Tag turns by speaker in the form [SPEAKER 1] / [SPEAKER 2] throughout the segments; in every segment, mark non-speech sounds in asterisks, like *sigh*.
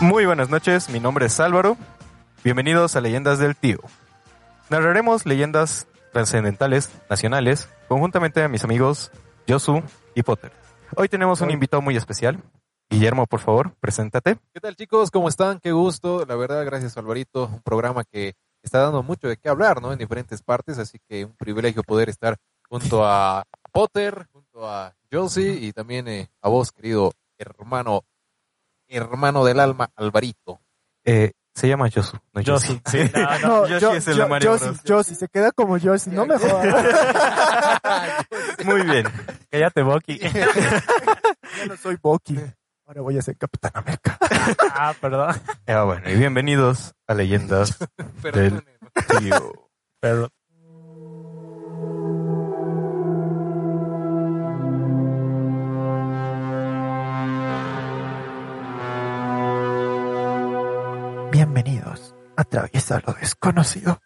[SPEAKER 1] Muy buenas noches, mi nombre es Álvaro. Bienvenidos a Leyendas del Tío. Narraremos leyendas trascendentales, nacionales, conjuntamente a mis amigos Yosu y Potter. Hoy tenemos un
[SPEAKER 2] Hoy.
[SPEAKER 1] invitado muy especial. Guillermo, por favor, preséntate.
[SPEAKER 2] ¿Qué tal chicos? ¿Cómo están? Qué gusto. La verdad, gracias Alvarito. Un programa que está dando mucho de qué hablar, ¿no? En diferentes partes, así que un privilegio poder estar junto a Potter, junto a Josie y también eh, a vos, querido hermano, hermano del alma, Alvarito.
[SPEAKER 1] Eh, se llama Yosu, no Yoshi.
[SPEAKER 3] Yoshi.
[SPEAKER 1] *laughs*
[SPEAKER 3] Sí, no, no,
[SPEAKER 4] No,
[SPEAKER 3] Yoshi
[SPEAKER 4] yo-
[SPEAKER 3] es el
[SPEAKER 4] yo-
[SPEAKER 3] de Mario
[SPEAKER 4] Yossi,
[SPEAKER 3] Bros.
[SPEAKER 4] Yossi, se queda como Yossi, no me jodas.
[SPEAKER 1] *laughs* Muy bien.
[SPEAKER 3] Cállate, Boki.
[SPEAKER 4] Yo no soy Bucky. Ahora voy a ser Capitán América.
[SPEAKER 3] *laughs* ah, perdón.
[SPEAKER 1] Ah, bueno, y bienvenidos a Leyendas
[SPEAKER 2] Perdónenme.
[SPEAKER 3] *laughs*
[SPEAKER 1] del Tío.
[SPEAKER 3] Perdón.
[SPEAKER 4] Bienvenidos a Traviesa lo
[SPEAKER 1] *laughs*
[SPEAKER 4] Desconocido.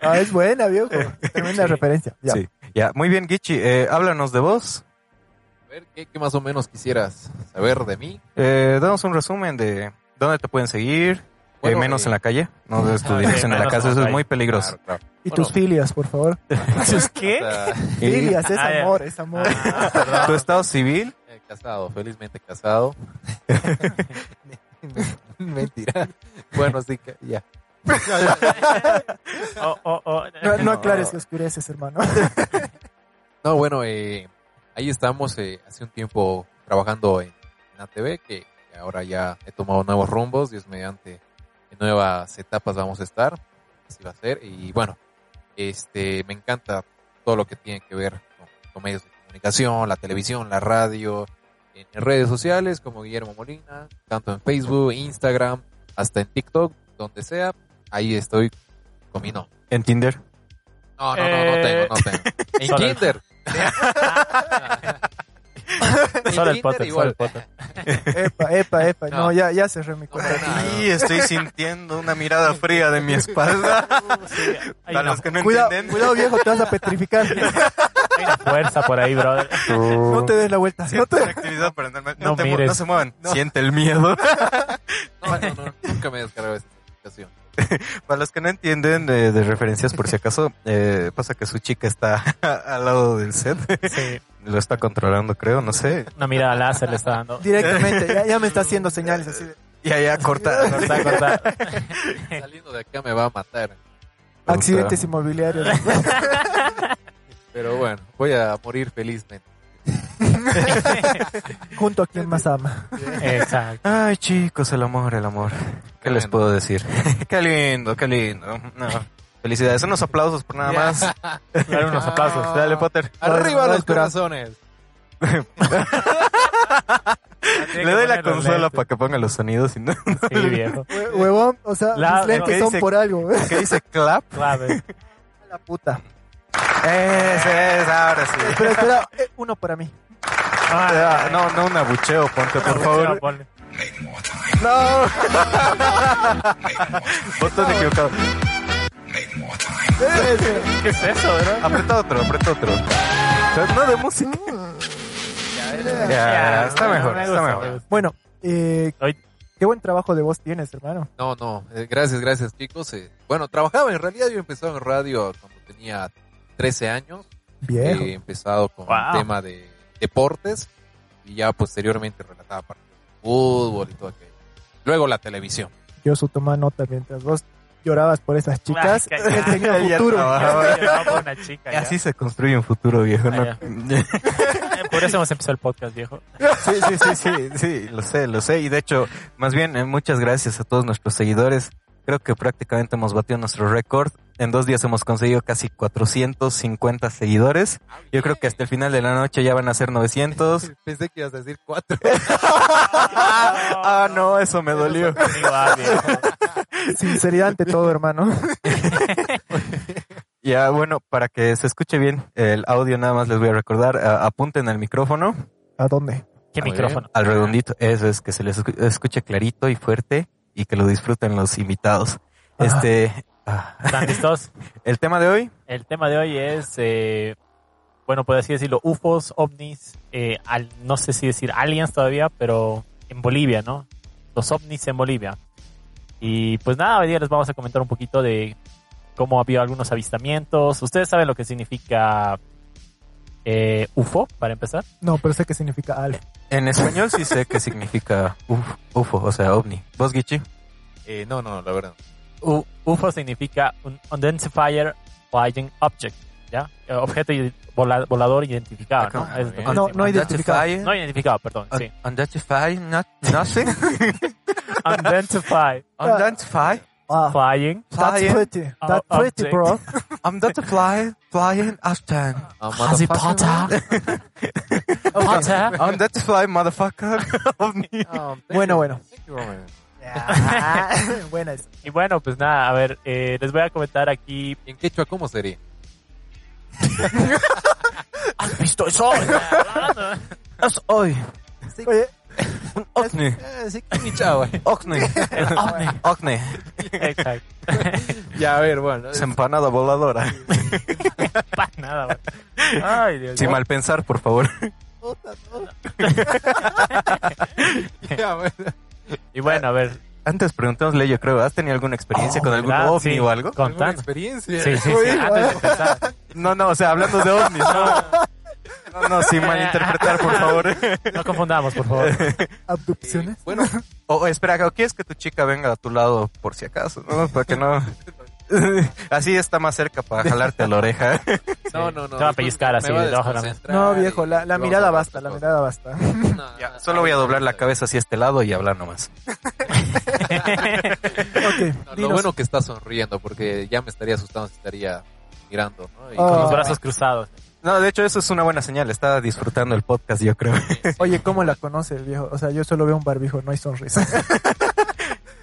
[SPEAKER 4] ah, es buena, viejo. Tremenda referencia. Ya.
[SPEAKER 1] Eh, Sí. Ya, muy bien, Gichi. eh, háblanos de vos.
[SPEAKER 2] A ver, ¿qué, qué más o menos quisieras saber de mí?
[SPEAKER 1] Eh, danos un resumen de dónde te pueden seguir. eh,
[SPEAKER 2] Bueno,
[SPEAKER 1] menos
[SPEAKER 2] eh,
[SPEAKER 1] en la calle. No des tu
[SPEAKER 3] Ah, sí,
[SPEAKER 1] dirección a la
[SPEAKER 3] menos
[SPEAKER 1] casa.
[SPEAKER 3] en
[SPEAKER 1] Eso
[SPEAKER 3] la
[SPEAKER 1] es muy
[SPEAKER 3] calle.
[SPEAKER 1] peligroso.
[SPEAKER 2] Claro, claro.
[SPEAKER 4] Y
[SPEAKER 2] Bueno,
[SPEAKER 4] tus filias, por favor.
[SPEAKER 3] ¿Sus qué?
[SPEAKER 2] está,
[SPEAKER 1] Y
[SPEAKER 4] Filias, es
[SPEAKER 3] Ah, ya.
[SPEAKER 4] amor, es amor.
[SPEAKER 3] Ah, perdón.
[SPEAKER 1] tu estado civil.
[SPEAKER 2] eh, casado, felizmente
[SPEAKER 1] *laughs*
[SPEAKER 2] casado. *laughs* Mentira. Bueno, sí, que- ya.
[SPEAKER 3] Oh, oh, oh.
[SPEAKER 4] No, no
[SPEAKER 2] No.
[SPEAKER 4] aclares que oscureces, hermano.
[SPEAKER 3] *laughs*
[SPEAKER 2] No, bueno, eh, ahí estamos eh, hace un tiempo trabajando en, en ATV, que ahora ya he tomado nuevos rumbos, Dios mediante en nuevas etapas vamos a estar, así va a ser, y bueno, este, me encanta todo lo que tiene que ver con, con medios de comunicación, la televisión, la radio, en redes sociales como Guillermo Molina, tanto en Facebook, Instagram, hasta en TikTok, donde sea, ahí estoy con mi no.
[SPEAKER 1] En Tinder.
[SPEAKER 2] No, no, no, no tengo, no tengo. En
[SPEAKER 3] Solo el-
[SPEAKER 2] Kinder. En
[SPEAKER 3] Solo el
[SPEAKER 2] Tinder
[SPEAKER 3] Potter,
[SPEAKER 2] igual.
[SPEAKER 3] solo el Potter.
[SPEAKER 4] Epa, epa, epa. No,
[SPEAKER 2] No.
[SPEAKER 4] ya, ya cerré mi
[SPEAKER 2] No,
[SPEAKER 4] cuenta.
[SPEAKER 2] para nada.
[SPEAKER 1] Y estoy sintiendo una mirada fría de mi espalda.
[SPEAKER 3] Sí, hay,
[SPEAKER 1] Para
[SPEAKER 3] una,
[SPEAKER 1] los que no
[SPEAKER 4] Cuidado,
[SPEAKER 1] entienden.
[SPEAKER 4] cuidado, viejo, te vas a
[SPEAKER 3] *laughs*
[SPEAKER 4] petrificar.
[SPEAKER 3] hay una fuerza por ahí, brother.
[SPEAKER 4] No te des la vuelta. No
[SPEAKER 1] Siente
[SPEAKER 4] te...
[SPEAKER 1] una actividad paranormal. No,
[SPEAKER 3] No
[SPEAKER 1] te mu-
[SPEAKER 3] mires.
[SPEAKER 1] no se muevan. Siente el miedo. *laughs*
[SPEAKER 2] No, no, no, nunca me he descargado esta aplicación.
[SPEAKER 1] Para los que no entienden de, de referencias, por si acaso, eh, pasa que su chica está *laughs* al lado del set.
[SPEAKER 3] Sí,
[SPEAKER 1] Lo está controlando, creo, no sé.
[SPEAKER 3] una mirada láser le está dando.
[SPEAKER 4] Directamente, ya, ya me está haciendo señales así. de-
[SPEAKER 1] Y allá corta.
[SPEAKER 3] Corta, corta.
[SPEAKER 2] Saliendo de acá me va a matar.
[SPEAKER 4] Accidentes inmobiliarios. *laughs*
[SPEAKER 2] Pero bueno, voy a morir felizmente.
[SPEAKER 4] junto a quien más ama.
[SPEAKER 3] Exacto.
[SPEAKER 1] Ay, chicos, el amor, el amor. ¿Qué les
[SPEAKER 2] Bueno.
[SPEAKER 1] puedo decir? *laughs* qué lindo, qué lindo. No. Felicidades. Unos aplausos por nada más.
[SPEAKER 3] Dale unos aplausos.
[SPEAKER 1] *laughs* Dale, Potter.
[SPEAKER 2] Ah, Arriba
[SPEAKER 4] No, no,
[SPEAKER 2] los
[SPEAKER 4] espera.
[SPEAKER 2] corazones.
[SPEAKER 1] Le doy la consola para que ponga los sonidos. Y no...
[SPEAKER 3] Sí, viejo.
[SPEAKER 4] Hue- Huevón, o sea,
[SPEAKER 3] La-
[SPEAKER 4] mis lentes
[SPEAKER 3] ¿qué
[SPEAKER 4] son
[SPEAKER 1] dice?
[SPEAKER 4] por algo. güey.
[SPEAKER 1] ¿Qué dice clap?
[SPEAKER 3] Clave.
[SPEAKER 4] *laughs* La puta.
[SPEAKER 1] Ese es, ahora sí.
[SPEAKER 4] Pero espera, eh, uno para mí.
[SPEAKER 1] Ah, no, no un abucheo, ponte, por
[SPEAKER 3] Sí,
[SPEAKER 1] favor.
[SPEAKER 3] eh, ponle.
[SPEAKER 1] No. *laughs* Vos estás equivocado.
[SPEAKER 3] ¿Qué es eso, bro?
[SPEAKER 1] Apreta otro, apreta otro. No de música. Ya,
[SPEAKER 3] Ya,
[SPEAKER 1] está
[SPEAKER 3] no,
[SPEAKER 1] mejor,
[SPEAKER 3] me
[SPEAKER 1] está
[SPEAKER 3] gusta, me
[SPEAKER 1] mejor.
[SPEAKER 3] gusta.
[SPEAKER 4] *laughs* Bueno, eh,
[SPEAKER 3] Ay.
[SPEAKER 4] qué buen trabajo de voz tienes, hermano.
[SPEAKER 2] No, no, eh, gracias, gracias chicos. Eh, bueno, trabajaba en realidad, yo empezaba en radio cuando tenía 13 años.
[SPEAKER 4] Viejo.
[SPEAKER 2] He empezado con
[SPEAKER 3] Wow.
[SPEAKER 2] el tema de deportes y ya posteriormente relataba partidos de fútbol y todo aquello. Luego la televisión.
[SPEAKER 4] Yo su toma nota mientras vos llorabas por esas
[SPEAKER 3] *laughs*
[SPEAKER 4] chicas.
[SPEAKER 3] Ay, que-
[SPEAKER 4] él tenía
[SPEAKER 1] Él ya
[SPEAKER 4] futuro.
[SPEAKER 1] trabajaba.
[SPEAKER 3] Yo por una chica.
[SPEAKER 1] Y
[SPEAKER 3] ya.
[SPEAKER 1] Así se construye un futuro viejo, ¿no?
[SPEAKER 3] Ah, Eh, Por eso hemos empezado el podcast, viejo.
[SPEAKER 1] Sí, sí, sí, sí, sí, lo sé, lo sé. Y de hecho, más bien, eh, muchas gracias a todos nuestros seguidores. Creo que prácticamente hemos batido nuestro récord. En dos días hemos conseguido casi 450 seguidores. Yo creo que hasta el final de la noche ya van a ser
[SPEAKER 2] *laughs*
[SPEAKER 1] 900.
[SPEAKER 2] Pensé que ibas a decir cuatro.
[SPEAKER 1] ah, no, eso me dolió.
[SPEAKER 3] Igual, ah,
[SPEAKER 1] *laughs*
[SPEAKER 3] viejo.
[SPEAKER 4] Sinceridad ante todo, hermano.
[SPEAKER 1] Ya, ah, bueno, para que se escuche bien el audio, nada más les voy a recordar, a- apunten el micrófono
[SPEAKER 4] *laughs* ¿A dónde?
[SPEAKER 3] ¿Qué
[SPEAKER 2] A ver.
[SPEAKER 3] micrófono?
[SPEAKER 1] al redondito. Eso es, que se les escu- escuche clarito y fuerte y que lo disfruten los invitados.
[SPEAKER 4] Ah.
[SPEAKER 1] Este, ah,
[SPEAKER 3] ¿Están listos?
[SPEAKER 1] el tema de hoy,
[SPEAKER 3] El tema de hoy es, eh, bueno, por así decirlo, UFOs, ovnis, eh, al- no sé si decir aliens todavía, pero en Bolivia, ¿no? los ovnis en Bolivia. Y pues nada, hoy día les vamos a comentar un poquito de cómo había algunos avistamientos. ¿Ustedes saben lo que significa eh, UFO, para empezar?
[SPEAKER 4] No, pero sé qué significa algo.
[SPEAKER 1] En español sí sé que significa uf- UFO, o sea, ovni. ¿Vos, Guichi?
[SPEAKER 2] Eh, no, no, la verdad.
[SPEAKER 3] U- UFO significa un Unidentifier Flying Object, ¿ya? Eh, Objeto i- vola- volador identificado, ¿no?
[SPEAKER 1] Ah,
[SPEAKER 3] Es-
[SPEAKER 2] bien.
[SPEAKER 3] es-
[SPEAKER 4] No, no identificado.
[SPEAKER 1] Unidentified,
[SPEAKER 3] no identificado, perdón,
[SPEAKER 1] *laughs*
[SPEAKER 3] sí.
[SPEAKER 1] un- Unidentified, not, nothing.
[SPEAKER 3] Unidentified
[SPEAKER 1] Unidentified,
[SPEAKER 4] Wow.
[SPEAKER 3] Flying
[SPEAKER 4] Ah, That's
[SPEAKER 1] flying,
[SPEAKER 4] pretty. That's
[SPEAKER 3] Oh,
[SPEAKER 4] pretty,
[SPEAKER 3] object. *laughs*
[SPEAKER 4] bro.
[SPEAKER 1] unidentified, flying after.
[SPEAKER 2] Ah,
[SPEAKER 3] Harry
[SPEAKER 2] motherfucker.
[SPEAKER 3] Potter. Potter.
[SPEAKER 1] *laughs* Unidentified, motherfucker. *laughs* ovni.
[SPEAKER 2] Ah, thank
[SPEAKER 4] Bueno,
[SPEAKER 2] you.
[SPEAKER 4] bueno.
[SPEAKER 2] Thank you, Roman.
[SPEAKER 4] Ah, Buena esa.
[SPEAKER 3] Y bueno, pues nada, a ver, eh, les voy a comentar aquí.
[SPEAKER 2] ¿Y en quechua cómo sería?
[SPEAKER 3] ¿Has visto eso?
[SPEAKER 1] Es hoy.
[SPEAKER 4] Oye,
[SPEAKER 1] Un ovni.
[SPEAKER 2] Mi chavo, eh.
[SPEAKER 1] *laughs* Ovni.
[SPEAKER 3] ovni.
[SPEAKER 1] Ovni.
[SPEAKER 3] *laughs* Exacto.
[SPEAKER 2] Ya, a ver, bueno.
[SPEAKER 1] Es empanada voladora.
[SPEAKER 3] Para nada, güey. Ay, Dios
[SPEAKER 1] Sin
[SPEAKER 3] mío.
[SPEAKER 1] mal pensar, por favor. *laughs*
[SPEAKER 2] Ya, bueno.
[SPEAKER 3] Y bueno, a ver.
[SPEAKER 1] Antes preguntémosle, yo creo, ¿has tenido alguna experiencia
[SPEAKER 3] Oh,
[SPEAKER 1] con algún
[SPEAKER 3] ¿verdad?
[SPEAKER 1] ovni
[SPEAKER 3] Sí.
[SPEAKER 1] o algo?
[SPEAKER 2] ¿Alguna
[SPEAKER 3] Contando.
[SPEAKER 2] experiencia?
[SPEAKER 3] Sí, sí, sí. Antes de pensar.
[SPEAKER 1] No, no, o sea, hablando de ovnis, no. *laughs* No, no, sin malinterpretar, por *laughs* favor.
[SPEAKER 3] No confundamos, por
[SPEAKER 1] *laughs*
[SPEAKER 3] favor.
[SPEAKER 2] Eh,
[SPEAKER 4] abducciones.
[SPEAKER 2] bueno,
[SPEAKER 1] O o Oh, espera, ¿o quieres que tu chica venga a tu lado por si acaso? ¿no? Para que no... *laughs* Así está más cerca para jalarte a la oreja.
[SPEAKER 2] no, no, no.
[SPEAKER 3] Te va a pellizcar así,
[SPEAKER 2] Me va a
[SPEAKER 3] debajo de la mesa.
[SPEAKER 2] desconcentrar
[SPEAKER 4] No,
[SPEAKER 2] y-
[SPEAKER 4] viejo, la, la
[SPEAKER 2] y vamos
[SPEAKER 4] mirada
[SPEAKER 2] a hablar
[SPEAKER 4] basta, la
[SPEAKER 2] otras
[SPEAKER 4] mirada basta.
[SPEAKER 2] cosas.
[SPEAKER 1] *laughs*
[SPEAKER 2] No,
[SPEAKER 1] Ya,
[SPEAKER 2] no,
[SPEAKER 1] solo voy a doblar la cabeza hacia este lado y hablar nomás.
[SPEAKER 4] Ok,
[SPEAKER 2] No, lo
[SPEAKER 4] dinos.
[SPEAKER 2] bueno que está sonriendo, porque ya me estaría asustando si estaría mirando, ¿no? Y-
[SPEAKER 4] Ah.
[SPEAKER 3] Los brazos cruzados.
[SPEAKER 1] No, de hecho, eso es una buena señal. Está disfrutando el podcast, yo creo.
[SPEAKER 4] Oye, ¿cómo la conoces, viejo? O sea, yo solo veo un barbijo, no hay *laughs* sonrisa.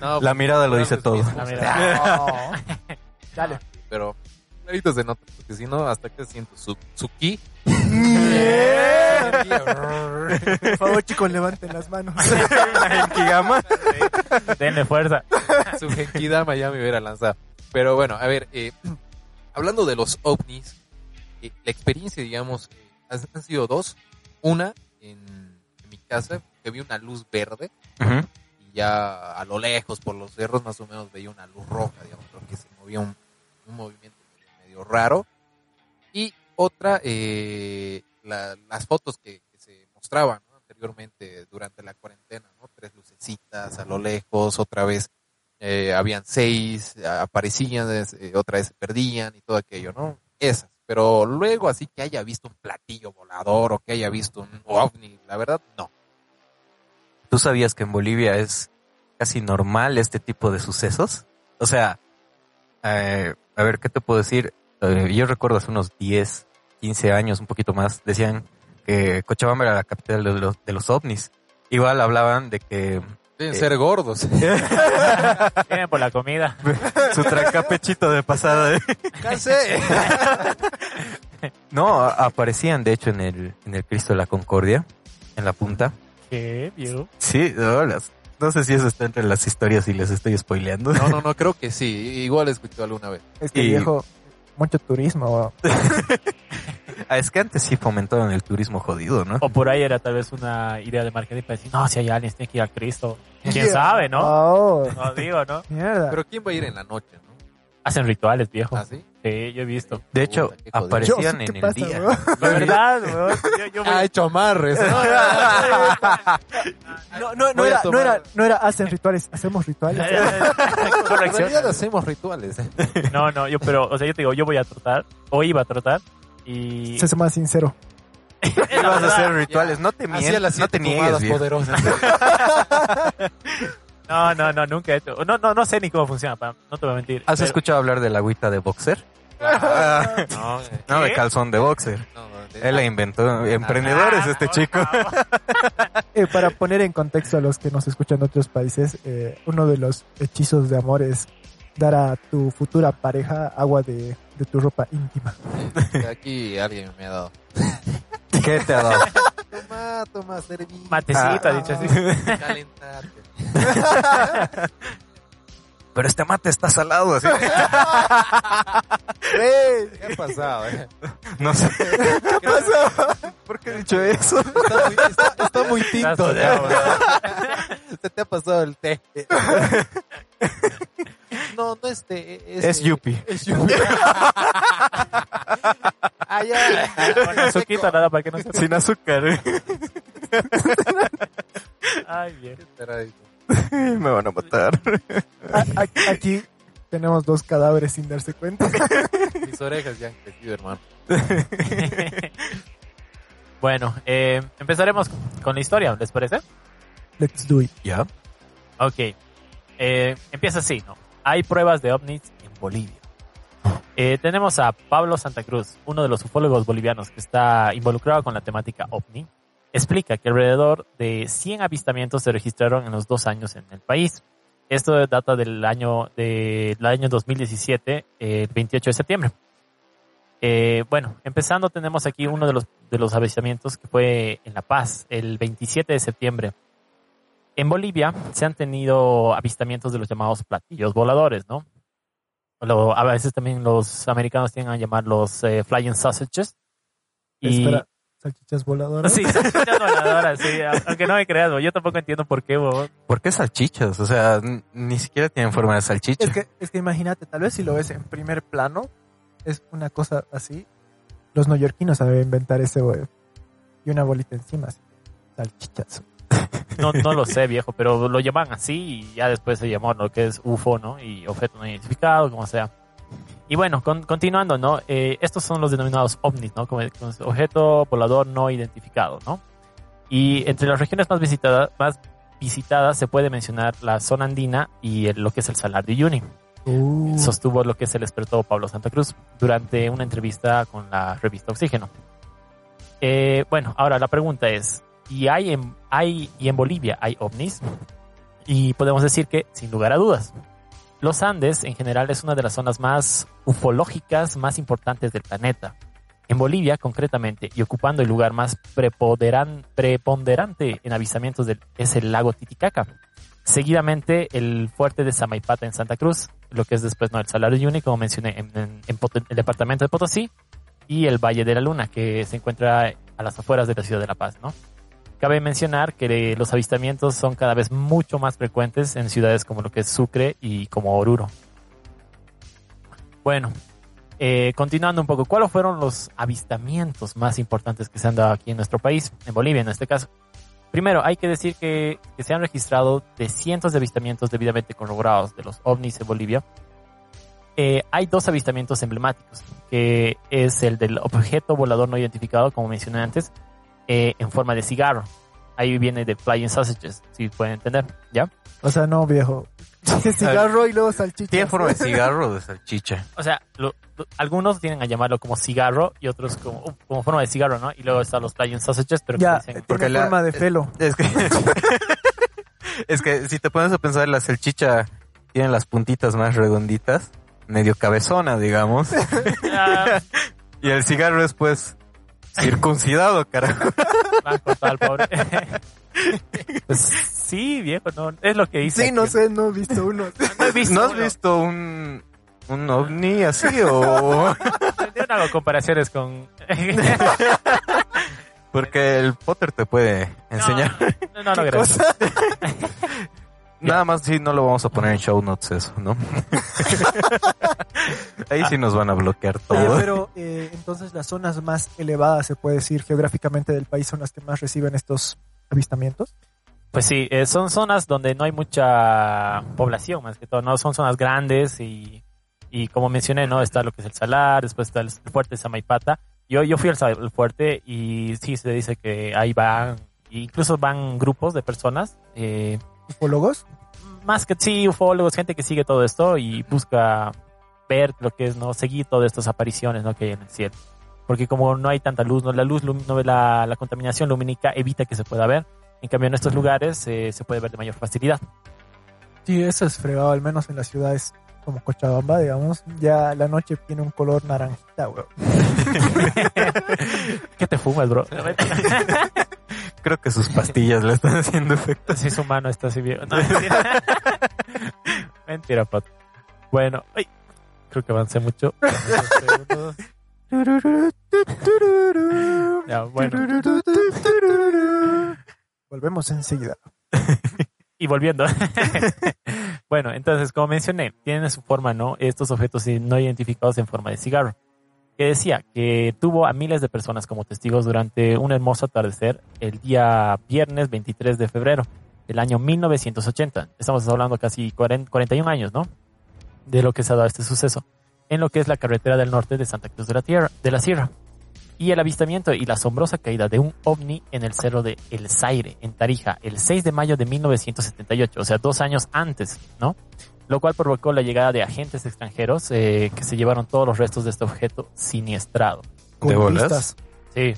[SPEAKER 2] No,
[SPEAKER 1] La mirada lo dice
[SPEAKER 2] los
[SPEAKER 1] todo.
[SPEAKER 2] mismos,
[SPEAKER 3] La
[SPEAKER 2] o sea,
[SPEAKER 3] mirada.
[SPEAKER 1] Ah.
[SPEAKER 4] Dale.
[SPEAKER 2] Pero clarito se nota, porque si no, hasta que siento su, su ki.
[SPEAKER 4] *laughs* Por favor, chicos, levanten las manos.
[SPEAKER 1] En Kigama.
[SPEAKER 3] Denle fuerza.
[SPEAKER 2] *laughs* su genkidama ya me hubiera lanzado. Pero bueno, a ver, eh, *clears throat* hablando de los ovnis, eh, la experiencia, digamos, eh, han, han sido dos. Una, en, en mi casa, que vi una luz verde
[SPEAKER 1] *laughs* Ujú.
[SPEAKER 2] y ya a lo lejos, por los cerros, más o menos veía una luz roja, digamos, porque se movía un, un movimiento medio raro. Y otra, eh, la- las fotos que, que se mostraban ¿no? anteriormente durante la cuarentena, ¿no? tres lucecitas a lo lejos, otra vez eh, habían seis, a- aparecían, es- eh, otra vez se perdían y todo aquello, ¿no? Esas. Pero luego así que haya visto un platillo volador o que haya visto un ovni, la verdad, no.
[SPEAKER 1] ¿Tú sabías que en Bolivia es casi normal este tipo de sucesos? O sea, eh, a ver, ¿qué te puedo decir? Eh, yo recuerdo hace unos 10, 15 años, un poquito más, decían que Cochabamba era la capital de los, de los ovnis. Igual hablaban de *laughs* que Eh.
[SPEAKER 2] Deben ser *laughs* gordos.
[SPEAKER 3] Vienen por la comida.
[SPEAKER 1] su trancapechito de pasada. ¿eh?
[SPEAKER 2] *laughs*
[SPEAKER 1] No, a- aparecían de hecho en el, en el Cristo de la Concordia, en la punta.
[SPEAKER 3] ¿Qué, viejo?
[SPEAKER 1] Sí, no, las- no sé si eso está entre las historias y les estoy spoileando.
[SPEAKER 2] No, no, no, creo que sí. Igual escuché alguna vez.
[SPEAKER 4] *laughs* Es que,
[SPEAKER 1] Y-
[SPEAKER 4] viejo, mucho turismo.
[SPEAKER 1] Ah, Es que antes sí fomentaban el turismo jodido, ¿no?
[SPEAKER 3] O por ahí era tal vez una idea de marketing para decir, no, si hay aliens, tiene que ir al Cristo. ¿Quién
[SPEAKER 4] Yeah.
[SPEAKER 3] sabe,
[SPEAKER 1] Ah.
[SPEAKER 3] no?
[SPEAKER 4] Oh,
[SPEAKER 3] No digo, ¿no?
[SPEAKER 4] mierda.
[SPEAKER 2] Pero ¿quién va a ir en la noche, no?
[SPEAKER 3] Hacen rituales, viejo.
[SPEAKER 1] Ah.
[SPEAKER 2] ¿Así?
[SPEAKER 3] Sí, yo he visto.
[SPEAKER 1] De hecho,
[SPEAKER 2] Puta, qué jodido.
[SPEAKER 4] Yo,
[SPEAKER 1] aparecían
[SPEAKER 4] ¿sí? ¿Qué
[SPEAKER 1] en el
[SPEAKER 4] pasa,
[SPEAKER 1] día.
[SPEAKER 4] bro?
[SPEAKER 3] La verdad, weón. Yo, yo voy-
[SPEAKER 2] Ha Ah, hecho
[SPEAKER 3] *laughs*
[SPEAKER 2] amarres. ¿no?
[SPEAKER 4] No, no, no
[SPEAKER 2] Voy a
[SPEAKER 4] era, no,
[SPEAKER 2] tomar-
[SPEAKER 4] era, no era hacen rituales,
[SPEAKER 2] *laughs*
[SPEAKER 4] hacemos rituales.
[SPEAKER 2] En
[SPEAKER 3] Corrección.
[SPEAKER 2] realidad hacemos rituales. ¿eh?
[SPEAKER 3] No, no, yo, pero, o sea, yo te digo, yo voy a trotar, o iba a trotar, y...
[SPEAKER 4] Se hace más sincero.
[SPEAKER 1] Ibas a *laughs* hacer rituales, no te
[SPEAKER 2] Hacía
[SPEAKER 1] mientas,
[SPEAKER 2] las
[SPEAKER 1] no te
[SPEAKER 2] siete
[SPEAKER 1] niegues,
[SPEAKER 2] fumadas
[SPEAKER 1] viejo. *laughs*
[SPEAKER 2] poderosas.
[SPEAKER 3] No, no, no, nunca he hecho. No, no, no sé ni cómo funciona, pa, no te voy a mentir.
[SPEAKER 1] ¿Has
[SPEAKER 3] Pero-
[SPEAKER 1] escuchado hablar de la agüita de *laughs* boxer? Ah,
[SPEAKER 2] No, eh,
[SPEAKER 1] no, de
[SPEAKER 3] ¿Qué?
[SPEAKER 1] calzón de boxer.
[SPEAKER 2] no, no, de-
[SPEAKER 1] Él la inventó. Emprendedores,
[SPEAKER 3] Ah,
[SPEAKER 1] este
[SPEAKER 3] por
[SPEAKER 1] chico.
[SPEAKER 3] favor.
[SPEAKER 4] Eh, para poner en contexto a los que nos escuchan de otros países, eh, uno de los hechizos de amor es dar a tu futura pareja agua de, de tu ropa *laughs* íntima.
[SPEAKER 2] de Aquí alguien me ha dado.
[SPEAKER 1] *laughs* ¿Qué te ha dado?
[SPEAKER 2] Toma, toma, serví.
[SPEAKER 3] Matecito,
[SPEAKER 1] Ah.
[SPEAKER 3] dicho así.
[SPEAKER 2] Calentate.
[SPEAKER 1] Pero este mate está salado, así.
[SPEAKER 2] ¿Qué ha pasado, eh?
[SPEAKER 1] *laughs* No sé.
[SPEAKER 2] ¿Qué pasó?
[SPEAKER 1] ¿Por qué he dicho eso?
[SPEAKER 2] Está *laughs* muy, está, está muy
[SPEAKER 3] Estás
[SPEAKER 2] tinto. ya.
[SPEAKER 3] soñado, bro.
[SPEAKER 2] Se se te ha pasado
[SPEAKER 1] *laughs*
[SPEAKER 2] el té. No, no este, eh, es té.
[SPEAKER 1] Es Yupi.
[SPEAKER 2] Es Yupi. Ah, ya.
[SPEAKER 3] Con azuquita nada para que no se
[SPEAKER 1] Sin azúcar.
[SPEAKER 3] Ay, bien. *laughs*
[SPEAKER 1] Me van a matar.
[SPEAKER 4] A- a- Aquí tenemos dos cadáveres sin darse cuenta.
[SPEAKER 2] Mis orejas ya han crecido, hermano.
[SPEAKER 3] bueno, eh, empezaremos con la historia, ¿les parece?
[SPEAKER 4] Let's do it.
[SPEAKER 1] ¿Ya?
[SPEAKER 3] Ok. Eh, empieza así, ¿no? Hay pruebas de ovnis en Bolivia. Eh, tenemos a Pablo Santa Cruz, uno de los ufólogos bolivianos que está involucrado con la temática ovni. Explica que alrededor de 100 avistamientos se registraron en los dos años en el país. Esto data del año, de- del año 2017, eh, el 28 de septiembre. Eh, bueno, empezando tenemos aquí uno de los, de los avistamientos que fue en La Paz, el 27 de septiembre. En Bolivia se han tenido avistamientos de los llamados platillos voladores, ¿no? Lo- a veces también los americanos tienen a llamar los eh, flying sausages. Y-
[SPEAKER 4] Espera, salchichas voladoras.
[SPEAKER 3] *laughs* Sí, salchichas voladoras, sí. Aunque no me creas, bo, yo tampoco entiendo por qué, bo.
[SPEAKER 1] ¿Por qué salchichas? O sea, n- ni siquiera tienen forma de salchicha.
[SPEAKER 4] Es que, es que imagínate, tal vez si lo ves en primer plano, es una cosa así. Los neoyorquinos saben inventar ese huevo. Y una bolita encima, así. Salchichas.
[SPEAKER 3] No, no lo sé, viejo, pero lo llaman así y ya después se llamó lo que es UFO, ¿no? Y objeto no identificado, como sea. Y bueno, con- continuando, ¿no? Eh, estos son los denominados ovnis, ¿no? Como, como es objeto volador no identificado, ¿no? Y entre las regiones más visitadas, más visitadas se puede mencionar la zona andina y el- lo que es el Salar de Uyuni.
[SPEAKER 4] Uh. Mm.
[SPEAKER 3] sostuvo lo que se le despertó Pablo Santa Cruz durante una entrevista con la revista Oxígeno. Eh, bueno, ahora la pregunta es, ¿y hay en, hay, ¿y en Bolivia hay ovnis? Y podemos decir que, sin lugar a dudas, los Andes en general es una de las zonas más ufológicas más importantes del planeta. En Bolivia, concretamente, y ocupando el lugar más preponderan- preponderante en avistamientos del, es el lago Titicaca. Seguidamente, el fuerte de Samaipata en Santa Cruz, lo que es después no, el Salario Uni, como mencioné, en, en- en Pot- el departamento de Potosí, y el Valle de la Luna, que se encuentra a las afueras de la ciudad de La Paz, ¿no? Cabe mencionar que los avistamientos son cada vez mucho más frecuentes en ciudades como lo que es Sucre y como Oruro. Bueno, eh, continuando un poco, ¿cuáles fueron los avistamientos más importantes que se han dado aquí en nuestro país, en Bolivia en este caso? Primero, hay que decir que, que se han registrado de cientos de avistamientos debidamente corroborados de los ovnis en Bolivia. Eh, hay dos avistamientos emblemáticos, que es el del objeto volador no identificado, como mencioné antes, eh, en forma de cigarro. Ahí viene de Flying Sausages, si pueden entender, ¿ya?
[SPEAKER 4] O sea,
[SPEAKER 1] *laughs*
[SPEAKER 4] no, viejo. Dice cigarro y luego salchichas.
[SPEAKER 1] Tiene
[SPEAKER 4] *laughs*
[SPEAKER 1] forma de cigarro o de salchicha.
[SPEAKER 3] O sea, lo- lo- algunos tienen a llamarlo como cigarro y otros como, uh, como forma de cigarro, ¿no? Y luego están los Flying Sausages, pero que
[SPEAKER 4] Ya,
[SPEAKER 3] dicen-
[SPEAKER 1] Porque
[SPEAKER 4] tiene
[SPEAKER 1] la-
[SPEAKER 4] forma de pelo.
[SPEAKER 1] Es que, *laughs* es que si te pones a pensar, la salchicha tiene las puntitas más redonditas, medio cabezona, digamos.
[SPEAKER 3] Ah,
[SPEAKER 1] Y el cigarro es pues circuncidado, carajo.
[SPEAKER 3] me han cortado al pobre. *laughs* Pues, sí, viejo, no, es lo que dice.
[SPEAKER 4] Sí, no
[SPEAKER 3] aquí.
[SPEAKER 4] sé, no he visto uno.
[SPEAKER 3] No he visto.
[SPEAKER 1] ¿No has
[SPEAKER 3] uno.
[SPEAKER 1] visto un, un ovni así o...?
[SPEAKER 3] *laughs*
[SPEAKER 1] *laughs*
[SPEAKER 3] Yo no hago comparaciones con.
[SPEAKER 1] Porque el Potter te puede enseñar.
[SPEAKER 3] No, no, no, gracias.
[SPEAKER 1] Nada más si no lo vamos a poner en show notes eso, ¿no? Ahí sí nos van a bloquear *laughs*
[SPEAKER 4] Oye,
[SPEAKER 1] todo.
[SPEAKER 4] pero eh, entonces las zonas más elevadas, se puede decir, geográficamente del país son las que más reciben estos avistamientos.
[SPEAKER 3] Pues sí, eh, son zonas donde no hay mucha población, más que todo, ¿no? Son zonas grandes y, y como mencioné, ¿no? Está lo que es el Salar, después está el fuerte de Samaipata. Yo, yo fui al Sal- al fuerte y sí se dice que ahí van, incluso van grupos de personas, eh,
[SPEAKER 4] ¿Ufólogos?
[SPEAKER 3] más que sí, ufólogos, gente que sigue todo esto y busca ver lo que es, ¿no? Seguir todas estas apariciones, ¿no? Que hay en el cielo. Porque como no hay tanta luz, ¿no? La luz, lum- no, la, la contaminación lumínica evita que se pueda ver. En cambio, en estos lugares eh, se puede ver de mayor facilidad.
[SPEAKER 4] Sí, eso es fregado, al menos en las ciudades como Cochabamba, digamos. Ya la noche tiene un color naranjita, weón.
[SPEAKER 3] ¿Qué te fumas, bro?
[SPEAKER 1] Creo que sus pastillas le están haciendo efecto.
[SPEAKER 3] *laughs* si su mano está así bien. No, mentira. mentira, Pat. Bueno, ay, creo que avancé mucho. Ya, bueno.
[SPEAKER 4] Volvemos enseguida.
[SPEAKER 3] y volviendo. *laughs* bueno, entonces, como mencioné, tienen su forma, ¿no? Estos objetos no identificados en forma de cigarro. Que decía que tuvo a miles de personas como testigos durante un hermoso atardecer el día viernes 23 de febrero del año 1980. Estamos hablando casi 40 41 años, ¿no? De lo que se ha dado este suceso. En lo que es la carretera del norte de Santa Cruz de la, Tierra, de la Sierra. Y el avistamiento y la asombrosa caída de un ovni en el cerro de El Zaire, en Tarija, el 6 de mayo de 1978, o sea, dos años antes, ¿no? Lo cual provocó la llegada de agentes extranjeros eh, que se llevaron todos los restos de este objeto siniestrado.
[SPEAKER 4] con
[SPEAKER 1] ¿De bolas?
[SPEAKER 4] pistas.
[SPEAKER 3] Sí.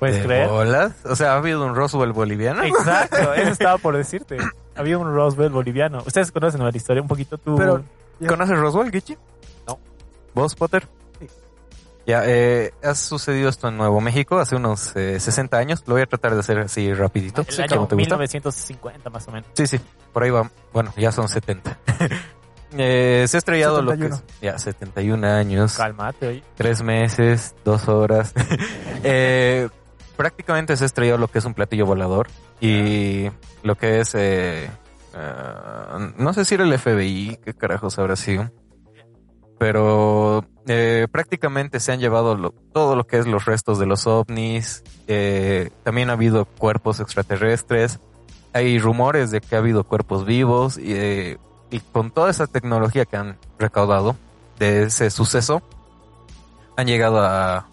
[SPEAKER 3] ¿Puedes
[SPEAKER 1] ¿De
[SPEAKER 3] creer?
[SPEAKER 1] bolas? O sea, ¿ha habido un Roswell boliviano?
[SPEAKER 3] *laughs* Exacto, eso estaba por decirte. Había un Roswell boliviano. Ustedes conocen la historia un poquito tú.
[SPEAKER 4] Pero- Ya.
[SPEAKER 1] ¿Conoces Roswell, Guichi?
[SPEAKER 2] No.
[SPEAKER 1] ¿Vos, Potter? Ya, eh, ha sucedido esto en Nuevo México hace unos eh, 60 años. Lo voy a tratar de hacer así rapidito.
[SPEAKER 3] el año
[SPEAKER 1] como te gusta.
[SPEAKER 3] 1950 más o menos.
[SPEAKER 1] Sí, sí, por ahí va. Bueno, ya son 70. *laughs* Eh, se ha estrellado lo que
[SPEAKER 4] 71.
[SPEAKER 1] es- Ya, 71 años,
[SPEAKER 3] Cálmate, oye.
[SPEAKER 1] tres meses, dos horas. Eh, prácticamente se ha estrellado lo que es un platillo volador y lo que es... eh, ah, no sé si era el FBI, qué carajos habrá sido. Pero eh, prácticamente se han llevado lo- todo lo que es los restos de los ovnis. eh, también ha habido cuerpos extraterrestres hay rumores de que ha habido cuerpos vivos y, eh, y con toda esa tecnología que han recaudado de ese suceso, han llegado a,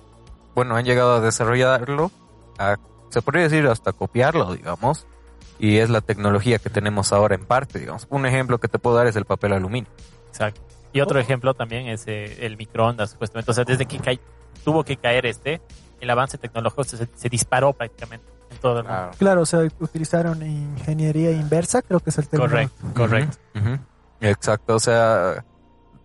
[SPEAKER 1] bueno, han llegado a desarrollarlo, a- se podría decir hasta copiarlo, digamos, y es la tecnología que tenemos ahora en parte, digamos. Un ejemplo que te puedo dar es el papel aluminio.
[SPEAKER 3] Exacto. Y otro ejemplo también es eh, el microondas, supuestamente. O sea, desde que cay- tuvo que caer este, el avance tecnológico se, se disparó prácticamente en todo el mundo.
[SPEAKER 2] Claro.
[SPEAKER 4] Claro, o sea, utilizaron ingeniería inversa, creo que es el término.
[SPEAKER 3] Correcto, correcto.
[SPEAKER 1] Ah. Ujú, ujú. Exacto, o sea,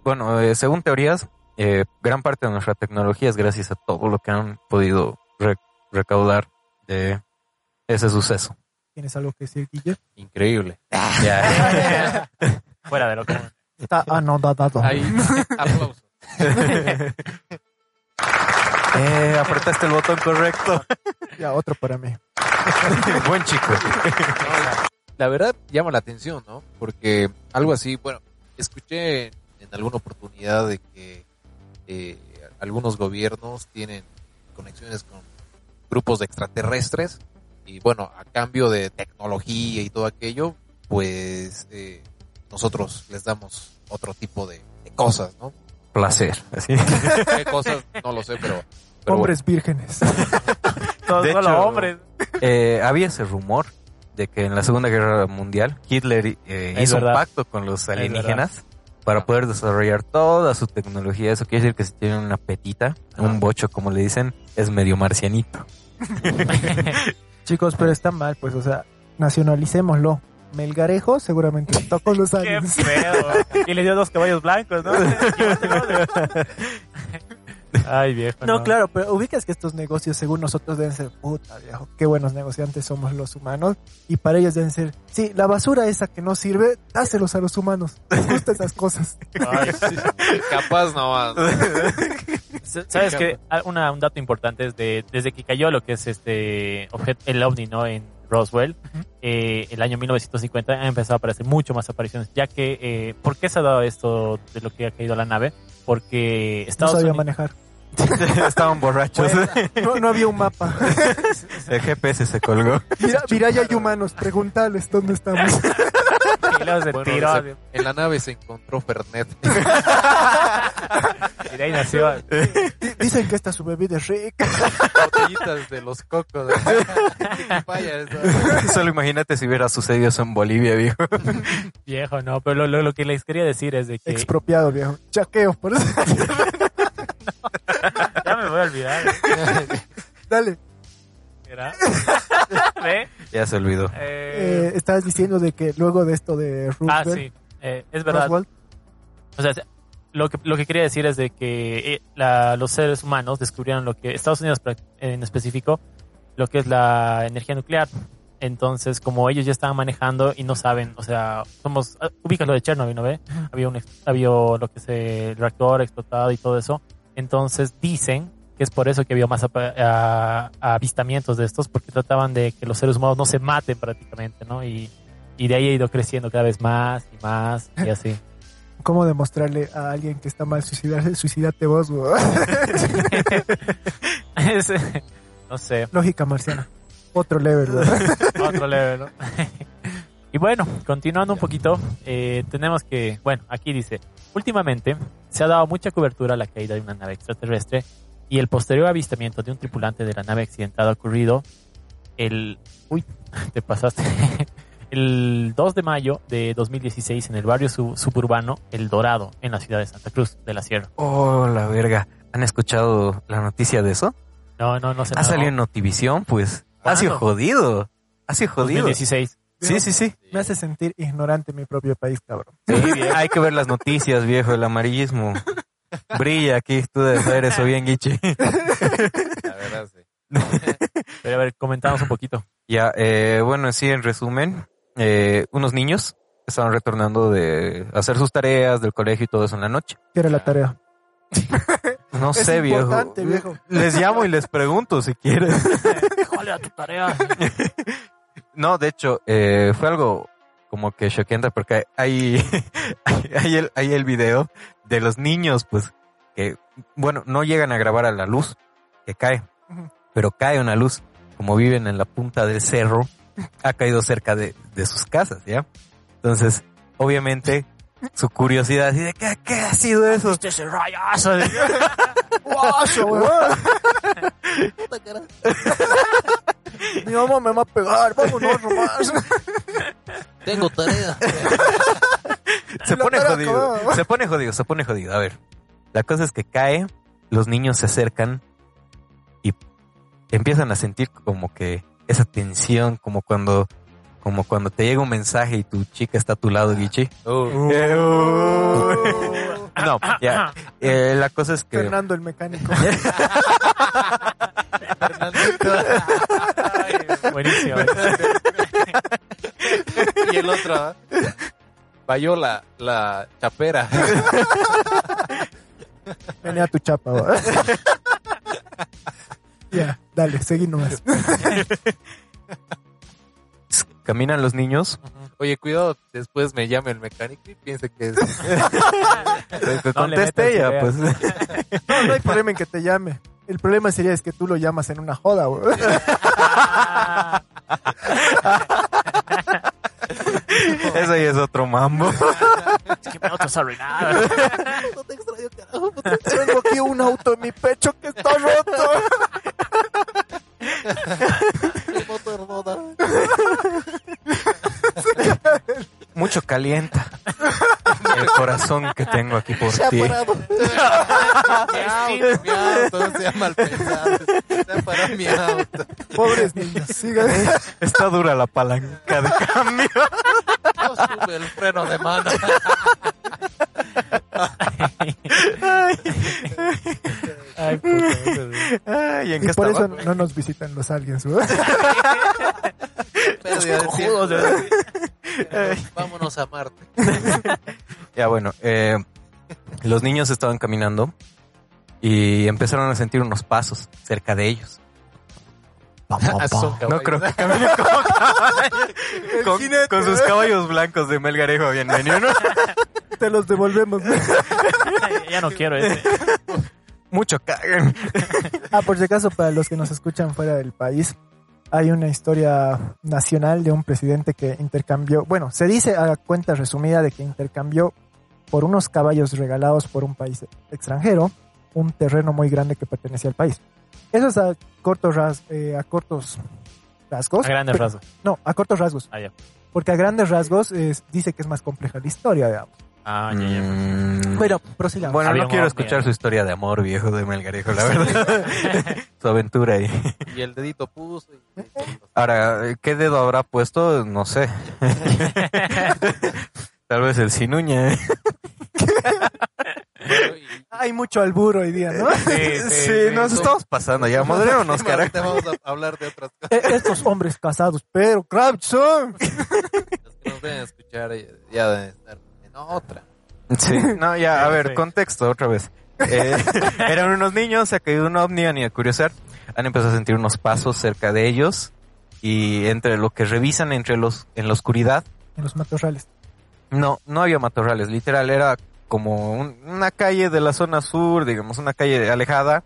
[SPEAKER 1] bueno, eh, según teorías, eh, gran parte de nuestra tecnología es gracias a todo lo que han podido re- recaudar de ese suceso.
[SPEAKER 4] ¿Tienes algo que decir, Guille?
[SPEAKER 2] Increíble.
[SPEAKER 3] Fuera de
[SPEAKER 1] *laughs*
[SPEAKER 3] lo común.
[SPEAKER 4] Está anodadado.
[SPEAKER 2] Ahí, aplauso.
[SPEAKER 1] Eh, apretaste el botón correcto.
[SPEAKER 4] Ya, otro para mí.
[SPEAKER 1] *laughs* Buen chico.
[SPEAKER 2] la verdad llama la atención, ¿no? Porque algo así, bueno, escuché en, en alguna oportunidad de que eh, algunos gobiernos tienen conexiones con grupos de extraterrestres y bueno, a cambio de tecnología y todo aquello, pues eh, nosotros les damos otro tipo de, de cosas, ¿no?
[SPEAKER 1] Placer. Así.
[SPEAKER 2] ¿Qué cosas? No lo sé, pero... pero
[SPEAKER 4] Hombres vírgenes. *laughs*
[SPEAKER 3] Todos
[SPEAKER 1] De
[SPEAKER 3] solo
[SPEAKER 1] hecho-
[SPEAKER 3] hombres.
[SPEAKER 1] *laughs* Eh, había ese rumor de que en la Segunda Guerra Mundial Hitler eh,
[SPEAKER 3] Es
[SPEAKER 1] hizo
[SPEAKER 3] verdad.
[SPEAKER 1] un pacto con los alienígenas para poder desarrollar toda su tecnología. Eso quiere decir que si tienen una petita, un bocho como le dicen, es medio marcianito.
[SPEAKER 4] Chicos, pero está mal, pues, o sea, nacionalicémoslo. Melgarejo seguramente tocó los
[SPEAKER 3] Qué
[SPEAKER 4] aliens.
[SPEAKER 3] feo. Y le dio dos caballos blancos,
[SPEAKER 1] *laughs*
[SPEAKER 3] ¿no? Ay, viejo.
[SPEAKER 4] No, claro, pero ubicas que estos negocios, según nosotros, deben ser puta, viejo. Qué buenos negociantes somos los humanos. Y para ellos deben ser, sí, la basura esa que no sirve, dáselos a los humanos. Les gustan esas
[SPEAKER 3] *laughs*
[SPEAKER 4] cosas.
[SPEAKER 3] Ay,
[SPEAKER 2] bueno, capaz ah, nomás.
[SPEAKER 3] S- Sabes que una, un dato importante es de desde que cayó lo que es este objeto, el ovni, ¿no? En Roswell, eh, el año 1950 han empezado a aparecer mucho más apariciones, ya que eh, ¿por qué se ha dado esto de lo que ha caído la nave? Porque
[SPEAKER 4] No
[SPEAKER 3] Estados
[SPEAKER 4] sabía
[SPEAKER 3] Unidos
[SPEAKER 4] manejar.
[SPEAKER 1] *laughs* Estaban borrachos.
[SPEAKER 4] No, no había un mapa.
[SPEAKER 1] *laughs* El GPS se colgó.
[SPEAKER 3] *laughs*
[SPEAKER 4] Mira, mira, ya hay humanos. Preguntales dónde estamos.
[SPEAKER 3] y *laughs* luego se
[SPEAKER 2] Bueno,
[SPEAKER 3] tiró
[SPEAKER 2] se- en la nave se encontró Fernet. *laughs*
[SPEAKER 3] y de ahí nació.
[SPEAKER 4] Di- Dicen que esta su bebida es rica.
[SPEAKER 2] botellitas de los cocos. *laughs* Vaya,
[SPEAKER 1] *laughs*
[SPEAKER 2] eso.
[SPEAKER 1] Solo imagínate si hubiera sucedido eso en Bolivia, *laughs* viejo.
[SPEAKER 3] Viejo, no, pero lo, lo- lo que les quería decir es de que
[SPEAKER 4] Expropiado, viejo. Chaqueo, por eso. *laughs*
[SPEAKER 3] ya me voy a olvidar.
[SPEAKER 4] Dale. *laughs*
[SPEAKER 3] ¿verdad? ¿Ve?
[SPEAKER 1] Ya se olvidó.
[SPEAKER 3] Eh,
[SPEAKER 4] Eh, estabas diciendo de que luego de esto de
[SPEAKER 3] ah,
[SPEAKER 4] Roosevelt,
[SPEAKER 3] sí. Eh, es verdad.
[SPEAKER 4] Roswell,
[SPEAKER 3] O sea, lo que, lo que quería decir es de que eh, la- los seres humanos descubrieron lo que Estados Unidos pra- en específico, lo que es la energía nuclear. Entonces, como ellos ya estaban manejando y no saben, o sea, somos, ah, ubicas lo de Chernobyl, ¿no ve? Había un, ex- había lo que se, el reactor explotado y todo eso. Entonces dicen que es por eso que había más apa- a- avistamientos de estos, porque trataban de que los seres humanos no se maten prácticamente, ¿no? Y Y de ahí ha ido creciendo cada vez más y más y así.
[SPEAKER 4] ¿Cómo demostrarle a alguien que está mal suicidarse? Suicidate vos, güey.
[SPEAKER 3] *laughs* Es, eh, no sé,
[SPEAKER 4] Lógica marciana. Otro level, güey. *laughs*
[SPEAKER 3] otro level, ¿no? *laughs* Y bueno, continuando un poquito, eh, tenemos que, bueno, aquí dice, últimamente se ha dado mucha cobertura a la caída de una nave extraterrestre y el posterior avistamiento de un tripulante de la nave accidentada ocurrido el... Uy, *laughs* te pasaste. El 2 de mayo de 2016 en el barrio sub- suburbano El Dorado, en la ciudad de Santa Cruz de la Sierra.
[SPEAKER 1] Oh, la verga. ¿Han escuchado la noticia de eso?
[SPEAKER 3] No, no, no se
[SPEAKER 1] Ha salido Ah, en Notivisión, pues. Ha sido
[SPEAKER 3] ¿Cuándo?
[SPEAKER 1] jodido. Ha sido jodido.
[SPEAKER 3] 2016.
[SPEAKER 1] Sí, sí, sí.
[SPEAKER 4] Me hace sentir ignorante en mi propio país, cabrón.
[SPEAKER 1] *laughs* Hay que ver las noticias, viejo. El amarillismo brilla aquí. Tú debes saber eso bien, Guiche.
[SPEAKER 2] La verdad, sí.
[SPEAKER 3] Pero a ver, comentamos un poquito.
[SPEAKER 1] Ya, eh, bueno, sí, en resumen, eh, unos niños estaban retornando de hacer sus tareas del colegio y todo eso en la noche.
[SPEAKER 4] ¿Qué era la tarea?
[SPEAKER 1] No
[SPEAKER 4] Es
[SPEAKER 1] sé, viejo.
[SPEAKER 4] importante, viejo. *laughs*
[SPEAKER 1] Les llamo y les pregunto si quieren.
[SPEAKER 3] ¿Cuál era tu tarea?
[SPEAKER 1] No, de hecho, eh, fue algo como que choqueante porque hay, *laughs* hay, el, hay el video de los niños, pues, que, bueno, no llegan a grabar a la luz, que cae,
[SPEAKER 4] Ujú.
[SPEAKER 1] pero cae una luz, como viven en la punta del cerro, ha caído cerca de, de sus casas, ¿ya? Entonces, obviamente, su curiosidad, así de, ¿qué, qué ha sido eso?
[SPEAKER 3] Este es el rayazo.
[SPEAKER 4] ¡Guacho, güey! ¡Puta cara! Mi mamá me va a pegar, vámonos nomás.
[SPEAKER 2] Tengo tarea.
[SPEAKER 1] *laughs* se
[SPEAKER 4] Lo
[SPEAKER 1] pone
[SPEAKER 4] peor
[SPEAKER 1] jodido.
[SPEAKER 4] acabado.
[SPEAKER 1] Se pone jodido, se pone jodido. A ver, la cosa es que cae, los niños se acercan y empiezan a sentir como que esa tensión, como cuando, como cuando te llega un mensaje y tu chica está a tu lado,
[SPEAKER 3] *laughs*
[SPEAKER 1] Guichi.
[SPEAKER 2] Uh,
[SPEAKER 1] Eh, uh. No, ya. Eh, la cosa es que
[SPEAKER 4] Fernando el mecánico.
[SPEAKER 2] Fernandito.
[SPEAKER 3] Buenísimo.
[SPEAKER 2] *laughs*
[SPEAKER 3] eh.
[SPEAKER 2] y el otro. ¿ah? Falló la, la chapera.
[SPEAKER 4] Venía tu chapa, güey. *laughs* Ya, dale, seguí nomás.
[SPEAKER 1] pues, caminan los niños.
[SPEAKER 2] Oye, cuidado, después me llame el mecánico y piense *laughs* que es.
[SPEAKER 1] Te, te
[SPEAKER 3] No le metas
[SPEAKER 1] contesta ella,
[SPEAKER 3] idea.
[SPEAKER 1] pues.
[SPEAKER 4] No, no hay problema en que te llame. El problema sería es que tú lo llamas en una joda, güey.
[SPEAKER 1] pues. *laughs* Eso ya es otro mambo.
[SPEAKER 3] Es que me notas arruinado.
[SPEAKER 4] te extraño, carajo. *laughs* Tengo aquí un auto en mi pecho que está roto.
[SPEAKER 1] Mucho calienta el corazón que tengo aquí por ti.
[SPEAKER 2] Mi auto, mi auto, se llama el pensado. Se ha parado mi auto.
[SPEAKER 1] *laughs*
[SPEAKER 4] Pobres niños, sigan.
[SPEAKER 1] Eh, Está dura la palanca de
[SPEAKER 4] *laughs*
[SPEAKER 1] cambio.
[SPEAKER 2] No sube el freno de mano.
[SPEAKER 3] Ay, puta.
[SPEAKER 1] Ay, ¿en
[SPEAKER 4] Y
[SPEAKER 1] qué
[SPEAKER 4] por
[SPEAKER 1] estaba?
[SPEAKER 4] eso no nos visitan los aliens, güey.
[SPEAKER 2] Pérdida de tiempo.
[SPEAKER 3] Cojudos, ¿verdad?
[SPEAKER 2] Vámonos a Marte.
[SPEAKER 1] Ya bueno, eh, los niños estaban caminando y empezaron a sentir unos pasos cerca de ellos. Pa, pa,
[SPEAKER 2] Ah,
[SPEAKER 1] pa.
[SPEAKER 3] *laughs*
[SPEAKER 2] son caballos.
[SPEAKER 1] No creo que caminen como caballos. Con, con sus caballos blancos de Melgarejo, bienvenido.
[SPEAKER 4] *laughs*
[SPEAKER 1] ¿no?
[SPEAKER 4] *laughs* Te los devolvemos. güey.
[SPEAKER 3] Ya no quiero ese.
[SPEAKER 1] Mucho cagan.
[SPEAKER 4] Ah, por si acaso, para los que nos escuchan fuera del país, hay una historia nacional de un presidente que intercambió, bueno, se dice a cuenta resumida de que intercambió por unos caballos regalados por un país extranjero un terreno muy grande que pertenecía al país. Eso es a cortos, ras- eh, a cortos rasgos.
[SPEAKER 3] A grandes
[SPEAKER 4] Pero-
[SPEAKER 3] rasgos.
[SPEAKER 4] No, a cortos rasgos.
[SPEAKER 3] Ah, ya.
[SPEAKER 4] Porque a grandes rasgos es- dice que es más compleja la historia, digamos.
[SPEAKER 3] Ah, ya, ya.
[SPEAKER 1] Mm.
[SPEAKER 4] Pero prosigamos.
[SPEAKER 1] bueno,
[SPEAKER 3] Había
[SPEAKER 1] no
[SPEAKER 3] un
[SPEAKER 1] quiero
[SPEAKER 3] ovni,
[SPEAKER 1] escuchar
[SPEAKER 3] ¿no?
[SPEAKER 1] su historia de amor viejo de Melgarejo, la verdad.
[SPEAKER 4] *laughs*
[SPEAKER 1] su aventura ahí.
[SPEAKER 2] Y el dedito puso. Y...
[SPEAKER 1] Ahora, ¿qué dedo habrá puesto? No
[SPEAKER 4] *laughs*
[SPEAKER 1] sé. Tal vez el Cinuña. ¿eh?
[SPEAKER 4] Hay mucho alburo hoy día,
[SPEAKER 3] Eh,
[SPEAKER 4] ¿no? *laughs*
[SPEAKER 1] *laughs* Sí,
[SPEAKER 2] sí,
[SPEAKER 1] *laughs* nos
[SPEAKER 2] sí.
[SPEAKER 1] estamos pasando ya.
[SPEAKER 2] *laughs*
[SPEAKER 1] Moderémonos, carajo.
[SPEAKER 2] Te vamos a hablar de otras cosas
[SPEAKER 4] Eh, Estos hombres casados, pero Crabson.
[SPEAKER 2] que nos deben escuchar. eh, Ya deben estar en otra.
[SPEAKER 1] Sí, no, ya, a
[SPEAKER 3] Sí,
[SPEAKER 1] ver,
[SPEAKER 3] sí.
[SPEAKER 1] contexto otra vez. *laughs* Eh, eran unos niños, se ha caído un ovni, han ido a curiosar, han empezado a sentir unos pasos cerca de ellos y entre lo que revisan entre los en la oscuridad
[SPEAKER 4] en los matorrales.
[SPEAKER 1] No, no había matorrales, literal, era como un- una calle de la zona sur, digamos, una calle alejada,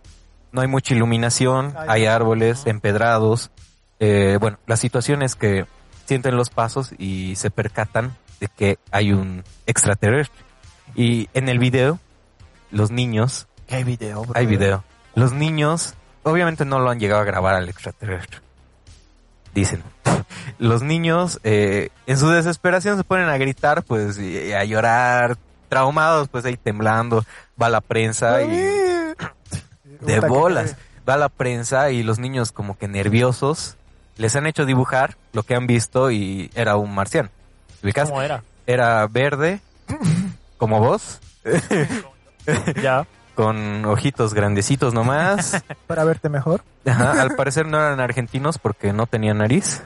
[SPEAKER 1] no hay mucha iluminación,
[SPEAKER 4] Ay,
[SPEAKER 1] hay
[SPEAKER 4] no.
[SPEAKER 1] árboles empedrados. Eh, bueno, la situación es que sienten los pasos y se percatan de que hay un extraterrestre. Y en el video, los niños,
[SPEAKER 4] hay video?
[SPEAKER 1] hay video, los niños obviamente no lo han llegado a grabar al extraterrestre. Dicen. *laughs* Los niños, eh, en su desesperación, se ponen a gritar, pues, y a llorar, traumados, pues ahí temblando. Va la prensa y de bolas. Va la prensa y los niños como que nerviosos les han hecho dibujar lo que han visto y era un marciano. ¿Ubicas?
[SPEAKER 3] ¿Cómo era?
[SPEAKER 1] Era verde, como vos,
[SPEAKER 3] Ya.
[SPEAKER 1] con ojitos grandecitos nomás.
[SPEAKER 4] Para verte mejor.
[SPEAKER 1] Ajá, al parecer no eran argentinos porque no tenían
[SPEAKER 4] *laughs*
[SPEAKER 1] nariz.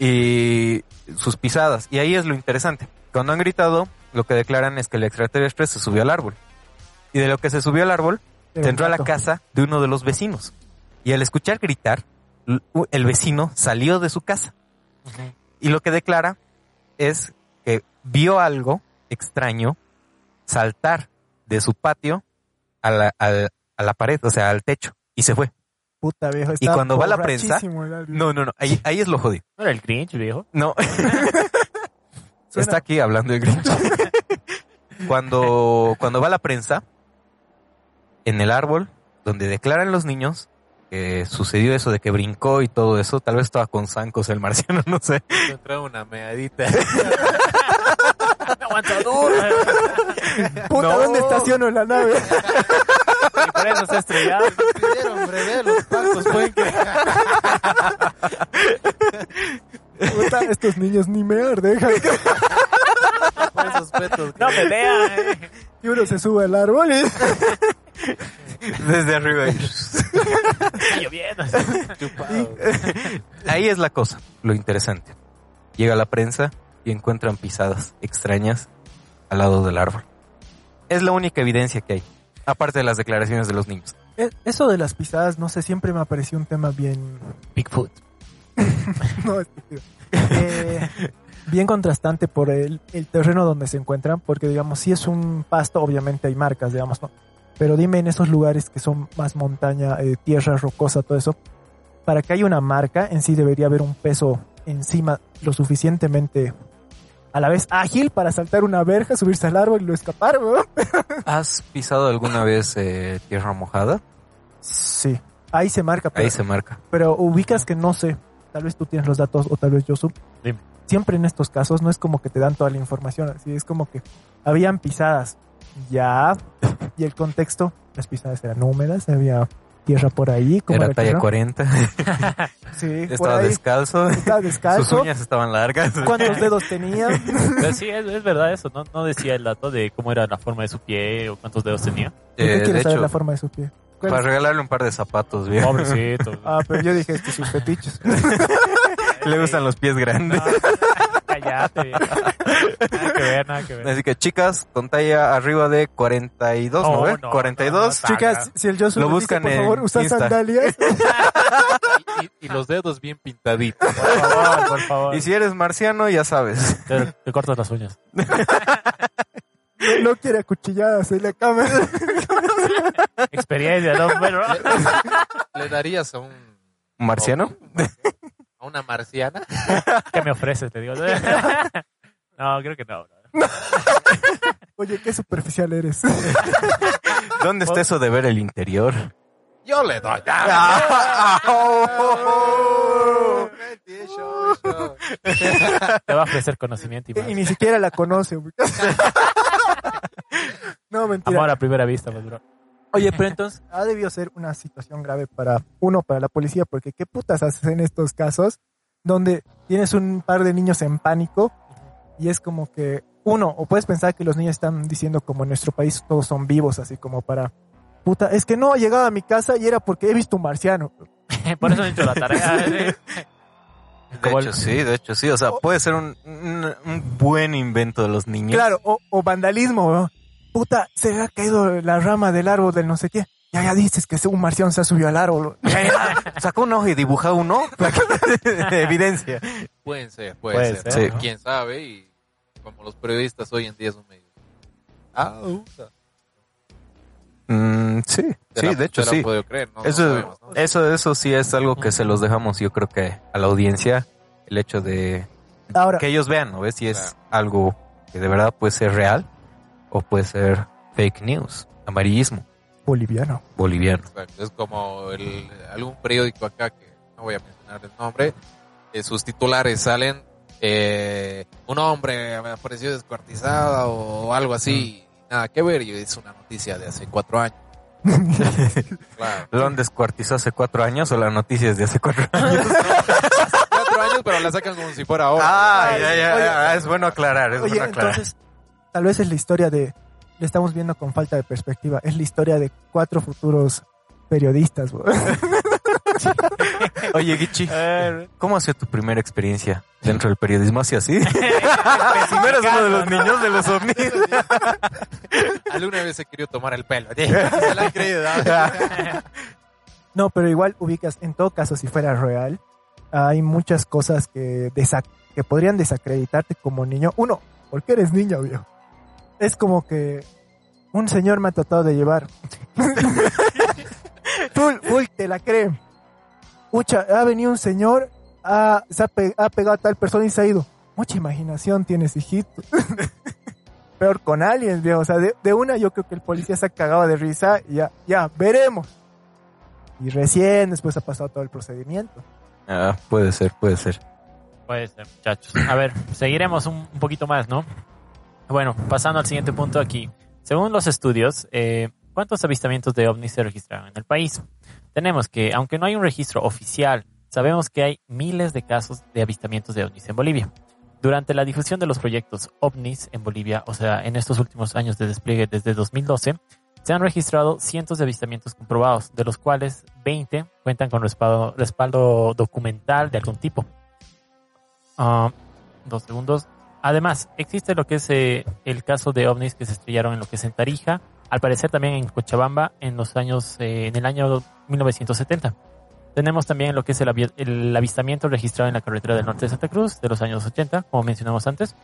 [SPEAKER 1] y sus pisadas. Y ahí es lo interesante. Cuando han gritado, lo que declaran es que el extraterrestre se subió al árbol. Y de lo que se subió al árbol,
[SPEAKER 4] Era
[SPEAKER 1] se
[SPEAKER 4] un
[SPEAKER 1] entró a la
[SPEAKER 4] gato.
[SPEAKER 1] casa de uno de los vecinos. Y al escuchar gritar, l- u- el vecino salió de su casa. Y lo que declara es que vio algo extraño saltar de su patio a la, al- a la pared, o sea, al techo, y se fue.
[SPEAKER 4] Puta viejo.
[SPEAKER 1] Y cuando va la
[SPEAKER 4] no,
[SPEAKER 1] No, no, no, ahí, ahí es lo jodido.
[SPEAKER 3] ¿No era el Grinch, *laughs* viejo?
[SPEAKER 1] No, *laughs* está aquí hablando el *laughs* Grinch. cuando, cuando va la prensa, en el árbol, donde declaran los niños que sucedió eso de que brincó y todo eso, tal vez estaba con zancos el marciano, *laughs* no sé.
[SPEAKER 2] Encontré una meadita. *laughs*
[SPEAKER 3] ¡No aguanta duro!
[SPEAKER 4] Puta,
[SPEAKER 1] No.
[SPEAKER 4] ¿dónde estaciono la
[SPEAKER 1] *laughs*
[SPEAKER 4] nave?
[SPEAKER 3] Y por eso se estrellaba.
[SPEAKER 2] Pidieron breve los pacos, pueden que...
[SPEAKER 4] Puta, estos niños ni mear *laughs* dejan que
[SPEAKER 2] por esos petos.
[SPEAKER 3] ¡No me vean!
[SPEAKER 4] uno se suba al árbol y
[SPEAKER 1] Desde arriba.
[SPEAKER 3] Está lloviendo.
[SPEAKER 2] Chupado.
[SPEAKER 1] Ahí es la cosa, lo interesante. Llega la prensa y encuentran pisadas extrañas al lado del árbol. Es la única evidencia que hay, aparte de las declaraciones de los niños.
[SPEAKER 4] Eh, Eso de las pisadas, no sé, siempre me ha parecido un tema bien...
[SPEAKER 3] Bigfoot.
[SPEAKER 4] *laughs* No, estúpido. Eh, bien contrastante por el, el terreno donde se encuentran, porque digamos, si es un pasto, obviamente hay marcas, digamos, ¿no? Pero dime en esos lugares que son más montaña, eh, tierra rocosa, todo eso, para que haya una marca, en sí debería haber un peso encima lo suficientemente a la vez ágil para saltar una verja, subirse al árbol y lo escapar, ¿no?
[SPEAKER 1] ¿Has pisado alguna vez eh, tierra mojada?
[SPEAKER 4] Sí, ahí se marca, pero
[SPEAKER 1] Ahí se marca.
[SPEAKER 4] pero ubicas que no sé, tal vez tú tienes los datos o tal vez yo sub.
[SPEAKER 3] Dime.
[SPEAKER 4] Siempre en estos casos no es como que te dan toda la información, así es como que habían pisadas, ya, y el contexto, las pisadas eran húmedas, había tierra por ahí, como
[SPEAKER 1] Era
[SPEAKER 4] la
[SPEAKER 1] talla
[SPEAKER 4] tierra.
[SPEAKER 1] 40.
[SPEAKER 4] sí,
[SPEAKER 1] *laughs*
[SPEAKER 4] por
[SPEAKER 1] Estaba
[SPEAKER 4] ahí,
[SPEAKER 1] descalzo. *laughs*
[SPEAKER 4] estaba
[SPEAKER 1] Sus
[SPEAKER 4] descalzo,
[SPEAKER 1] uñas estaban largas. Eh,
[SPEAKER 4] cuántos dedos tenía,
[SPEAKER 1] *laughs*
[SPEAKER 3] Pero Pues sí, es, es verdad eso. ¿no? no decía el dato de cómo era la forma de su pie o cuántos dedos tenía.
[SPEAKER 4] ¿Por
[SPEAKER 1] Eh,
[SPEAKER 4] qué
[SPEAKER 1] de
[SPEAKER 4] quieres saber
[SPEAKER 1] hecho,
[SPEAKER 4] la forma de su pie? ¿Cuál
[SPEAKER 1] para
[SPEAKER 4] es?
[SPEAKER 1] regalarle un par de zapatos, viejo.
[SPEAKER 3] Pobrecito.
[SPEAKER 4] *laughs* Ah, pero yo dije, este sus fetiches.
[SPEAKER 1] *laughs* Le gustan los pies grandes.
[SPEAKER 3] No, *laughs* cállate, viejo. Nada que ver, nada que ver.
[SPEAKER 1] Así que chicas, con talla arriba de 42, ¿no?
[SPEAKER 3] No,
[SPEAKER 1] ve?
[SPEAKER 3] no,
[SPEAKER 1] 42.
[SPEAKER 3] no, no,
[SPEAKER 4] Chicas, si el yo
[SPEAKER 1] Lo buscan
[SPEAKER 4] por
[SPEAKER 1] en
[SPEAKER 4] favor, usa
[SPEAKER 1] Insta. *laughs*
[SPEAKER 4] sandalias.
[SPEAKER 2] Y, y- y los dedos bien pintaditos.
[SPEAKER 3] Por favor, por favor.
[SPEAKER 1] Y si eres marciano, ya sabes. *laughs*
[SPEAKER 3] Te, te cortas las uñas.
[SPEAKER 4] No, no quiere acuchilladas en la cama. *laughs*
[SPEAKER 3] Experiencia, ¿no? Bueno, ah,
[SPEAKER 2] ¿Le darías a un...
[SPEAKER 1] ¿Marciano?
[SPEAKER 2] ¿A una marciana?
[SPEAKER 3] ¿qué me ofreces? Te digo. *laughs* No, creo que no. bro.
[SPEAKER 4] Oye, qué superficial eres.
[SPEAKER 1] ¿Dónde está eso de ver el interior?
[SPEAKER 2] Yo le doy.
[SPEAKER 1] Ah, oh.
[SPEAKER 3] Te va a ofrecer conocimiento y más.
[SPEAKER 4] Eh, Y ni siquiera la conoce. güey. *laughs* no, mentira.
[SPEAKER 3] Amor a primera vista, pues, bro.
[SPEAKER 4] Oye, pero entonces ha debido ser una situación grave para uno, para la policía, porque qué putas haces en estos casos donde tienes un par de niños en pánico y es como que uno, o puedes pensar que los niños están diciendo como en nuestro país todos son vivos, así como para... Puta, es que no, he llegado a mi casa y era porque he visto un marciano.
[SPEAKER 3] *laughs* Por eso he hecho la tarea.
[SPEAKER 1] De hecho, sí, de hecho, sí. O sea, puede ser un, un- un buen invento de los niños.
[SPEAKER 4] Claro, o, o vandalismo, ¿no? Puta, se le ha caído la rama del árbol del no sé qué. ya, ya dices que un marciano se subió al árbol.
[SPEAKER 1] Sacó un ojo y dibujó uno para que- *laughs* evidencia.
[SPEAKER 2] Pueden ser, puede,
[SPEAKER 3] Puede
[SPEAKER 2] ser.
[SPEAKER 1] ser,
[SPEAKER 2] ¿no?
[SPEAKER 1] sí.
[SPEAKER 2] Quién sabe, y como los periodistas hoy en día son medio. Ah, usa.
[SPEAKER 1] Mm, sí,
[SPEAKER 2] Te
[SPEAKER 1] sí,
[SPEAKER 2] la-
[SPEAKER 1] de hecho
[SPEAKER 2] te la
[SPEAKER 1] sí.
[SPEAKER 2] puedo creer, ¿no? No
[SPEAKER 1] Eso,
[SPEAKER 2] sabemos, ¿no?
[SPEAKER 1] eso, eso sí es algo que se los dejamos, yo creo que a la audiencia, el hecho de
[SPEAKER 4] Ahora,
[SPEAKER 1] que ellos vean, ¿no ves? Si es algo que de verdad puede ser real o puede ser fake news, amarillismo
[SPEAKER 4] boliviano.
[SPEAKER 1] boliviano.
[SPEAKER 2] Exacto, Es como el- algún periódico acá que no voy a mencionar el nombre. eh, sus titulares salen eh, un hombre apareció descuartizado o algo
[SPEAKER 1] Mm.
[SPEAKER 2] así. Nada que ver. Y es una noticia de hace
[SPEAKER 1] *laughs*
[SPEAKER 2] cuatro años. Claro.
[SPEAKER 1] ¿Lo han descuartizado hace cuatro años o la noticia es de hace cuatro
[SPEAKER 2] *laughs*
[SPEAKER 1] años?
[SPEAKER 2] Cuatro años, pero la sacan como si fuera ahora.
[SPEAKER 1] ah, ya,
[SPEAKER 4] Oye,
[SPEAKER 1] ya,
[SPEAKER 4] oye.
[SPEAKER 1] ya, es bueno aclarar, es
[SPEAKER 4] Oye,
[SPEAKER 1] bueno aclarar.
[SPEAKER 4] entonces, tal vez es la historia de, le estamos viendo con falta de perspectiva, es la historia de cuatro futuros periodistas. bo.
[SPEAKER 1] Oye, Gichi,
[SPEAKER 3] Eh,
[SPEAKER 1] ¿cómo ha sido tu primera experiencia dentro del periodismo? ¿Así
[SPEAKER 2] *laughs*
[SPEAKER 1] así? *laughs* si no eres uno de los niños de los ovnis.
[SPEAKER 2] *laughs* Alguna vez se querido tomar el pelo. *laughs* Se la han creído, ¿no?
[SPEAKER 4] No, pero igual ubicas, en todo caso, si fuera real, hay muchas cosas que, desa- que podrían desacreditarte como niño. Uno, porque eres niño, viejo. Es como que un señor me ha tratado de llevar. *laughs* full, full, te la creen. Ucha, ha venido un señor, ha, se ha, pe- ha pegado a tal persona y se ha ido. Mucha imaginación tienes, hijito. *laughs* Peor con aliens, viejo. O sea, de, de una yo creo que el policía se ha cagado de risa y ya, ya, veremos. Y recién después ha pasado todo el procedimiento.
[SPEAKER 1] Ah, puede ser, puede ser.
[SPEAKER 3] Puede ser, muchachos. A ver, seguiremos un, un poquito más, ¿no? Bueno, pasando al siguiente punto aquí. Según los estudios, eh, ¿cuántos avistamientos de ovnis se registraron en el país? Tenemos que, aunque no hay un registro oficial, sabemos que hay miles de casos de avistamientos de ovnis en Bolivia. Durante la difusión de los proyectos ovnis en Bolivia, o sea, en estos últimos años de despliegue desde 2012, se han registrado cientos de avistamientos comprobados, de los cuales 20 cuentan con respaldo- respaldo documental de algún tipo. Ah, dos segundos. Además, existe lo que es eh, el caso de ovnis que se estrellaron en lo que es en Tarija, al parecer también en Cochabamba en los años eh, en el año 1970. Tenemos también lo que es el, avi- el avistamiento registrado en la carretera del norte de Santa Cruz de los años 80, como mencionamos antes,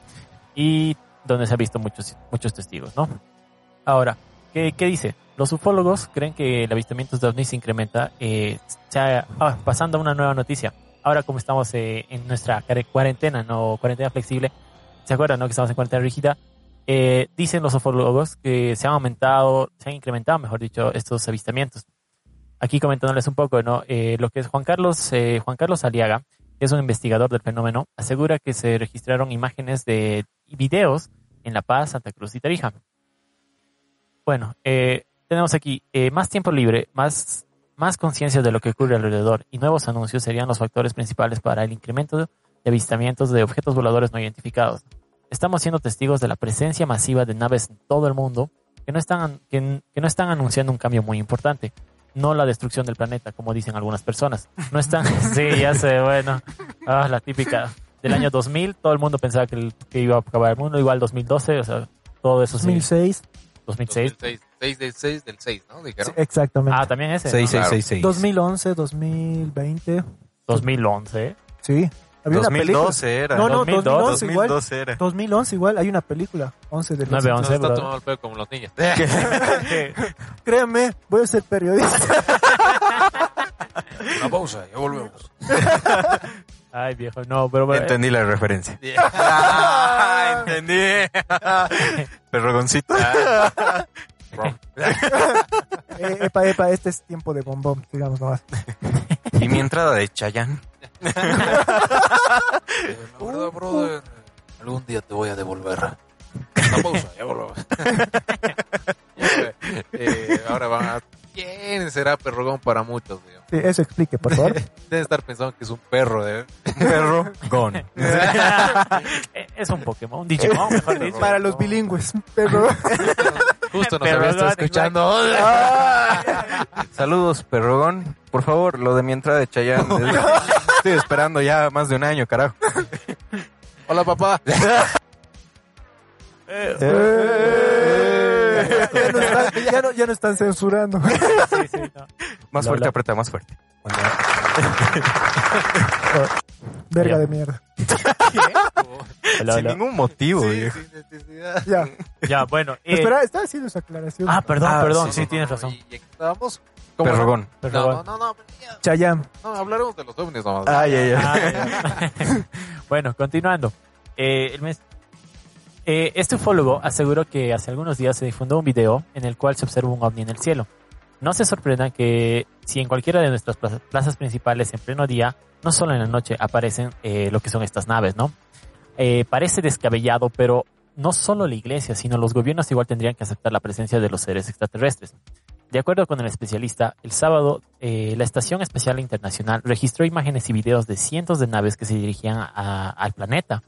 [SPEAKER 3] y donde se ha visto muchos muchos testigos, ¿no? Ahora, ¿qué, qué dice? Los ufólogos creen que el avistamiento de ovnis se incrementa eh, se ha- ah, pasando a una nueva noticia ahora como estamos eh, en nuestra care- cuarentena, no cuarentena flexible, ¿se acuerdan, no? Que estamos en cuarentena rígida. Eh, dicen los ofólogos que se han aumentado, se han incrementado, mejor dicho, estos avistamientos. Aquí comentándoles un poco, ¿no? Eh, lo que es Juan Carlos, eh, Juan Carlos Aliaga, que es un investigador del fenómeno, asegura que se registraron imágenes de y videos en La Paz, Santa Cruz y Tarija. Bueno, eh, tenemos aquí eh, más tiempo libre, más más conciencia de lo que ocurre alrededor y nuevos anuncios serían los factores principales para el incremento de avistamientos de objetos voladores no identificados. Estamos siendo testigos de la presencia masiva de naves en todo el mundo que no están, que, que no están anunciando un cambio muy importante. No la destrucción del planeta, como dicen algunas personas. No están... *laughs* Sí, ya sé, bueno. Ah, la típica. Del año 2000, todo el mundo pensaba que, el- que iba a acabar el mundo. Igual 2012, o sea, todo eso sí.
[SPEAKER 4] 2006,
[SPEAKER 3] 2006.
[SPEAKER 2] 2006, 6 del 6 del 6, ¿no?
[SPEAKER 4] sí,
[SPEAKER 2] Dijeron.
[SPEAKER 4] exactamente.
[SPEAKER 3] Ah, también ese.
[SPEAKER 1] Seis,
[SPEAKER 2] Claro.
[SPEAKER 1] seis, seis, seis.
[SPEAKER 4] 2011, 2020.
[SPEAKER 3] 2011.
[SPEAKER 4] Sí. Había una película.
[SPEAKER 1] 2012 era.
[SPEAKER 4] No, no,
[SPEAKER 3] 2012,
[SPEAKER 4] 2011 igual.
[SPEAKER 1] 2012 era.
[SPEAKER 4] 2011 igual, hay una película. 11 de los...
[SPEAKER 3] 9
[SPEAKER 2] Nos
[SPEAKER 3] 11,
[SPEAKER 2] está
[SPEAKER 3] bro.
[SPEAKER 2] tomando el pelo como los niños.
[SPEAKER 4] Créanme, voy a ser periodista. *laughs*
[SPEAKER 2] Una pausa, ya volvemos.
[SPEAKER 3] Ay, viejo, no, pero bueno,
[SPEAKER 1] Entendí la referencia. *laughs*
[SPEAKER 2] Ah,
[SPEAKER 1] entendí.
[SPEAKER 2] *laughs*
[SPEAKER 1] Perrogoncito.
[SPEAKER 4] Eh, epa, epa, este es tiempo de bombón, digamos nomás.
[SPEAKER 1] Y mi entrada de Chayán.
[SPEAKER 2] La verdad, brother, algún día te voy a devolver. Una pausa, ya volvemos. *laughs* Eh, ahora van a... ¿Quién será perrogón para muchos? Digo?
[SPEAKER 4] Sí, eso explique, por
[SPEAKER 3] *laughs*
[SPEAKER 4] favor.
[SPEAKER 2] Deben estar pensando que es un perro. ¿eh? De...
[SPEAKER 1] Perro. Gon.
[SPEAKER 3] *laughs* eh, es un Pokémon,
[SPEAKER 1] *laughs*
[SPEAKER 3] un Digimon, mejor dicho.
[SPEAKER 4] Para los bilingües. Pero
[SPEAKER 2] Justo nos
[SPEAKER 3] Perrogón,
[SPEAKER 2] había estado
[SPEAKER 3] exacto.
[SPEAKER 2] escuchando.
[SPEAKER 1] Saludos, perrogón. Por favor, lo de mi entrada de
[SPEAKER 2] *laughs*
[SPEAKER 1] Chayán. Estoy esperando ya más de un año, carajo.
[SPEAKER 2] Hola, papá.
[SPEAKER 4] *laughs*
[SPEAKER 3] Eh,
[SPEAKER 1] Eh.
[SPEAKER 4] ya, no están, ya no- ya no están censurando. *laughs*
[SPEAKER 3] Sí, sí, no.
[SPEAKER 1] Más
[SPEAKER 3] Lola.
[SPEAKER 1] fuerte, aprieta más fuerte.
[SPEAKER 4] Verga
[SPEAKER 3] Ya.
[SPEAKER 4] de mierda.
[SPEAKER 3] Hola,
[SPEAKER 1] Sin
[SPEAKER 3] hola.
[SPEAKER 1] ningún motivo, viejo.
[SPEAKER 4] Ya.
[SPEAKER 3] Ya, bueno. eh,
[SPEAKER 4] Espera, estaba haciendo esa aclaración.
[SPEAKER 3] ah, perdón,
[SPEAKER 1] Ah,
[SPEAKER 3] perdón.
[SPEAKER 1] sí,
[SPEAKER 3] Sí,
[SPEAKER 1] no,
[SPEAKER 3] tienes razón.
[SPEAKER 2] Y, y aquí estábamos. ¿Cómo no?
[SPEAKER 1] Perrogón.
[SPEAKER 3] Perdón.
[SPEAKER 2] No, no, no, no, pero ya,
[SPEAKER 4] Chayam.
[SPEAKER 3] eh,
[SPEAKER 2] no, hablaremos de los ovnis nomás.
[SPEAKER 1] Ay, ay, ay.
[SPEAKER 3] Ah, ya. *laughs* bueno, continuando. Eh, el mes- eh, este ufólogo aseguró que hace algunos días se difundió un video en el cual se observa un ovni en el cielo. No se sorprendan que si en cualquiera de nuestras plaza- plazas principales en pleno día, no solo en la noche, aparecen eh, lo que son estas naves, ¿no? Eh, parece descabellado, pero no solo la iglesia, sino los gobiernos igual tendrían que aceptar la presencia de los seres extraterrestres. De acuerdo con el especialista, el sábado eh, la Estación Espacial Internacional registró imágenes y videos de cientos de naves que se dirigían a- al planeta.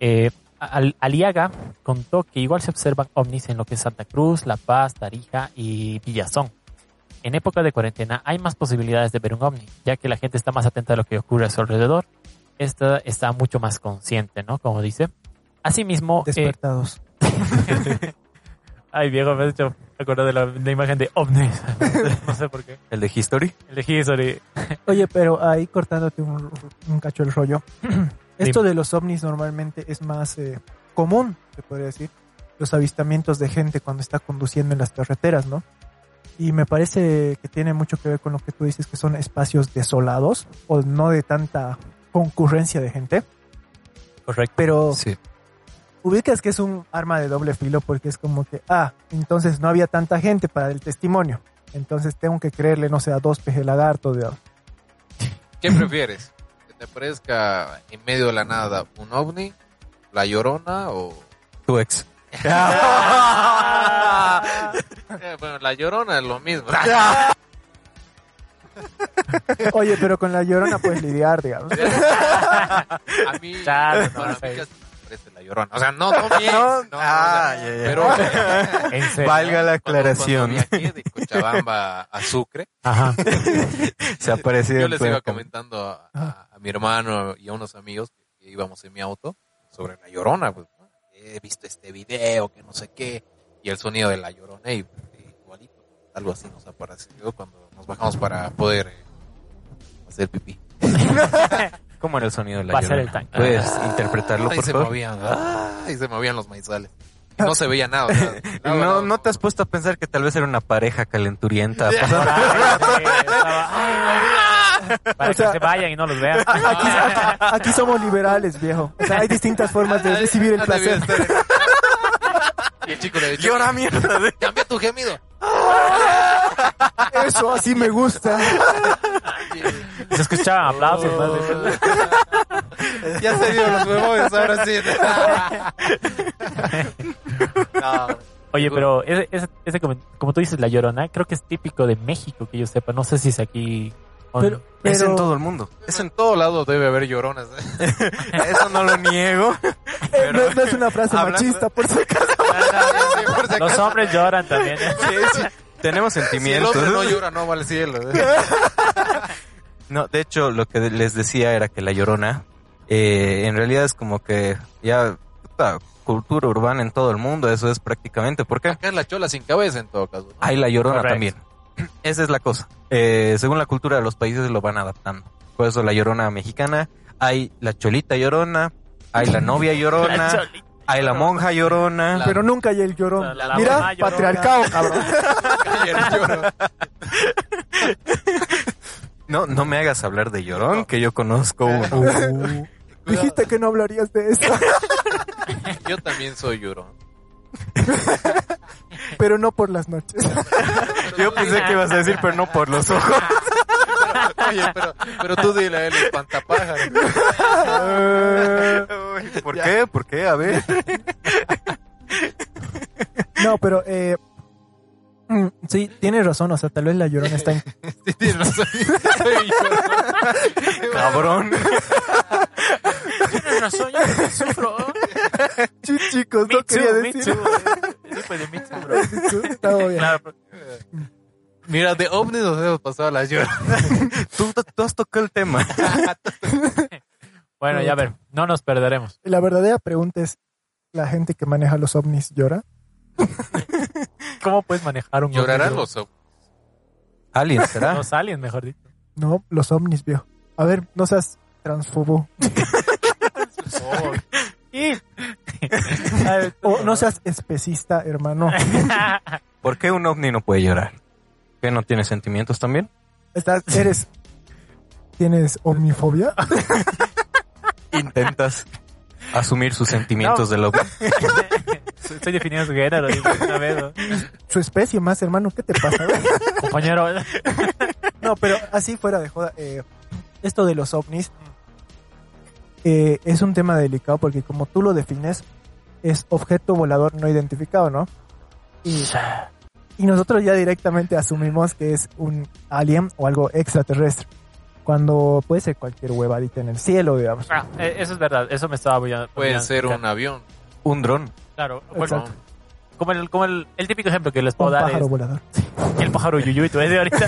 [SPEAKER 3] Eh, Al- Aliaga contó que igual se observan ovnis en lo que es Santa Cruz, La Paz, Tarija y Villazón. En época de cuarentena hay más posibilidades de ver un ovni, ya que la gente está más atenta a lo que ocurre a su alrededor. Esta está mucho más consciente, ¿no? Como dice. Asimismo, eh,
[SPEAKER 4] Despertados.
[SPEAKER 3] Ay, Diego, me has hecho acordar de la, de la imagen de *laughs* ovnis. No sé por qué.
[SPEAKER 1] El de History.
[SPEAKER 3] El de History.
[SPEAKER 4] Oye, pero ahí cortándote un, un cacho el rollo. *clears throat* Esto de los ovnis normalmente es más eh, común, se podría decir. Los avistamientos de gente cuando está conduciendo en las carreteras, ¿no? Y me parece que tiene mucho que ver con lo que tú dices, que son espacios desolados o no de tanta concurrencia de gente.
[SPEAKER 3] Correcto.
[SPEAKER 4] Pero
[SPEAKER 2] Sí.
[SPEAKER 4] ubicas que es un arma de doble filo porque es como que, ah, entonces no había tanta gente para el testimonio. Entonces tengo que creerle, no sé, a dos peje lagarto, de-
[SPEAKER 2] ¿Qué prefieres? ¿Que te aparezca en medio de la nada un ovni, la llorona o...
[SPEAKER 1] Tu
[SPEAKER 2] *laughs*
[SPEAKER 1] ex. *laughs*
[SPEAKER 2] Eh, bueno, la llorona es lo mismo.
[SPEAKER 4] Oye, pero con la llorona puedes lidiar, digamos.
[SPEAKER 2] A mí,
[SPEAKER 3] Claro, no,
[SPEAKER 2] bueno, a mí
[SPEAKER 3] sí.
[SPEAKER 2] casi me parece la llorona. O sea, no, no, bien.
[SPEAKER 1] No,
[SPEAKER 2] No, no,
[SPEAKER 1] ah,
[SPEAKER 2] o
[SPEAKER 1] ya,
[SPEAKER 2] sea,
[SPEAKER 1] ya.
[SPEAKER 2] Pero
[SPEAKER 3] En serio.
[SPEAKER 1] Valga la aclaración.
[SPEAKER 2] Cuando, cuando viajé de Cochabamba a Sucre,
[SPEAKER 3] Ajá.
[SPEAKER 1] Se ha aparecido
[SPEAKER 2] yo
[SPEAKER 1] en
[SPEAKER 2] les iba
[SPEAKER 1] Cuenca.
[SPEAKER 2] comentando a,
[SPEAKER 1] Ah.
[SPEAKER 2] a- a mi hermano y a unos amigos que íbamos en mi auto sobre la llorona. Pues, ¿no? He visto este video, que no sé qué, y el sonido de la llorona, y, y igualito, algo así nos apareció cuando nos bajamos para poder eh, hacer pipí.
[SPEAKER 1] ¿Cómo era el sonido de la
[SPEAKER 3] Va a ser
[SPEAKER 1] llorona?
[SPEAKER 3] el tanque.
[SPEAKER 1] ¿Puedes interpretarlo,
[SPEAKER 2] Ahí
[SPEAKER 1] por
[SPEAKER 2] se
[SPEAKER 1] favor? Ah.
[SPEAKER 2] movían, ah, y se movían los maizales. Y no se veía nada. o
[SPEAKER 1] *laughs*
[SPEAKER 2] sea,
[SPEAKER 1] No, no te has puesto a pensar que tal vez era una pareja
[SPEAKER 2] *laughs*
[SPEAKER 1] calenturienta.
[SPEAKER 3] Por ahí, sí, estaba-
[SPEAKER 4] *laughs*
[SPEAKER 3] Ay, Para
[SPEAKER 4] O sea-
[SPEAKER 3] que se vayan y no los vean.
[SPEAKER 4] Aquí, aquí somos liberales, viejo. O sea, hay distintas formas de recibir el
[SPEAKER 2] Ah, debía
[SPEAKER 4] placer.
[SPEAKER 2] estar en- *laughs* Y el chico le dice,
[SPEAKER 1] Llora mierda. de-
[SPEAKER 2] cambia
[SPEAKER 1] *laughs*
[SPEAKER 2] tu gemido.
[SPEAKER 4] Eso así me gusta.
[SPEAKER 3] Se escuchaban aplausos.
[SPEAKER 4] Oh.
[SPEAKER 3] más de-
[SPEAKER 2] Oh. *laughs* ya se dio los huevos, ahora sí. *laughs* no,
[SPEAKER 3] Oye, pero ese, ese- ese comen- como tú dices, la llorona, creo que es típico de México, que yo sepa. No sé si es aquí. o no.
[SPEAKER 4] Pero,
[SPEAKER 1] Es en
[SPEAKER 4] pero
[SPEAKER 1] todo el mundo.
[SPEAKER 2] es en todo lado debe haber lloronas. ¿eh?
[SPEAKER 1] Eso no lo
[SPEAKER 3] *laughs*
[SPEAKER 1] niego.
[SPEAKER 4] eh, no, no es una frase
[SPEAKER 1] Hablando-
[SPEAKER 4] machista, por si acaso.
[SPEAKER 2] Por si
[SPEAKER 3] los
[SPEAKER 2] acaso,
[SPEAKER 3] hombres lloran también. ¿eh?
[SPEAKER 1] Sí, sí. Tenemos
[SPEAKER 2] si el
[SPEAKER 1] sentimientos.
[SPEAKER 2] hombre no llora, no va al cielo. ¿eh? *laughs*
[SPEAKER 1] No, de hecho, lo que les decía era que la llorona, eh, en realidad es como que ya puta, cultura urbana en todo el mundo, eso es prácticamente. ¿Por qué?
[SPEAKER 2] Acá es la chola sin cabeza en todo caso. ¿no?
[SPEAKER 1] Hay la llorona
[SPEAKER 3] Correcto.
[SPEAKER 1] también. *clears throat* Esa es la cosa. Eh, según la cultura de los países lo van adaptando. Por eso la llorona mexicana, hay la cholita llorona, hay la novia
[SPEAKER 3] *laughs* La
[SPEAKER 1] llorona,
[SPEAKER 3] cholita.
[SPEAKER 1] hay la monja llorona.
[SPEAKER 2] La-
[SPEAKER 4] Pero nunca hay el llorón.
[SPEAKER 3] La- la mamá
[SPEAKER 4] Mira,
[SPEAKER 3] llorona.
[SPEAKER 4] patriarcado, cabrón.
[SPEAKER 2] *laughs*
[SPEAKER 1] No, no me hagas hablar de llorón, que yo
[SPEAKER 3] *laughs*
[SPEAKER 1] conozco uno.
[SPEAKER 4] Dijiste que no hablarías de eso,
[SPEAKER 2] Yo también soy llorón.
[SPEAKER 4] pero no por las noches.
[SPEAKER 1] Yo pensé que ibas a decir, pero no por los
[SPEAKER 3] *laughs*
[SPEAKER 1] ojos.
[SPEAKER 2] Oye, pero, pero tú dile a él, espantapájaro.
[SPEAKER 1] ¿Por qué? ¿Por qué? A
[SPEAKER 3] *laughs*
[SPEAKER 1] ver.
[SPEAKER 4] No, pero eh, mm, sí, tienes razón. O sea, tal vez la llorona está en
[SPEAKER 2] Sí, tienes razón. *laughs* Soy llorón.
[SPEAKER 1] Cabrón.
[SPEAKER 3] Tienes razón,
[SPEAKER 4] *laughs*
[SPEAKER 3] yo también sufro.
[SPEAKER 4] Sí, chicos,
[SPEAKER 3] Me
[SPEAKER 4] no quería
[SPEAKER 3] too, me
[SPEAKER 4] decir.
[SPEAKER 3] too. Sí, pues, de me too, bro.
[SPEAKER 4] Estaba bien.
[SPEAKER 3] Claro, pero-
[SPEAKER 2] *laughs* Mira, de ovnis nos hemos pasado a la llora.
[SPEAKER 1] Tú, tú has tocado el tema.
[SPEAKER 3] Bueno, ya a ver, no nos perderemos.
[SPEAKER 4] La verdadera pregunta es, ¿la gente que maneja los ovnis llora?
[SPEAKER 3] ¿Cómo puedes manejar un
[SPEAKER 2] Llorarán
[SPEAKER 3] ovni?
[SPEAKER 2] los ovnis.
[SPEAKER 1] Alien, ¿será?
[SPEAKER 3] Los aliens, mejor
[SPEAKER 4] *laughs*
[SPEAKER 3] dicho.
[SPEAKER 4] No, los ovnis, viejo. A ver, no seas transfobo.
[SPEAKER 2] Oh,
[SPEAKER 3] Y- Ay,
[SPEAKER 4] O no seas especista, hermano.
[SPEAKER 1] ¿Por qué un ovni no puede llorar? ¿Que no tiene sentimientos
[SPEAKER 3] *laughs*
[SPEAKER 1] también?
[SPEAKER 4] Estás, eres... ¿Tienes omnifobia?
[SPEAKER 1] Intentas asumir sus sentimientos del ovni.
[SPEAKER 3] *laughs* Estoy definiendo su género, digo, una vez, ¿no?
[SPEAKER 4] Su especie más, hermano. ¿Qué te pasa?
[SPEAKER 3] compañero.
[SPEAKER 4] No, pero así fuera de joda. eh, esto de los ovnis eh, es un tema delicado porque como tú lo defines, es objeto volador no identificado, ¿no? Y, y nosotros ya directamente asumimos que es un alien o algo extraterrestre. Cuando puede ser cualquier huevadita en el cielo, digamos.
[SPEAKER 3] Ah, eh, eso es verdad, eso me estaba apoyando.
[SPEAKER 2] Puede ser un avión.
[SPEAKER 1] Un dron.
[SPEAKER 3] Claro,
[SPEAKER 4] Exacto.
[SPEAKER 3] bueno, como, el, como el, el típico ejemplo que les puedo
[SPEAKER 4] Un
[SPEAKER 3] dar
[SPEAKER 4] pájaro
[SPEAKER 3] es
[SPEAKER 4] volador.
[SPEAKER 3] el pájaro yuyuy, tú ves de ahorita.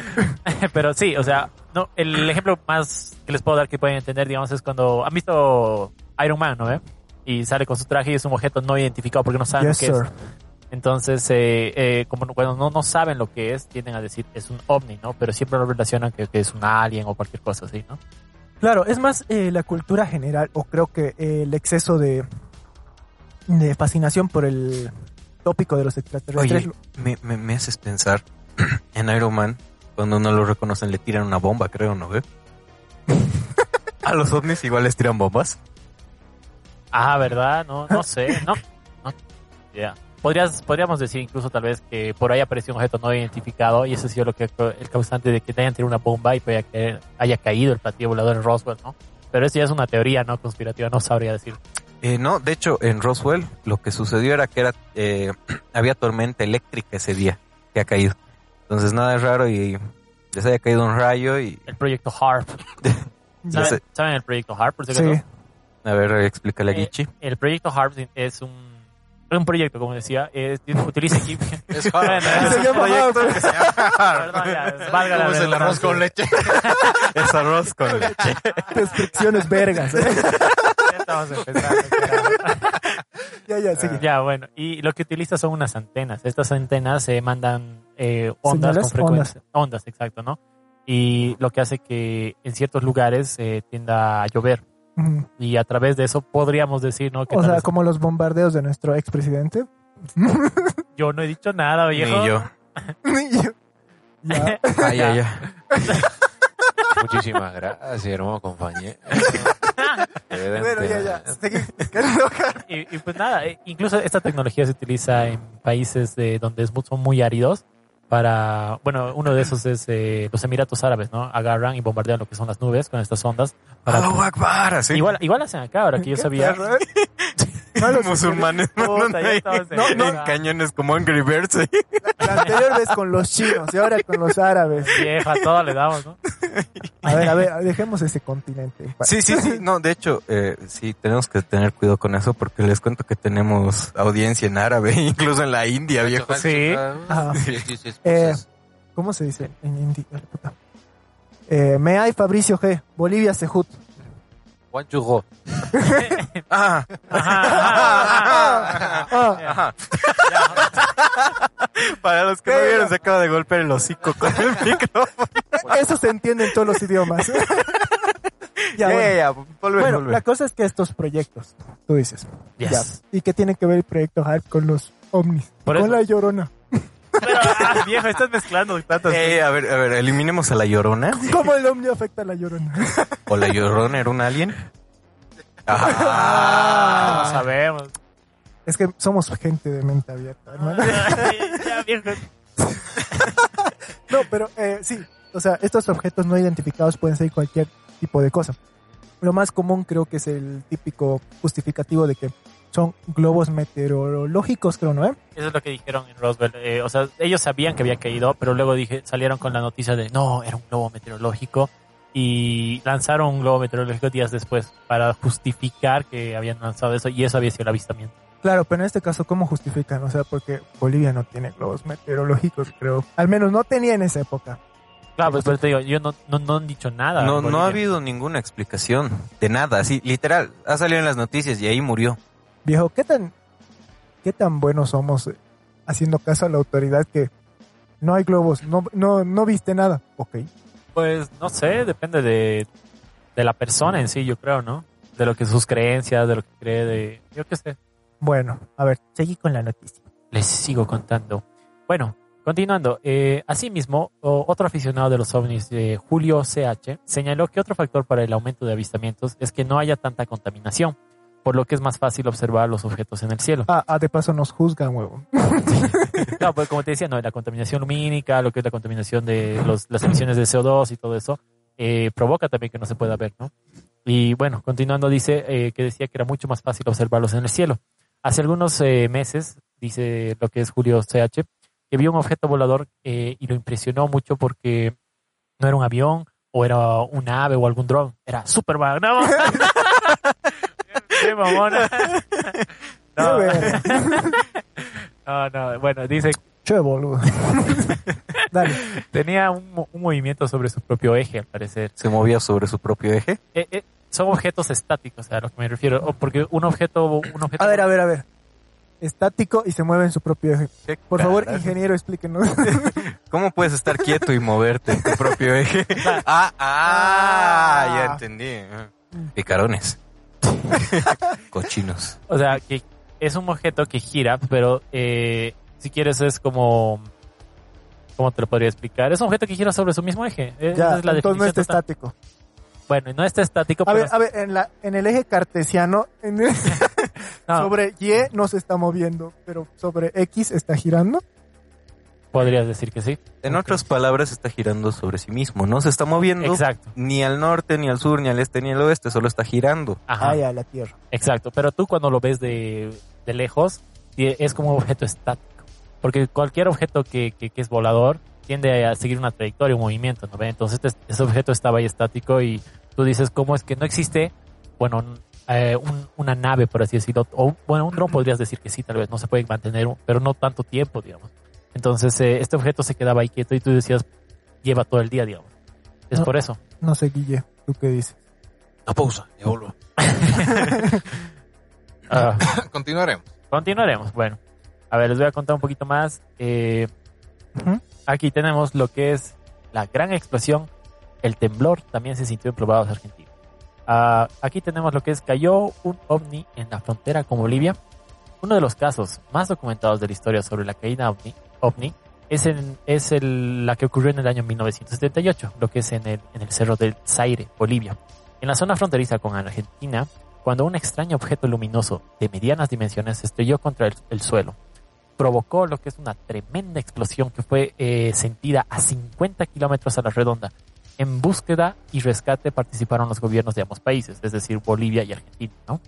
[SPEAKER 3] *laughs* Pero sí, o sea, no, el ejemplo más que les puedo dar que pueden entender, digamos, es cuando han visto Iron Man, ¿no? eh? Y sale con su traje y es un objeto no identificado porque no saben
[SPEAKER 4] Yes,
[SPEAKER 3] lo que es.
[SPEAKER 4] sir.
[SPEAKER 3] Entonces, eh, eh, como no- cuando no, no saben lo que es, tienden a decir es un ovni, ¿no? Pero siempre lo relacionan que, que es un alien o cualquier cosa así, ¿no?
[SPEAKER 4] Claro, es más eh, la cultura general, o creo que eh, el exceso de, de fascinación por el tópico de los extraterrestres.
[SPEAKER 1] Oye, me, me- me haces pensar *clears throat* en Iron Man, cuando no lo reconocen le tiran una bomba, creo, ¿no? *laughs* ve? A los ovnis igual les tiran bombas.
[SPEAKER 3] Ah, ¿verdad? No,
[SPEAKER 1] *laughs*
[SPEAKER 3] no sé, no. no. Ya. Podrías, podríamos decir incluso tal vez que por ahí apareció un objeto no identificado y ese ha sido lo que el causante de que te hayan tirado una bomba y pues haya, que- haya caído el platillo volador en Roswell, ¿no? Pero eso ya es una teoría no conspirativa, no sabría decir.
[SPEAKER 1] Eh, no, de hecho, en Roswell lo que sucedió era que era eh, *clears throat* había tormenta eléctrica ese día que ha caído. Entonces nada es raro y les haya caído un rayo y...
[SPEAKER 3] El proyecto HARP.
[SPEAKER 1] Ya
[SPEAKER 3] ¿Saben,
[SPEAKER 1] sé.
[SPEAKER 3] saben el proyecto HARP? Por si acaso?
[SPEAKER 4] sí,
[SPEAKER 1] A ver, explícale a
[SPEAKER 3] Eh,
[SPEAKER 1] Gichi.
[SPEAKER 3] El proyecto HARP es un, es un proyecto, como decía, es- utiliza equipo.
[SPEAKER 2] Es *laughs*
[SPEAKER 3] Bueno,
[SPEAKER 2] hard.
[SPEAKER 3] es
[SPEAKER 4] Se
[SPEAKER 3] un
[SPEAKER 4] llama
[SPEAKER 3] proyecto
[SPEAKER 4] Harp.
[SPEAKER 3] que se llama HARP,
[SPEAKER 2] *laughs*
[SPEAKER 3] ¿no? Ya, valga la
[SPEAKER 2] ¿Cómo es el arroz
[SPEAKER 3] redundancia.
[SPEAKER 2] con leche?
[SPEAKER 1] Es arroz con leche.
[SPEAKER 4] descripciones vergas. ¿eh?
[SPEAKER 3] *laughs* Ya estamos empezando, carajo.
[SPEAKER 4] ya, ya, sigue.
[SPEAKER 3] Ya, bueno. Y lo que utiliza son unas antenas. Estas antenas se mandan eh, ondas
[SPEAKER 4] ¿Señales?
[SPEAKER 3] con frecuencia. Ondas. exacto, ¿no? Y lo que hace que en ciertos lugares eh, tienda a llover.
[SPEAKER 4] Mm.
[SPEAKER 3] Y a través de eso podríamos decir, ¿no? Que
[SPEAKER 4] O
[SPEAKER 3] tal
[SPEAKER 4] sea,
[SPEAKER 3] vez-
[SPEAKER 4] como los bombardeos de nuestro *laughs* expresidente.
[SPEAKER 3] yo no he dicho
[SPEAKER 1] *laughs*
[SPEAKER 3] nada,
[SPEAKER 1] Ni
[SPEAKER 3] viejo.
[SPEAKER 1] yo. *laughs*
[SPEAKER 3] *laughs*
[SPEAKER 4] Ya.
[SPEAKER 1] Ay, ay, ay.
[SPEAKER 2] Muchísimas gracias, hermano compañero.
[SPEAKER 4] *laughs*
[SPEAKER 3] *laughs*
[SPEAKER 4] bueno, ya, ya. *laughs* Sigue.
[SPEAKER 3] Y, y pues nada, eh, incluso esta tecnología se utiliza en países de donde es mu- son muy áridos para, bueno, uno de esos es eh, los Emiratos Árabes, ¿no? Agarran y bombardean lo que son las nubes con estas ondas. Para,
[SPEAKER 4] Ah,
[SPEAKER 1] Allahu Akbar, así.
[SPEAKER 3] igual, igual hacen acá, ahora que yo sabía.
[SPEAKER 1] *laughs*
[SPEAKER 4] Malos
[SPEAKER 1] musulmanes mandan
[SPEAKER 3] Puta, ya
[SPEAKER 1] ahí.
[SPEAKER 3] estamos
[SPEAKER 1] *laughs*
[SPEAKER 3] en
[SPEAKER 1] No, no,
[SPEAKER 3] verga.
[SPEAKER 1] cañones como Angry Birds. ahí.
[SPEAKER 4] La anterior vez con los chinos y ahora con los árabes.
[SPEAKER 3] Vieja, todo le damos,
[SPEAKER 4] *laughs*
[SPEAKER 3] ¿no?
[SPEAKER 4] A ver, a ver, dejemos ese continente. en paz.
[SPEAKER 1] Sí, sí, *laughs* sí. No, de hecho, eh, sí, tenemos que tener cuidado con eso porque les cuento que tenemos audiencia en árabe, *laughs* incluso en la India, viejo.
[SPEAKER 3] Sí.
[SPEAKER 4] Ah. Eh, ¿Cómo se dice en hindi? Ah, la puta. Eh, me hay Fabricio G. Bolivia Sejut.
[SPEAKER 2] Juan Chugo.
[SPEAKER 1] Ah,
[SPEAKER 3] Ajá, ajá,
[SPEAKER 4] *laughs*
[SPEAKER 1] ajá.
[SPEAKER 4] Ah,
[SPEAKER 3] ajá.
[SPEAKER 1] *laughs* Para los que no vieron, se acaba de golpear el hocico con el *laughs* micrófono.
[SPEAKER 4] eso se entiende en todos los *laughs* idiomas. ya, bueno.
[SPEAKER 1] ya, vuelve,
[SPEAKER 4] Bueno,
[SPEAKER 1] vuelve.
[SPEAKER 4] la cosa es que estos proyectos, tú dices.
[SPEAKER 3] Yes.
[SPEAKER 4] ya. ¿Y qué tiene que ver el proyecto Hype con los ovnis?
[SPEAKER 3] Por
[SPEAKER 4] con
[SPEAKER 3] eso.
[SPEAKER 4] la llorona.
[SPEAKER 3] Pero, ah, viejo, estás mezclando tantas
[SPEAKER 1] Eh, eh, a ver, a ver, eliminemos a la llorona.
[SPEAKER 4] ¿Cómo el ovni afecta a la llorona? *laughs*
[SPEAKER 1] ¿O la llorona era un alien?
[SPEAKER 3] Ah,
[SPEAKER 1] *laughs*
[SPEAKER 3] no
[SPEAKER 1] Ah,
[SPEAKER 3] sabemos.
[SPEAKER 4] Es que somos gente de mente abierta, hermano.
[SPEAKER 3] *laughs* Ya, viejo.
[SPEAKER 4] No, pero eh, sí, o sea, estos objetos no identificados pueden ser cualquier tipo de cosa. Lo más común creo que es el típico justificativo de que son globos meteorológicos, creo, ¿no? eh?
[SPEAKER 3] Eso es lo que dijeron en Roswell. Eh, o sea, ellos sabían que había caído, pero luego dije, salieron con la noticia de no, era un globo meteorológico. Y lanzaron un globo meteorológico días después para justificar que habían lanzado eso y eso había sido el avistamiento.
[SPEAKER 4] Claro, pero en este caso, ¿cómo justifican? O sea, porque Bolivia no tiene globos meteorológicos, creo. Al menos no tenía en esa época.
[SPEAKER 3] Claro, pues, pues, te digo, yo no, no, no han dicho nada.
[SPEAKER 1] no, no
[SPEAKER 3] Bolivia.
[SPEAKER 1] ha habido ninguna explicación de nada, así, literal. Ha salido en las noticias y ahí murió.
[SPEAKER 4] Viejo, ¿qué tan, qué tan buenos somos eh, haciendo caso a la autoridad que no hay globos, no, no, no viste nada. Ok.
[SPEAKER 3] Pues no sé, depende de, de la persona en sí, yo creo, ¿no? De lo que sus creencias, de lo que cree, de. Yo qué sé.
[SPEAKER 4] Bueno, a ver, seguí con la noticia.
[SPEAKER 3] Les sigo contando. Bueno, continuando. eh, asimismo, o- otro aficionado de los ovnis, eh, Julio CH, señaló que otro factor para el aumento de avistamientos es que no haya tanta contaminación, por lo que es más fácil observar los objetos en
[SPEAKER 4] *laughs*
[SPEAKER 3] el cielo.
[SPEAKER 4] Ah, ah, de paso nos juzgan, huevo.
[SPEAKER 3] No, pues como te decía, no, la contaminación lumínica, lo que es la contaminación de los- las emisiones de CO2 y todo eso, eh, provoca también que no se pueda ver, ¿no? Y bueno, continuando, dice eh, que decía que era mucho más fácil observarlos en el cielo. Hace algunos eh, meses, dice lo que es Julio CH, que vio un objeto volador eh, y lo impresionó mucho porque no era un avión o era un ave o algún dron, era Superman, ¿no? *laughs* ¡Qué mamona! No, *laughs* no, no, bueno, dice
[SPEAKER 4] Che, *laughs* boludo. Dale.
[SPEAKER 3] Tenía un, mo- un movimiento sobre su propio eje, al parecer.
[SPEAKER 1] Se movía sobre su propio eje.
[SPEAKER 3] Eh, eh, son objetos estáticos, a lo que me refiero. o Porque un objeto, un objeto
[SPEAKER 4] A ver, a ver, a ver. Estático y se mueve en su propio eje. Por favor,
[SPEAKER 1] Carajo.
[SPEAKER 4] ingeniero, *laughs* explíquenos.
[SPEAKER 1] ¿Cómo puedes estar quieto y moverte en tu propio
[SPEAKER 4] *laughs*
[SPEAKER 1] eje? ah, ah, ya entendí. Picarones. *laughs* Cochinos.
[SPEAKER 3] O sea, que es un objeto que gira, pero eh, si quieres es como... ¿Cómo te lo podría explicar? Es un objeto que gira sobre su mismo eje. Eh,
[SPEAKER 4] Ya,
[SPEAKER 3] esa es la
[SPEAKER 4] entonces no
[SPEAKER 3] definición
[SPEAKER 4] está
[SPEAKER 3] total.
[SPEAKER 4] estático.
[SPEAKER 3] Bueno, no está estático,
[SPEAKER 4] A
[SPEAKER 3] pero...
[SPEAKER 4] ver, a ver, en, la, en el eje cartesiano, en el-
[SPEAKER 3] no,
[SPEAKER 4] sobre Y *laughs* no se está moviendo, pero sobre X está girando.
[SPEAKER 3] podrías decir que sí.
[SPEAKER 1] En otras palabras, está girando sobre sí mismo. No se está moviendo
[SPEAKER 3] Exacto.
[SPEAKER 1] ni al norte, ni al sur, ni al este, ni al oeste. Solo está girando.
[SPEAKER 3] Ajá.
[SPEAKER 4] Ay, a la Tierra.
[SPEAKER 3] Exacto, pero tú cuando lo ves de, de lejos ti- es como un objeto estático, porque cualquier objeto que, que- que es volador tiende a seguir una trayectoria, un movimiento, ¿no ve? Entonces este- ese objeto estaba ahí estático y tú dices, ¿cómo es que no existe? Bueno, n- eh, un- una nave, por así decirlo, o un- bueno, un dron podrías decir que sí, tal vez, no se puede mantener, pero no tanto tiempo, digamos. Entonces eh, este objeto se quedaba ahí quieto y tú decías, lleva todo el día, digamos. Es
[SPEAKER 4] No.
[SPEAKER 3] por eso.
[SPEAKER 4] No sé, Guille, ¿tú qué dices?
[SPEAKER 2] La pausa, ya
[SPEAKER 4] *laughs*
[SPEAKER 2] vuelvo.
[SPEAKER 3] Ah.
[SPEAKER 2] Continuaremos.
[SPEAKER 3] Continuaremos. Bueno, a ver, les voy a contar un poquito más. Eh,
[SPEAKER 4] Ujú.
[SPEAKER 3] Aquí tenemos lo que es la gran explosión. El temblor también se sintió en Probados Argentina. Ah, aquí tenemos lo que es cayó un ovni en la frontera con Bolivia. Uno de los casos más documentados de la historia sobre la caída ovni, ovni es, en- es el- la que ocurrió en el año 1978, lo que es en el, en el Cerro del Zaire, Bolivia. En la zona fronteriza con Argentina, cuando un extraño objeto luminoso de medianas dimensiones se estrelló contra el, el suelo. Provocó lo que es una tremenda explosión que fue eh, sentida a 50 kilómetros a la redonda. En búsqueda y rescate participaron los gobiernos de ambos países, es decir, Bolivia y Argentina. ¿no?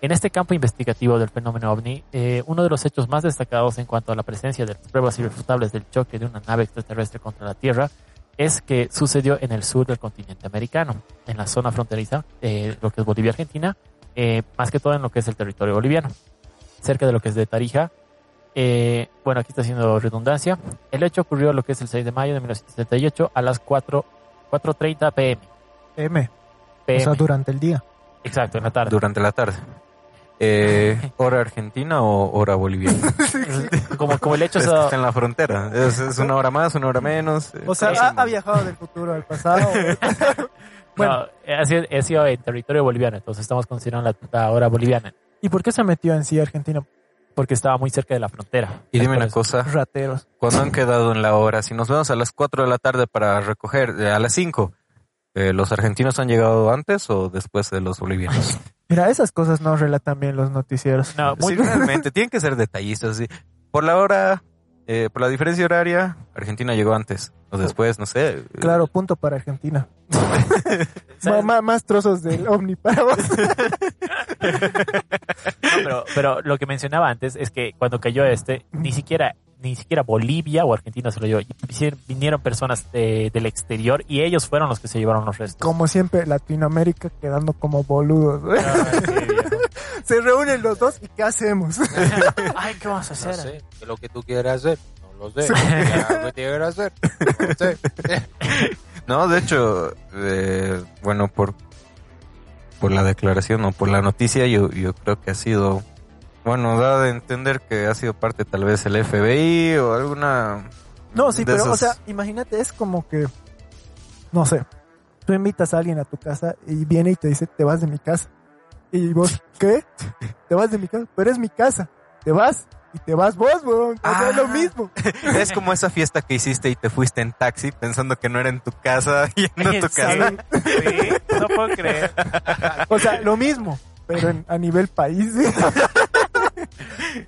[SPEAKER 3] En este campo investigativo del fenómeno ovni, eh, uno de los hechos más destacados en cuanto a la presencia de las pruebas irrefutables del choque de una nave extraterrestre contra la Tierra es que sucedió en el sur del continente americano, en la zona fronteriza, eh, lo que es Bolivia-Argentina, eh, más que todo en lo que es el territorio boliviano, cerca de lo que es de Tarija. Eh, bueno, aquí está haciendo redundancia. El hecho ocurrió lo que es el 6 de mayo de 1978 a las 4, 4.30 pm.
[SPEAKER 4] M, o
[SPEAKER 3] PM,
[SPEAKER 4] sea, durante el día.
[SPEAKER 3] exacto, en la tarde.
[SPEAKER 1] Durante la tarde. Eh, ¿Hora argentina o hora boliviana?
[SPEAKER 3] Como, como el
[SPEAKER 1] *laughs*
[SPEAKER 3] hecho...
[SPEAKER 1] Es
[SPEAKER 3] es,
[SPEAKER 1] que
[SPEAKER 3] uh,
[SPEAKER 1] está en la frontera. Es, es una hora más, una hora menos.
[SPEAKER 4] O sea,
[SPEAKER 1] Eh,
[SPEAKER 4] ha, ha viajado del futuro al pasado.
[SPEAKER 3] no, ha, sido, ha sido en territorio boliviano, entonces estamos considerando la, la hora boliviana,
[SPEAKER 4] *laughs* ¿Y por qué se metió en sí Argentina?
[SPEAKER 3] porque estaba muy cerca de la frontera.
[SPEAKER 1] Y dime una cosa.
[SPEAKER 3] Entonces,
[SPEAKER 4] Rateros.
[SPEAKER 1] cuando han quedado en la hora, si nos vemos a las 4 de la tarde para recoger, eh, a las 5, eh, ¿los argentinos han llegado antes o después de los bolivianos?
[SPEAKER 4] Mira, esas cosas no relatan bien los noticieros.
[SPEAKER 3] No, muy,
[SPEAKER 1] Sí, realmente, tienen que ser detallistas. sí. Por la hora, eh, por la diferencia horaria, Argentina llegó antes o después, no sé. eh,
[SPEAKER 3] Este,
[SPEAKER 4] Claro, punto para
[SPEAKER 3] *laughs*
[SPEAKER 4] Argentina. Ma-
[SPEAKER 3] ¿sabes?
[SPEAKER 4] ma- más trozos del ovni para vos.
[SPEAKER 3] No, pero, pero lo que mencionaba antes es que cuando cayó este, ni siquiera ni siquiera Bolivia o Argentina se lo llevó. Vici- Vinieron personas de- del exterior y ellos fueron los que se llevaron los restos.
[SPEAKER 4] Como siempre, Latinoamérica quedando como boludos.
[SPEAKER 3] Ah, sí, viejo.
[SPEAKER 4] *laughs* Se reúnen los dos y ¿qué hacemos?
[SPEAKER 3] Ay, ¿qué vamos a hacer?
[SPEAKER 2] No sé, ¿qué es lo que tú quieras hacer? No lo sé. ¿Qué te quieras hacer? No lo sé.
[SPEAKER 1] No, de hecho, eh, bueno, por, por la declaración o por la noticia, yo, yo creo que ha sido Bueno, da de entender que ha sido parte tal vez el FBI o alguna...
[SPEAKER 4] No, sí,
[SPEAKER 1] de
[SPEAKER 4] pero, o
[SPEAKER 1] esas-
[SPEAKER 4] sea, imagínate, es como que, no sé, tú invitas a alguien a tu casa y viene y te dice, te vas de mi casa. Y vos, ¿qué? Te vas de mi casa, pero es mi casa. Te vas y te vas vos, weón. O sea, es
[SPEAKER 1] Ah.
[SPEAKER 4] lo mismo.
[SPEAKER 1] Es como esa fiesta que hiciste y te fuiste en taxi pensando que no era en tu casa, *laughs* yendo a tu
[SPEAKER 3] *laughs* Sí,
[SPEAKER 1] casa.
[SPEAKER 3] sí, no puedo creer.
[SPEAKER 4] O sea, lo mismo, pero en- a nivel país. ¿sí?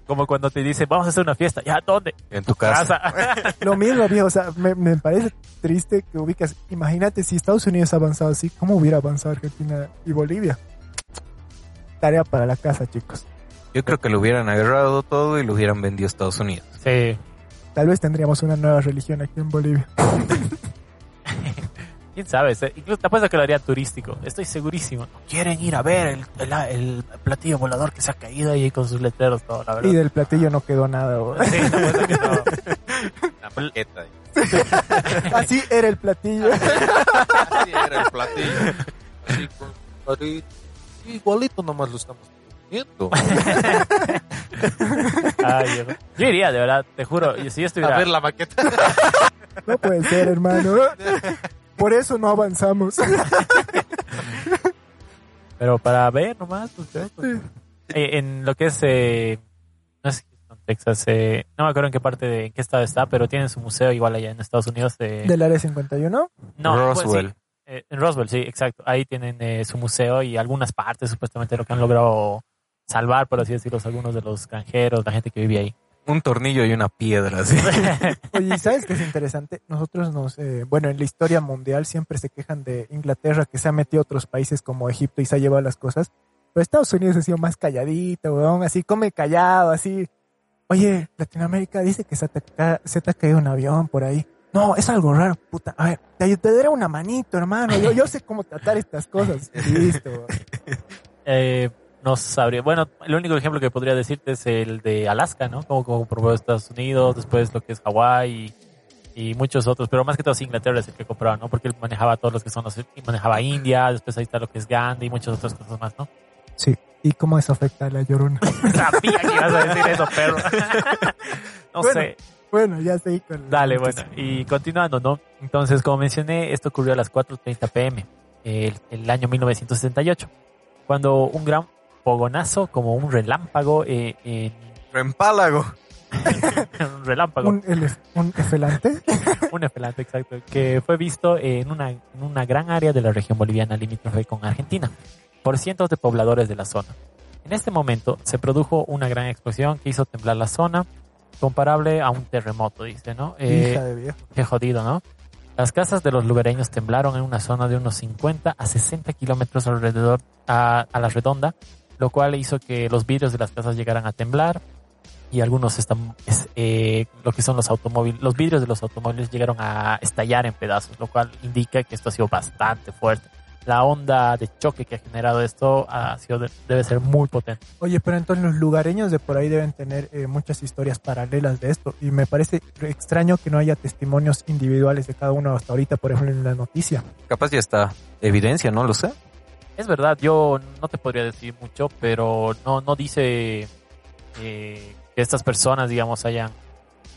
[SPEAKER 3] Como cuando te dicen, vamos a hacer una fiesta. ¿Ya dónde?
[SPEAKER 1] En tu casa.
[SPEAKER 3] Casa.
[SPEAKER 4] Lo mismo, viejo. O sea, me, me parece triste que ubicas. Imagínate si Estados Unidos ha avanzado así, ¿cómo hubiera avanzado Argentina y Bolivia? Tarea para la casa, chicos.
[SPEAKER 1] Yo creo que lo hubieran agarrado todo y lo hubieran vendido a Estados Unidos.
[SPEAKER 3] Sí.
[SPEAKER 4] Tal vez tendríamos una nueva religión aquí en Bolivia.
[SPEAKER 3] ¿Quién sabe? Se- Incluso te apuesto que lo haría turístico. Estoy segurísimo. Quieren ir a ver el, el- el platillo volador que se ha caído ahí con sus letreros, todo,
[SPEAKER 4] Y
[SPEAKER 3] la verdad.
[SPEAKER 4] del platillo no quedó nada. bro.
[SPEAKER 3] Sí, te apuesto que no.
[SPEAKER 2] La maqueta.
[SPEAKER 4] *laughs* Así era el platillo.
[SPEAKER 2] Así era el platillo. Así con cuadrito. Igualito nomás lo estamos viendo.
[SPEAKER 3] Ay, Dios. Yo iría, de verdad, te juro. y Si yo estuviera.
[SPEAKER 2] A ver la maqueta.
[SPEAKER 4] No puede ser, hermano. Por eso no avanzamos.
[SPEAKER 3] Pero para ver nomás, pues, creo, pues. Eh, en lo que es, eh, no sé si es en Texas, eh, no me acuerdo en qué parte, de, en qué estado está, pero tienen su museo igual allá en Estados Unidos. eh,
[SPEAKER 4] Del área 51.
[SPEAKER 3] no, pues, sí,
[SPEAKER 1] Roswell.
[SPEAKER 3] eh, en Roswell, sí, exacto. Ahí tienen eh, su museo y algunas partes supuestamente lo que han logrado salvar, por así decirlo, algunos de los granjeros, la gente que vivía ahí.
[SPEAKER 1] Un tornillo y una piedra, *laughs* sí.
[SPEAKER 4] Oye, ¿y ¿sabes qué es interesante? Nosotros nos. eh, bueno, en la historia mundial siempre se quejan de Inglaterra que se ha metido a otros países como Egipto y se ha llevado las cosas. Pero Estados Unidos ha sido más calladito, weón. Así come callado, así. Oye, Latinoamérica dice que se, ataca- se te ha caído un avión por ahí. No, es algo raro, puta. A ver, te, te daré una manito, hermano. Yo, yo sé cómo tratar estas
[SPEAKER 3] *laughs*
[SPEAKER 4] cosas. Listo. weón.
[SPEAKER 3] Eh, no sabría. Bueno, el único ejemplo que podría decirte es el de Alaska, ¿no? Como, como probó Estados Unidos, después lo que es Hawái y, y muchos otros, pero más que todo es Inglaterra es el que compraba, ¿no? Porque él manejaba todos los que son los, y manejaba India, después ahí está lo que es Gandhi y muchas otras cosas más, ¿no?
[SPEAKER 4] Sí. ¿Y cómo eso afecta a la llorona?
[SPEAKER 3] *laughs* Sabía que ibas a decir eso, perro. *laughs* no
[SPEAKER 4] Bueno,
[SPEAKER 3] sé.
[SPEAKER 4] Bueno, ya seguí con.
[SPEAKER 3] Dale, bueno, y continuando, ¿no? Entonces, como mencioné, esto ocurrió a las 4.30 pm, el, el año 1968, cuando un gran fogonazo, como un relámpago, eh, en- *laughs*
[SPEAKER 1] Rempálago.
[SPEAKER 3] un relámpago,
[SPEAKER 4] Un,
[SPEAKER 3] *laughs* un,
[SPEAKER 4] elef- un efelante.
[SPEAKER 3] esfelante, exacto, que fue visto en una, en una gran área de la región boliviana limítrofe con Argentina, por cientos de pobladores de la zona. En este momento se produjo una gran explosión que hizo temblar la zona, comparable a un terremoto, dice, ¿no? Eh,
[SPEAKER 4] Hija de viejo.
[SPEAKER 3] Qué jodido, ¿no? Las casas de los lugareños temblaron en una zona de unos 50 a 60 kilómetros alrededor a, a la redonda, lo cual hizo que los vidrios de las casas llegaran a temblar y algunos están, es- eh, lo que son los automóviles, los vidrios de los automóviles llegaron a estallar en pedazos, lo cual indica que esto ha sido bastante fuerte. La onda de choque que ha generado esto ha sido de- debe ser muy potente.
[SPEAKER 4] Oye, pero entonces los lugareños de por ahí deben tener eh, muchas historias paralelas de esto y me parece extraño que no haya testimonios individuales de cada uno hasta ahorita, por ejemplo, en la noticia.
[SPEAKER 1] Capaz ya está evidencia, no lo sé.
[SPEAKER 3] Es verdad, yo no te podría decir mucho, pero no, no dice eh, que estas personas, digamos, hayan...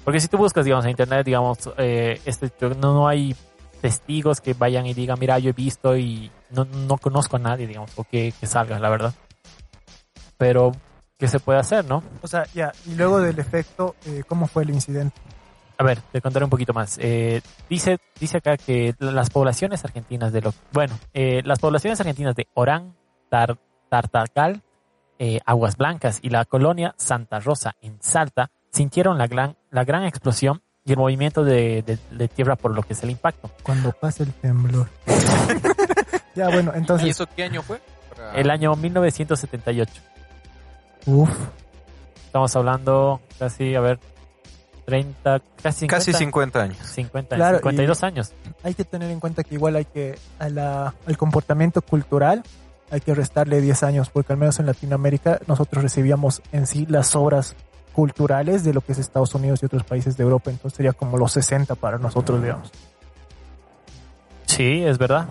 [SPEAKER 3] Porque si tú buscas, digamos, en internet, digamos, eh, este, yo- no, no hay testigos que vayan y digan, mira, yo he visto y no, no conozco a nadie, digamos, o que, que salga, la verdad. Pero, ¿qué se puede hacer, no?
[SPEAKER 4] O sea, ya, y luego del efecto, eh, ¿cómo fue el incidente?
[SPEAKER 3] A ver, te contaré un poquito más. Eh, dice, dice acá que las poblaciones argentinas de lo, bueno, eh, las poblaciones argentinas de Orán, Tar- Tartacal, eh, Aguas Blancas y la colonia Santa Rosa en Salta sintieron la gran, la gran explosión y el movimiento de, de- de tierra por lo que es el impacto.
[SPEAKER 4] Cuando pasa el temblor. *laughs* ya, bueno,
[SPEAKER 2] ¿Y
[SPEAKER 4] entonces,
[SPEAKER 2] eso qué año fue?
[SPEAKER 4] Ah.
[SPEAKER 2] Para-
[SPEAKER 3] El año 1978.
[SPEAKER 4] uff,
[SPEAKER 3] Estamos hablando casi, a ver, 30, casi 50,
[SPEAKER 1] Casi 50 años.
[SPEAKER 3] 50,
[SPEAKER 4] Claro, y-
[SPEAKER 3] 52 años.
[SPEAKER 4] hay que tener en cuenta que igual hay que, a la- al comportamiento cultural, hay que restarle 10 años, porque al menos en Latinoamérica nosotros recibíamos en sí las obras culturales de lo que es Estados Unidos y otros países de Europa, entonces sería como los 60 para nosotros, digamos.
[SPEAKER 3] Sí, es verdad.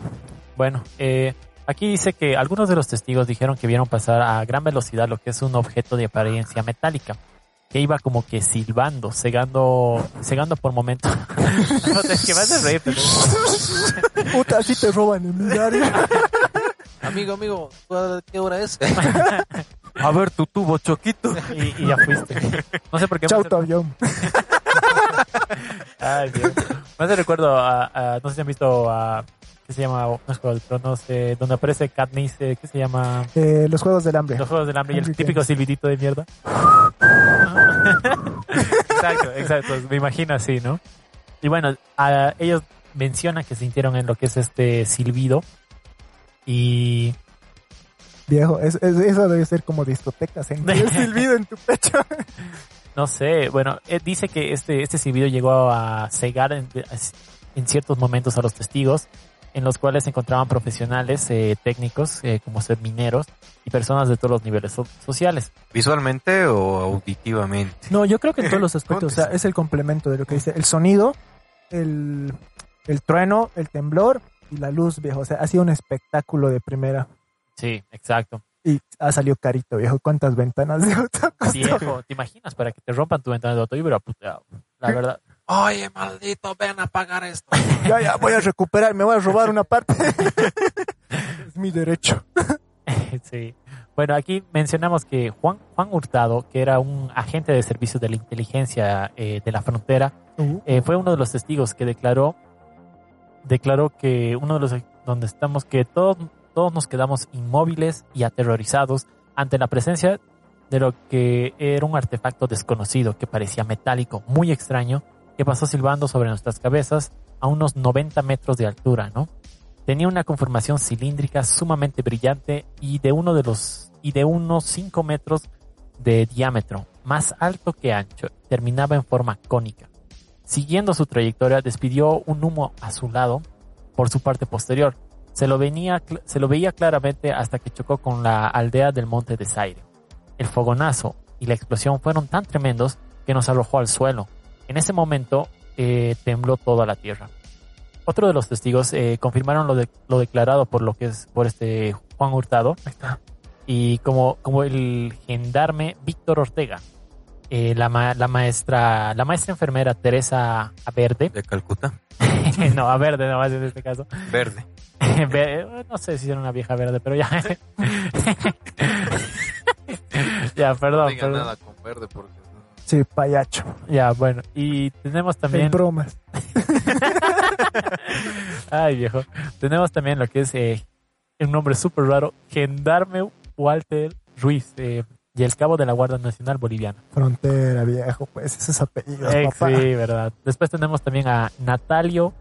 [SPEAKER 3] Bueno, eh, Aquí dice que algunos de los testigos dijeron que vieron pasar a gran velocidad lo que es un objeto de apariencia metálica, que iba como que silbando, cegando, cegando por momentos. *laughs* no, es que vas a reír, pero-
[SPEAKER 4] *laughs* Puta, así te roban ¿eh? en diario. *laughs*
[SPEAKER 2] Amigo, amigo, ¿qué hora es?
[SPEAKER 1] A ver, tu tubo, Choquito.
[SPEAKER 3] y, y ya fuiste. No sé por qué. me
[SPEAKER 4] Chau,
[SPEAKER 3] hace-
[SPEAKER 4] avión.
[SPEAKER 3] Ay, Dios. Me hace recuerdo a, a- no sé si han visto a, ¿qué se llama? No es Juego del Trono, sé, donde aparece Katniss, eh, ¿qué se llama?
[SPEAKER 4] Eh, los Juegos del Hambre.
[SPEAKER 3] Los Juegos del Hambre y el
[SPEAKER 4] Hunger
[SPEAKER 3] típico
[SPEAKER 4] Games.
[SPEAKER 3] silbidito de mierda. exacto, exacto. Me imagino así, ¿no? Y bueno, a- ellos mencionan que sintieron en lo que es este silbido y
[SPEAKER 4] Viejo, es- es- eso debe ser como discotecas. ¿eh? El silbido en tu pecho.
[SPEAKER 3] no sé, bueno, eh, dice que este, este silbido llegó a cegar en, en ciertos momentos a los testigos, en los cuales se encontraban profesionales eh, técnicos, eh, como ser mineros, y personas de todos los niveles so- sociales.
[SPEAKER 1] ¿Visualmente o auditivamente?
[SPEAKER 4] No, yo creo que en todos los aspectos. o sea, es el complemento de lo que dice. El sonido, el, el trueno, el temblor y la luz, viejo. O sea, ha sido un espectáculo de primera.
[SPEAKER 3] Sí, exacto.
[SPEAKER 4] Y ha salido carito, viejo. ¿Cuántas ventanas de auto costó?
[SPEAKER 3] Viejo, ¿te imaginas para que te rompan tu ventana de auto? Yo hubiera puteado, la verdad. *laughs*
[SPEAKER 2] Oye, maldito, ven a pagar esto.
[SPEAKER 4] Ya, ya, voy a recuperar. Me voy a robar una parte. es mi derecho.
[SPEAKER 3] sí. Bueno, aquí mencionamos que Juan, Juan Hurtado, que era un agente de servicios de la inteligencia eh, de la frontera, eh, fue uno de los testigos que declaró declaró que uno de los donde estamos que todos todos nos quedamos inmóviles y aterrorizados ante la presencia de lo que era un artefacto desconocido que parecía metálico muy extraño que pasó silbando sobre nuestras cabezas a unos 90 metros de altura no tenía una conformación cilíndrica sumamente brillante y de uno de los y de unos 5 metros de diámetro más alto que ancho terminaba en forma cónica Siguiendo su trayectoria, despidió un humo azulado por su parte posterior. Se lo, venía, cl- se lo veía claramente hasta que chocó con la aldea del monte de Zaire. El fogonazo y la explosión fueron tan tremendos que nos arrojó al suelo. En ese momento eh, tembló toda la tierra. Otro de los testigos eh, confirmaron lo, de- lo declarado por lo que es por este Juan Hurtado y como, como el gendarme Víctor Ortega, eh, la, ma- la maestra la maestra enfermera Teresa
[SPEAKER 1] *laughs*
[SPEAKER 3] Verde,
[SPEAKER 1] De Calcuta.
[SPEAKER 3] *laughs* no, a Verde nomás en este caso,
[SPEAKER 1] Verde.
[SPEAKER 3] *laughs* Ve- no sé si era una vieja verde, pero ya. *laughs* ya,
[SPEAKER 2] No
[SPEAKER 3] perdón,
[SPEAKER 2] digan
[SPEAKER 3] perdón.
[SPEAKER 2] nada con verde porque...
[SPEAKER 4] Sí, payacho.
[SPEAKER 3] Ya, bueno. Y tenemos también.
[SPEAKER 4] En bromas.
[SPEAKER 3] Ay, viejo. Tenemos también lo que es eh, un nombre súper raro: Gendarme Walter Ruiz. eh, y el cabo de la Guardia Nacional Boliviana.
[SPEAKER 4] Frontera, viejo. Pues esos apellidos,
[SPEAKER 3] Eh,
[SPEAKER 4] papá.
[SPEAKER 3] sí, verdad. Después tenemos también a Natalio,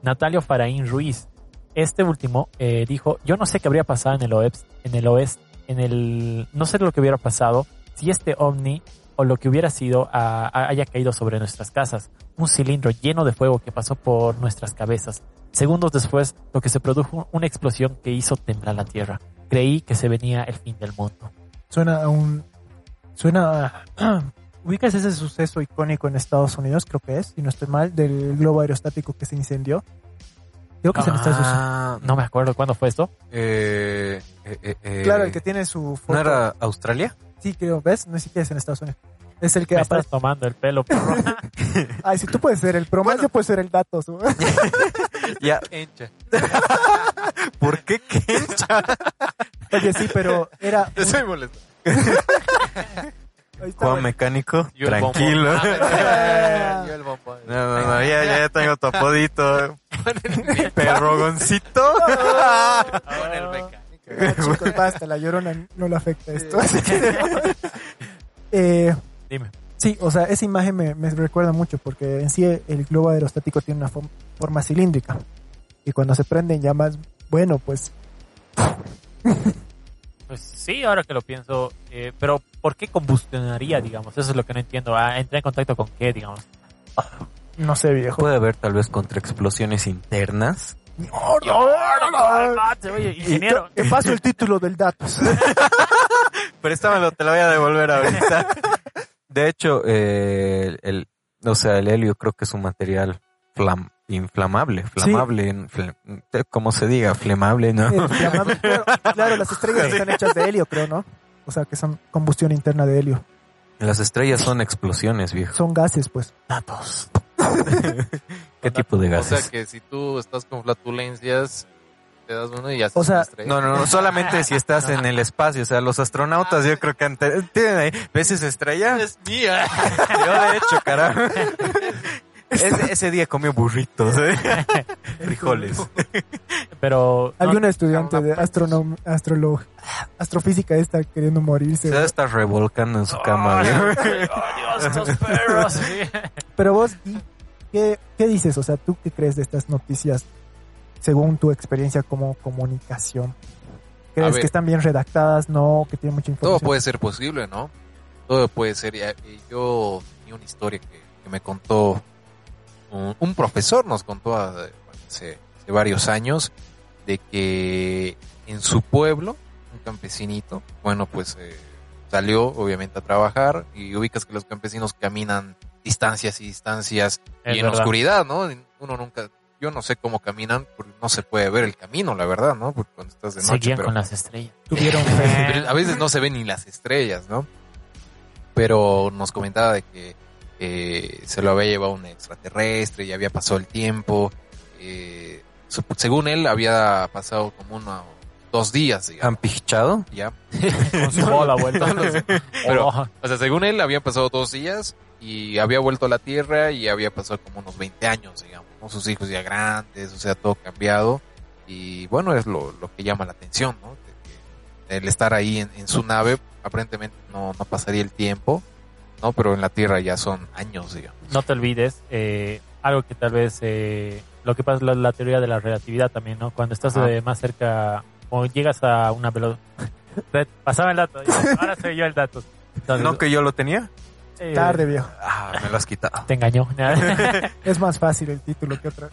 [SPEAKER 3] Natalio Faraín Ruiz. Este último eh, dijo, yo no sé qué habría pasado en el oeste, en el oeste, en el, no sé lo que hubiera pasado si este ovni o lo que hubiera sido ah, ah, haya caído sobre nuestras casas. Un cilindro lleno de fuego que pasó por nuestras cabezas. Segundos después, lo que se produjo una explosión que hizo temblar la tierra. Creí que se venía el fin del mundo.
[SPEAKER 4] Suena a un. Suena a. *clears throat* ¿Ubicas ese suceso icónico en Estados Unidos? Creo que es, si no estoy mal, del globo aerostático que se incendió. Creo
[SPEAKER 1] Ah,
[SPEAKER 4] que se me está asustando.
[SPEAKER 3] No me acuerdo cuándo fue esto.
[SPEAKER 1] eh, eh, eh, eh.
[SPEAKER 4] Claro, el que tiene su foto.
[SPEAKER 1] ¿No era Australia?
[SPEAKER 4] Sí, creo, ¿ves? No siquiera es en Estados Unidos. Es el que
[SPEAKER 3] Me
[SPEAKER 4] aparece.
[SPEAKER 3] estás tomando el pelo, perro.
[SPEAKER 4] Ay, si tú puedes ser el promo, yo puedo ser el dato. su-
[SPEAKER 1] Ya,
[SPEAKER 2] Encha.
[SPEAKER 1] ¿por qué qué?
[SPEAKER 4] *laughs* Oye, sí, pero
[SPEAKER 1] *laughs*
[SPEAKER 4] era.
[SPEAKER 2] Te *laughs* estoy molesto.
[SPEAKER 4] ahí está,
[SPEAKER 1] Juan
[SPEAKER 4] güey.
[SPEAKER 1] Mecánico,
[SPEAKER 2] Yo el bombón.
[SPEAKER 1] tranquilo.
[SPEAKER 2] Ah, mentira. Yo el bombón.
[SPEAKER 1] No, no, no, ya, ya tengo tu apodito. *laughs* Perrogoncito.
[SPEAKER 2] *laughs* Con el mecánico.
[SPEAKER 4] Ah, chicos, basta, la llorona no le afecta esto. así que- Eh,
[SPEAKER 3] Dime.
[SPEAKER 4] Sí, o sea, esa imagen me, me recuerda mucho porque en sí el globo aerostático tiene una fo- forma cilíndrica. Y cuando se prende en llamas, bueno, pues
[SPEAKER 3] Pues sí, ahora que lo pienso, eh, pero ¿por qué combustionaría, digamos? Eso es lo que no entiendo. Ah, ¿Entra en contacto con qué, digamos?
[SPEAKER 4] no sé,
[SPEAKER 1] *laughs*
[SPEAKER 4] viejo.
[SPEAKER 1] Puede haber tal vez contraexplosiones internas.
[SPEAKER 3] Oye,
[SPEAKER 4] Y yo-
[SPEAKER 3] ingeniero.
[SPEAKER 4] Te paso el título del dato.
[SPEAKER 1] Préstamelo, te lo voy a devolver *laughs* ahorita. De hecho, eh, el, o sea, el helio creo que es un material flam- inflamable, flamable, infl- como se diga, flamable, ¿no?
[SPEAKER 4] Eh, llamable, claro, claro, las estrellas están hechas de helio, creo, ¿no? O sea, que son combustión interna de helio.
[SPEAKER 1] Las estrellas son explosiones, viejo.
[SPEAKER 4] Son gases, pues.
[SPEAKER 1] Datos. *laughs* ¿Qué tipo de
[SPEAKER 2] O
[SPEAKER 1] gases?
[SPEAKER 2] sea que si tú estás con flatulencias, te das uno y ya
[SPEAKER 4] O sea,
[SPEAKER 1] No, no, no, solamente *laughs* si estás en el espacio, o sea, los astronautas yo creo que han te- tienen ahí, ¿ves esa estrella?
[SPEAKER 2] es mía.
[SPEAKER 1] *laughs* Yo de hecho, carajo. Ese, ese día comió burritos, *laughs* ¿eh? frijoles.
[SPEAKER 3] Pero no,
[SPEAKER 4] Había una estudiante de astronom- astrolo- astrofísica esta queriendo morirse.
[SPEAKER 1] Se debe estar revolcando en su cama.
[SPEAKER 3] ¡Oh,
[SPEAKER 1] viejo.
[SPEAKER 3] Dios, estos
[SPEAKER 2] *laughs*
[SPEAKER 3] perros! Sí.
[SPEAKER 4] Pero vos, ¿y ¿qué, qué dices? O sea, ¿tú qué crees de estas noticias según tu experiencia como comunicación? ¿Crees
[SPEAKER 2] ver.
[SPEAKER 4] que están bien redactadas? No, que tienen mucha
[SPEAKER 2] Todo
[SPEAKER 4] información.
[SPEAKER 2] puede ser posible, ¿no? Todo puede ser. Y- y Yo tenía una historia que, que me contó un, un profesor, nos contó a- hace, hace varios años, de que en su pueblo, un campesinito, bueno, pues eh, salió obviamente a trabajar y ubicas que los campesinos caminan distancias y distancias
[SPEAKER 3] Es
[SPEAKER 2] y en
[SPEAKER 3] verdad.
[SPEAKER 2] oscuridad, ¿no? Uno nunca, yo no sé cómo caminan, porque no se puede ver el camino, la verdad, ¿no? Porque cuando estás de noche.
[SPEAKER 3] Seguían
[SPEAKER 2] pero-
[SPEAKER 3] con las estrellas. *laughs*
[SPEAKER 4] Tuvieron
[SPEAKER 2] pero a veces no se ven ni las estrellas, ¿no? Pero nos comentaba de que eh, se lo había llevado un extraterrestre, ya había pasado el tiempo. eh, sup- según él, había pasado como unos dos días, digamos,
[SPEAKER 1] ¿Han pichado?
[SPEAKER 2] ya.
[SPEAKER 3] con su bola vuelta.
[SPEAKER 2] No lo sé. *laughs* Pero-
[SPEAKER 3] Oh,
[SPEAKER 2] O sea, según él, habían pasado dos días y había vuelto a la Tierra y había pasado como unos 20 años, digamos, ¿no? Sus hijos ya grandes, o sea, todo cambiado. Y bueno, es lo, lo que llama la atención, ¿no? De que el estar ahí en, en su nave, aparentemente no, no pasaría el tiempo, ¿no? Pero en la Tierra ya son años, digamos.
[SPEAKER 3] no te olvides, eh, algo que tal vez, eh, lo que pasa la, la teoría de la relatividad también, ¿no? Cuando estás
[SPEAKER 2] Ah.
[SPEAKER 3] eh, más cerca, o llegas a una *laughs* velocidad... Pasaba el dato, ya, ahora soy yo el dato. Entonces,
[SPEAKER 1] ¿No que yo lo tenía?
[SPEAKER 3] eh,
[SPEAKER 4] Tarde, viejo.
[SPEAKER 1] Ah, me lo has quitado.
[SPEAKER 3] Te engañó. *laughs*
[SPEAKER 4] Es más fácil el título que otra.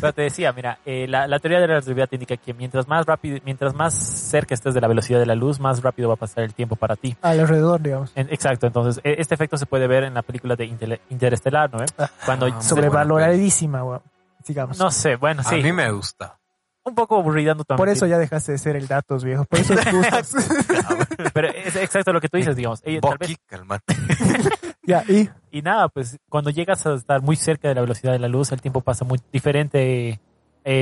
[SPEAKER 3] Pero te decía, mira, eh, la, la teoría de la relatividad te indica que mientras más rápido, mientras más cerca estés de la velocidad de la luz, más rápido va a pasar el tiempo para ti.
[SPEAKER 4] Alrededor, digamos.
[SPEAKER 3] En- exacto, entonces e- este efecto se puede ver en la película de Intele- Interestelar, ¿no? ve? Cuando
[SPEAKER 2] Ah,
[SPEAKER 3] se-
[SPEAKER 2] sobre-
[SPEAKER 4] Sobrevaloradísima, weón. Sigamos.
[SPEAKER 3] no sé, bueno,
[SPEAKER 1] A
[SPEAKER 3] sí,
[SPEAKER 1] mí me gusta.
[SPEAKER 3] un poco aburrida no te voy a
[SPEAKER 4] Por eso
[SPEAKER 3] mentir.
[SPEAKER 4] ya dejaste de ser el datos, viejo. Por eso es
[SPEAKER 3] *laughs*
[SPEAKER 4] gustos.
[SPEAKER 3] pero es exacto lo que tú dices, digamos. Ella, tal vez-
[SPEAKER 1] Bucky, calmate.
[SPEAKER 4] ya, y
[SPEAKER 3] y nada, pues cuando llegas a estar muy cerca de la velocidad de la luz, el tiempo pasa muy diferente, eh,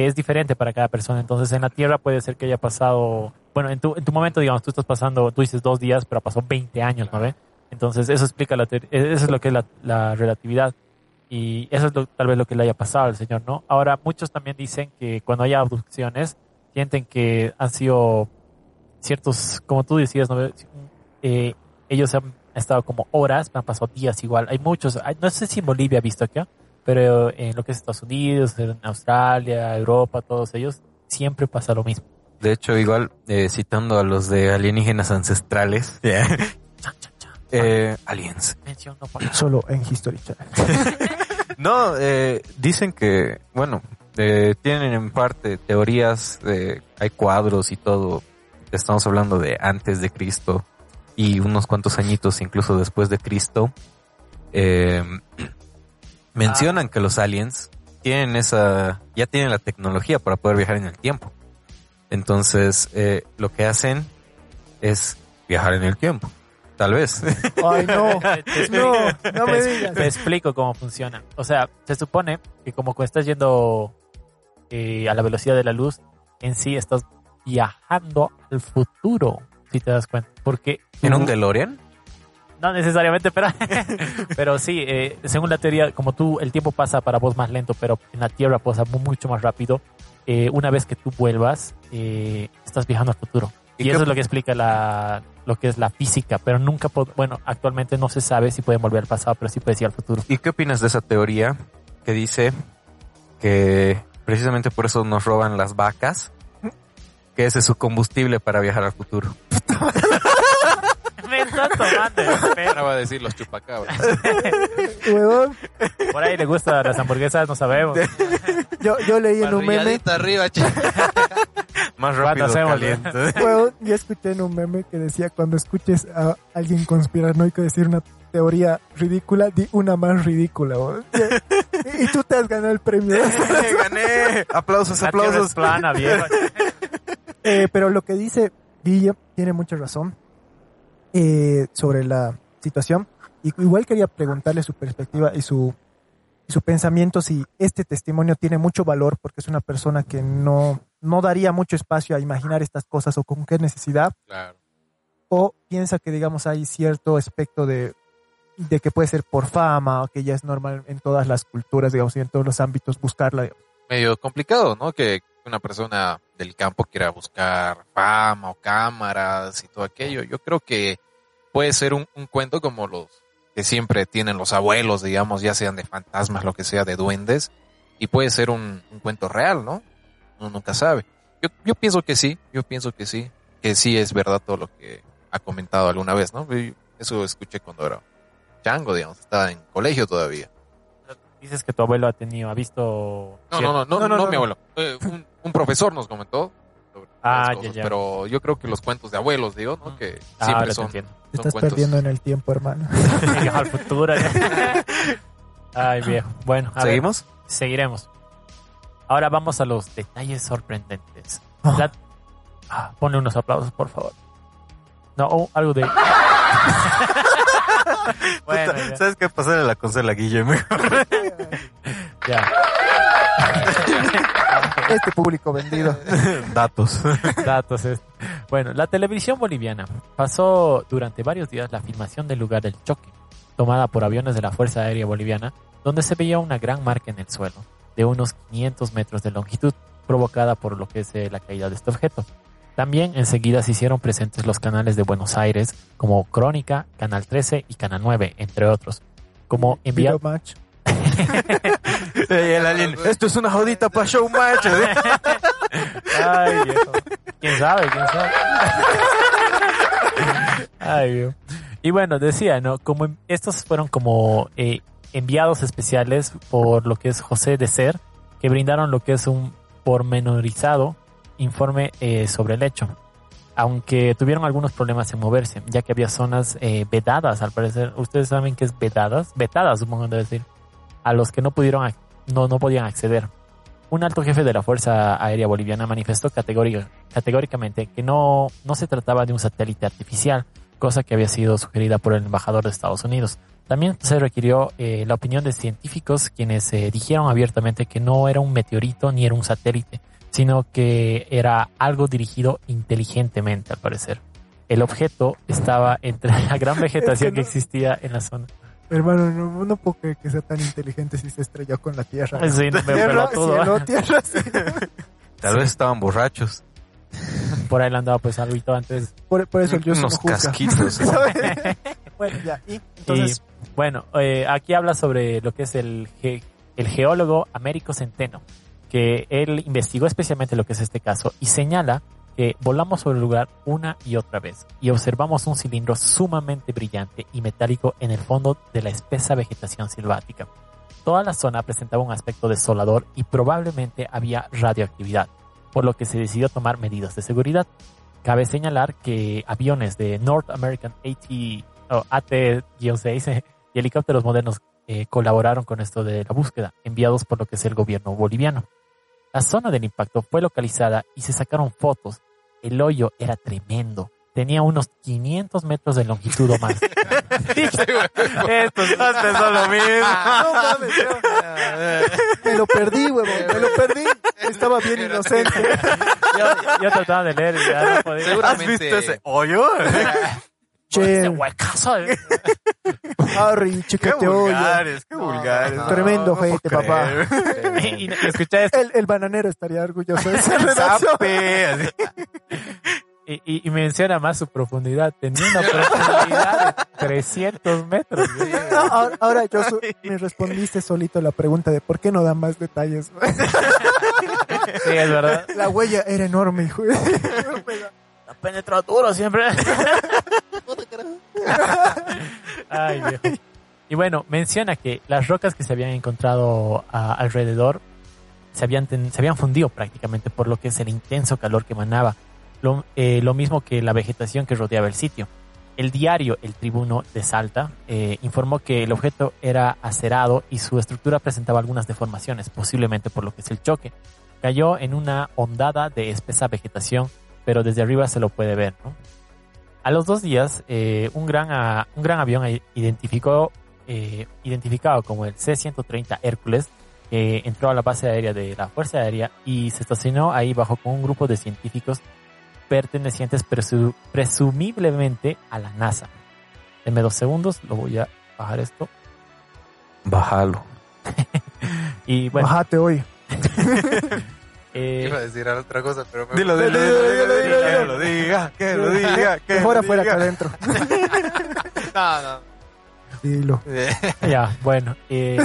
[SPEAKER 3] es diferente para cada persona. Entonces en la Tierra puede ser que haya pasado, bueno, en tu, en tu momento, digamos, tú estás pasando, tú dices dos días, pero pasó 20 años, ¿no ve? Entonces eso explica, la teor- eh, eso es lo que es la, la relatividad. Y eso es lo- tal vez lo que le haya pasado al señor, ¿no? Ahora, muchos también dicen que cuando haya abducciones, sienten que han sido ciertos, como tú decías, ¿no? ve? Eh, ellos han estado como horas, han pasado días igual. Hay muchos, hay- no sé si en Bolivia he visto acá, pero en lo que es Estados Unidos, en Australia, Europa, todos ellos, siempre pasa lo mismo.
[SPEAKER 1] De hecho, igual, eh, citando a los de alienígenas ancestrales.
[SPEAKER 3] Chan, chan, chan.
[SPEAKER 1] eh, aliens.
[SPEAKER 3] Mención no pagada.
[SPEAKER 4] solo en History Channel.
[SPEAKER 1] No, eh, dicen que, bueno, eh, tienen en parte teorías, eh, hay cuadros y todo. Estamos hablando de antes de Cristo y unos cuantos añitos incluso después de Cristo. Eh, *clears throat* mencionan que los aliens tienen esa, ya tienen la tecnología para poder viajar en el tiempo. Entonces, eh, lo que hacen es viajar en el tiempo. Tal vez. *laughs*
[SPEAKER 4] Ay, *laughs* no.
[SPEAKER 3] Te- te explico.
[SPEAKER 4] *laughs* No, no me
[SPEAKER 3] te, te
[SPEAKER 4] digas.
[SPEAKER 3] explico cómo funciona. O sea, se supone que como que estás yendo eh, a la velocidad de la luz, en sí estás viajando al futuro, si te das cuenta. Porque
[SPEAKER 1] ¿En un
[SPEAKER 3] tú-
[SPEAKER 1] DeLorean?
[SPEAKER 3] No necesariamente, pero, pero sí, eh, según la teoría, como tú, el tiempo pasa para vos más lento, pero en la Tierra pasa mu- mucho más rápido. eh, una vez que tú vuelvas, eh, estás viajando al futuro.
[SPEAKER 1] ¿Y
[SPEAKER 3] Y,
[SPEAKER 1] qué-
[SPEAKER 3] eso es lo que explica la, lo que es la física, pero nunca, pod- bueno, actualmente no se sabe si pueden volver al pasado, pero sí puedes ir al futuro.
[SPEAKER 1] ¿Y qué opinas de esa teoría que dice que precisamente por eso nos roban las vacas? Que ese es su combustible para viajar al futuro.
[SPEAKER 3] Me estás tomando el pelo.
[SPEAKER 2] Ahora va a decir los chupacabras.
[SPEAKER 4] Huevón,
[SPEAKER 3] Por ahí le gustan las hamburguesas, no sabemos.
[SPEAKER 4] yo, yo leí en un meme,
[SPEAKER 2] Parrilladita arriba, ch-
[SPEAKER 1] *laughs* Más
[SPEAKER 3] ¿Cuándo
[SPEAKER 1] rápido
[SPEAKER 3] hacemos?
[SPEAKER 1] caliente.
[SPEAKER 4] huevón, yo escuché en un meme que decía, cuando escuches a alguien conspiranoico decir una teoría ridícula, di una más ridícula. huevón. Y tú te has ganado el premio.
[SPEAKER 1] ¡Eh, *laughs* ¡Gané! Aplausos,
[SPEAKER 3] La tierra es
[SPEAKER 1] aplausos.
[SPEAKER 3] plana, viejo.
[SPEAKER 4] Eh, pero lo que dice Guille tiene mucha razón eh, sobre la situación. Y igual quería preguntarle su perspectiva y su, y su pensamiento si este testimonio tiene mucho valor, porque es una persona que no, no daría mucho espacio a imaginar estas cosas o con qué necesidad,
[SPEAKER 2] Claro.
[SPEAKER 4] o piensa que, digamos, hay cierto aspecto de, de que puede ser por fama, o que ya es normal en todas las culturas, digamos, y en todos los ámbitos buscarla. digamos.
[SPEAKER 2] Medio complicado, ¿no? Que una persona del campo quiera buscar fama o cámaras y todo aquello. Yo creo que puede ser un, un cuento como los que siempre tienen los abuelos, digamos, ya sean de fantasmas, lo que sea, de duendes. Y puede ser un, un cuento real, ¿no? Uno nunca sabe. Yo, yo pienso que sí, yo pienso que sí, que sí es verdad todo lo que ha comentado alguna vez, ¿no? Y Eso escuché cuando era chango, digamos, estaba en colegio todavía.
[SPEAKER 3] Dices que tu abuelo ha tenido, ha visto...
[SPEAKER 2] No, no, no, no,
[SPEAKER 4] No,
[SPEAKER 2] no,
[SPEAKER 4] no, no.
[SPEAKER 2] mi abuelo. Eh, un, un profesor nos comentó. sobre
[SPEAKER 3] Ah,
[SPEAKER 2] varias
[SPEAKER 3] ya,
[SPEAKER 2] cosas,
[SPEAKER 3] ya.
[SPEAKER 2] Pero yo creo que los cuentos de abuelos, digo, ¿no? Que
[SPEAKER 3] Ah,
[SPEAKER 2] siempre
[SPEAKER 3] ahora
[SPEAKER 2] son, *laughs*
[SPEAKER 3] te entiendo.
[SPEAKER 4] Te
[SPEAKER 2] son
[SPEAKER 4] estás
[SPEAKER 2] cuentos.
[SPEAKER 4] perdiendo en el tiempo, *laughs* hermano.
[SPEAKER 3] Llegas al futuro. ya. Ay, viejo. Bueno, a ver,
[SPEAKER 1] ¿Seguimos?
[SPEAKER 3] seguiremos. Ahora vamos a los detalles sorprendentes. La- Ah, ponle unos aplausos, por favor. No, oh, algo de... bueno,
[SPEAKER 1] Puta,
[SPEAKER 3] ya.
[SPEAKER 1] ¿Sabes qué? Pasarle la consola a *laughs* Guillermo.
[SPEAKER 3] ya.
[SPEAKER 4] Este público vendido.
[SPEAKER 1] Datos.
[SPEAKER 3] *laughs* datos. es- Bueno, la televisión boliviana pasó durante varios días la filmación del lugar del choque, tomada por aviones de la Fuerza Aérea Boliviana, donde se veía una gran marca en el suelo, de unos 500 metros de longitud, provocada por lo que es eh, la caída de este objeto. También enseguida se hicieron presentes los canales de Buenos Aires, como Crónica, Canal 13 y Canal 9, entre otros. Como enviado,
[SPEAKER 4] Video match.
[SPEAKER 1] Y el
[SPEAKER 2] *laughs*
[SPEAKER 1] alien, Esto es una jodita para showmatch.
[SPEAKER 2] ¿eh?
[SPEAKER 3] Ay, viejo. ¿Quién sabe? ¿Quién sabe? Ay, viejo. Y bueno, decía, ¿no? Como en- estos fueron como eh, enviados especiales por lo que es José de Ser, que brindaron lo que es un pormenorizado informe eh, sobre el hecho. Aunque tuvieron algunos problemas en moverse, ya que había zonas eh, vedadas, al parecer. Ustedes saben que es vedadas, vetadas, supongo que debe decir, a los que no pudieron, ac- no, no podían acceder. Un alto jefe de la Fuerza Aérea Boliviana manifestó categórica- categóricamente que no, no se trataba de un satélite artificial, cosa que había sido sugerida por el embajador de Estados Unidos. También se requirió eh, la opinión de científicos quienes eh, dijeron abiertamente que no era un meteorito ni era un satélite, sino que era algo dirigido inteligentemente al parecer. El objeto estaba entre *laughs* la gran vegetación
[SPEAKER 4] no-
[SPEAKER 3] que existía en la zona.
[SPEAKER 4] Hermano, no, no puedo creer que sea tan inteligente si se estrelló con la tierra.
[SPEAKER 3] Sí, no,
[SPEAKER 4] *laughs*
[SPEAKER 3] pero
[SPEAKER 4] tierra,
[SPEAKER 3] pelotudo.
[SPEAKER 4] cielo, tierra, sí.
[SPEAKER 1] *laughs* Tal vez estaban borrachos.
[SPEAKER 3] Por ahí le andaba pues algo antes.
[SPEAKER 4] Por, por eso yo
[SPEAKER 1] unos casquitos.
[SPEAKER 4] ¿sabes? *laughs* bueno, ya. Y entonces,
[SPEAKER 3] Y, bueno, eh, aquí habla sobre lo que es el, ge- el geólogo Américo Centeno, que él investigó especialmente lo que es este caso y señala que volamos sobre el lugar una y otra vez y observamos un cilindro sumamente brillante y metálico en el fondo de la espesa vegetación silvática. Toda la zona presentaba un aspecto desolador y probablemente había radioactividad, por lo que se decidió tomar medidas de seguridad. Cabe señalar que aviones de North American AT, o AT-6 y helicópteros modernos eh, colaboraron con esto de la búsqueda, enviados por lo que es el gobierno boliviano. La zona del impacto fue localizada y se sacaron fotos. El hoyo era tremendo. Tenía unos 500 metros de longitud o más. *laughs* Esto es-
[SPEAKER 1] Pensó lo
[SPEAKER 4] *laughs* no mames, yo
[SPEAKER 3] *laughs*
[SPEAKER 4] me lo perdí, huevón, me lo perdí. Estaba bien inocente.
[SPEAKER 3] yo, *laughs* yo trataba de leer y ya no podía.
[SPEAKER 1] ¿Has
[SPEAKER 2] Seguramente-
[SPEAKER 1] visto ese *laughs* hoyo?
[SPEAKER 3] Ese
[SPEAKER 4] Che,
[SPEAKER 3] huecazo. eh.
[SPEAKER 4] Harry,
[SPEAKER 1] *laughs* Qué
[SPEAKER 4] chiquete hoyo.
[SPEAKER 1] vulgares, qué
[SPEAKER 2] No,
[SPEAKER 1] vulgares.
[SPEAKER 2] no, no,
[SPEAKER 4] Tremendo
[SPEAKER 1] puedo
[SPEAKER 4] gente, papá.
[SPEAKER 1] creer.
[SPEAKER 3] Y, y
[SPEAKER 1] *laughs*
[SPEAKER 3] escuché esto
[SPEAKER 4] El, el bananero estaría orgulloso de esa redacción.
[SPEAKER 1] Zape, así.
[SPEAKER 3] y, y- y menciona más su profundidad. Tenía una profundidad de 300 metros.
[SPEAKER 4] No, ahora, ahora yo su- me respondiste solito la pregunta de por qué no da más detalles.
[SPEAKER 3] Sí, es verdad.
[SPEAKER 4] La huella era enorme, hijo.
[SPEAKER 3] Ha penetrado duro siempre. *laughs* Ay, viejo. Y bueno, menciona que las rocas que se habían encontrado ah, alrededor se habían, ten- se habían fundido prácticamente por lo que es el intenso calor que emanaba. Lo, eh, lo mismo que la vegetación que rodeaba el sitio. El diario El Tribuno de Salta eh, informó que el objeto era acerado y su estructura presentaba algunas deformaciones, posiblemente por lo que es el choque. Cayó en una ondada de espesa vegetación, pero desde arriba se lo puede ver. ¿no? A los dos días, eh, un, gran, a- un gran avión i- identificó, eh, identificado como el C-130 Hércules que entró a la base aérea de la Fuerza Aérea y se estacionó ahí bajo con un grupo de científicos pertenecientes presu- presumiblemente a la NASA. Deme dos segundos, lo voy a bajar esto.
[SPEAKER 1] Bájalo.
[SPEAKER 3] Y bueno,
[SPEAKER 4] Bájate hoy.
[SPEAKER 3] eh, *laughs*
[SPEAKER 2] Iba a decir otra cosa, pero me...
[SPEAKER 1] Dilo, dilo, dilo, dilo, dilo, dilo, que lo diga, que lo diga, que
[SPEAKER 4] Mejor
[SPEAKER 1] lo
[SPEAKER 4] afuera que
[SPEAKER 1] diga.
[SPEAKER 4] adentro.
[SPEAKER 2] No, no.
[SPEAKER 4] Dilo.
[SPEAKER 3] ya, bueno, eh,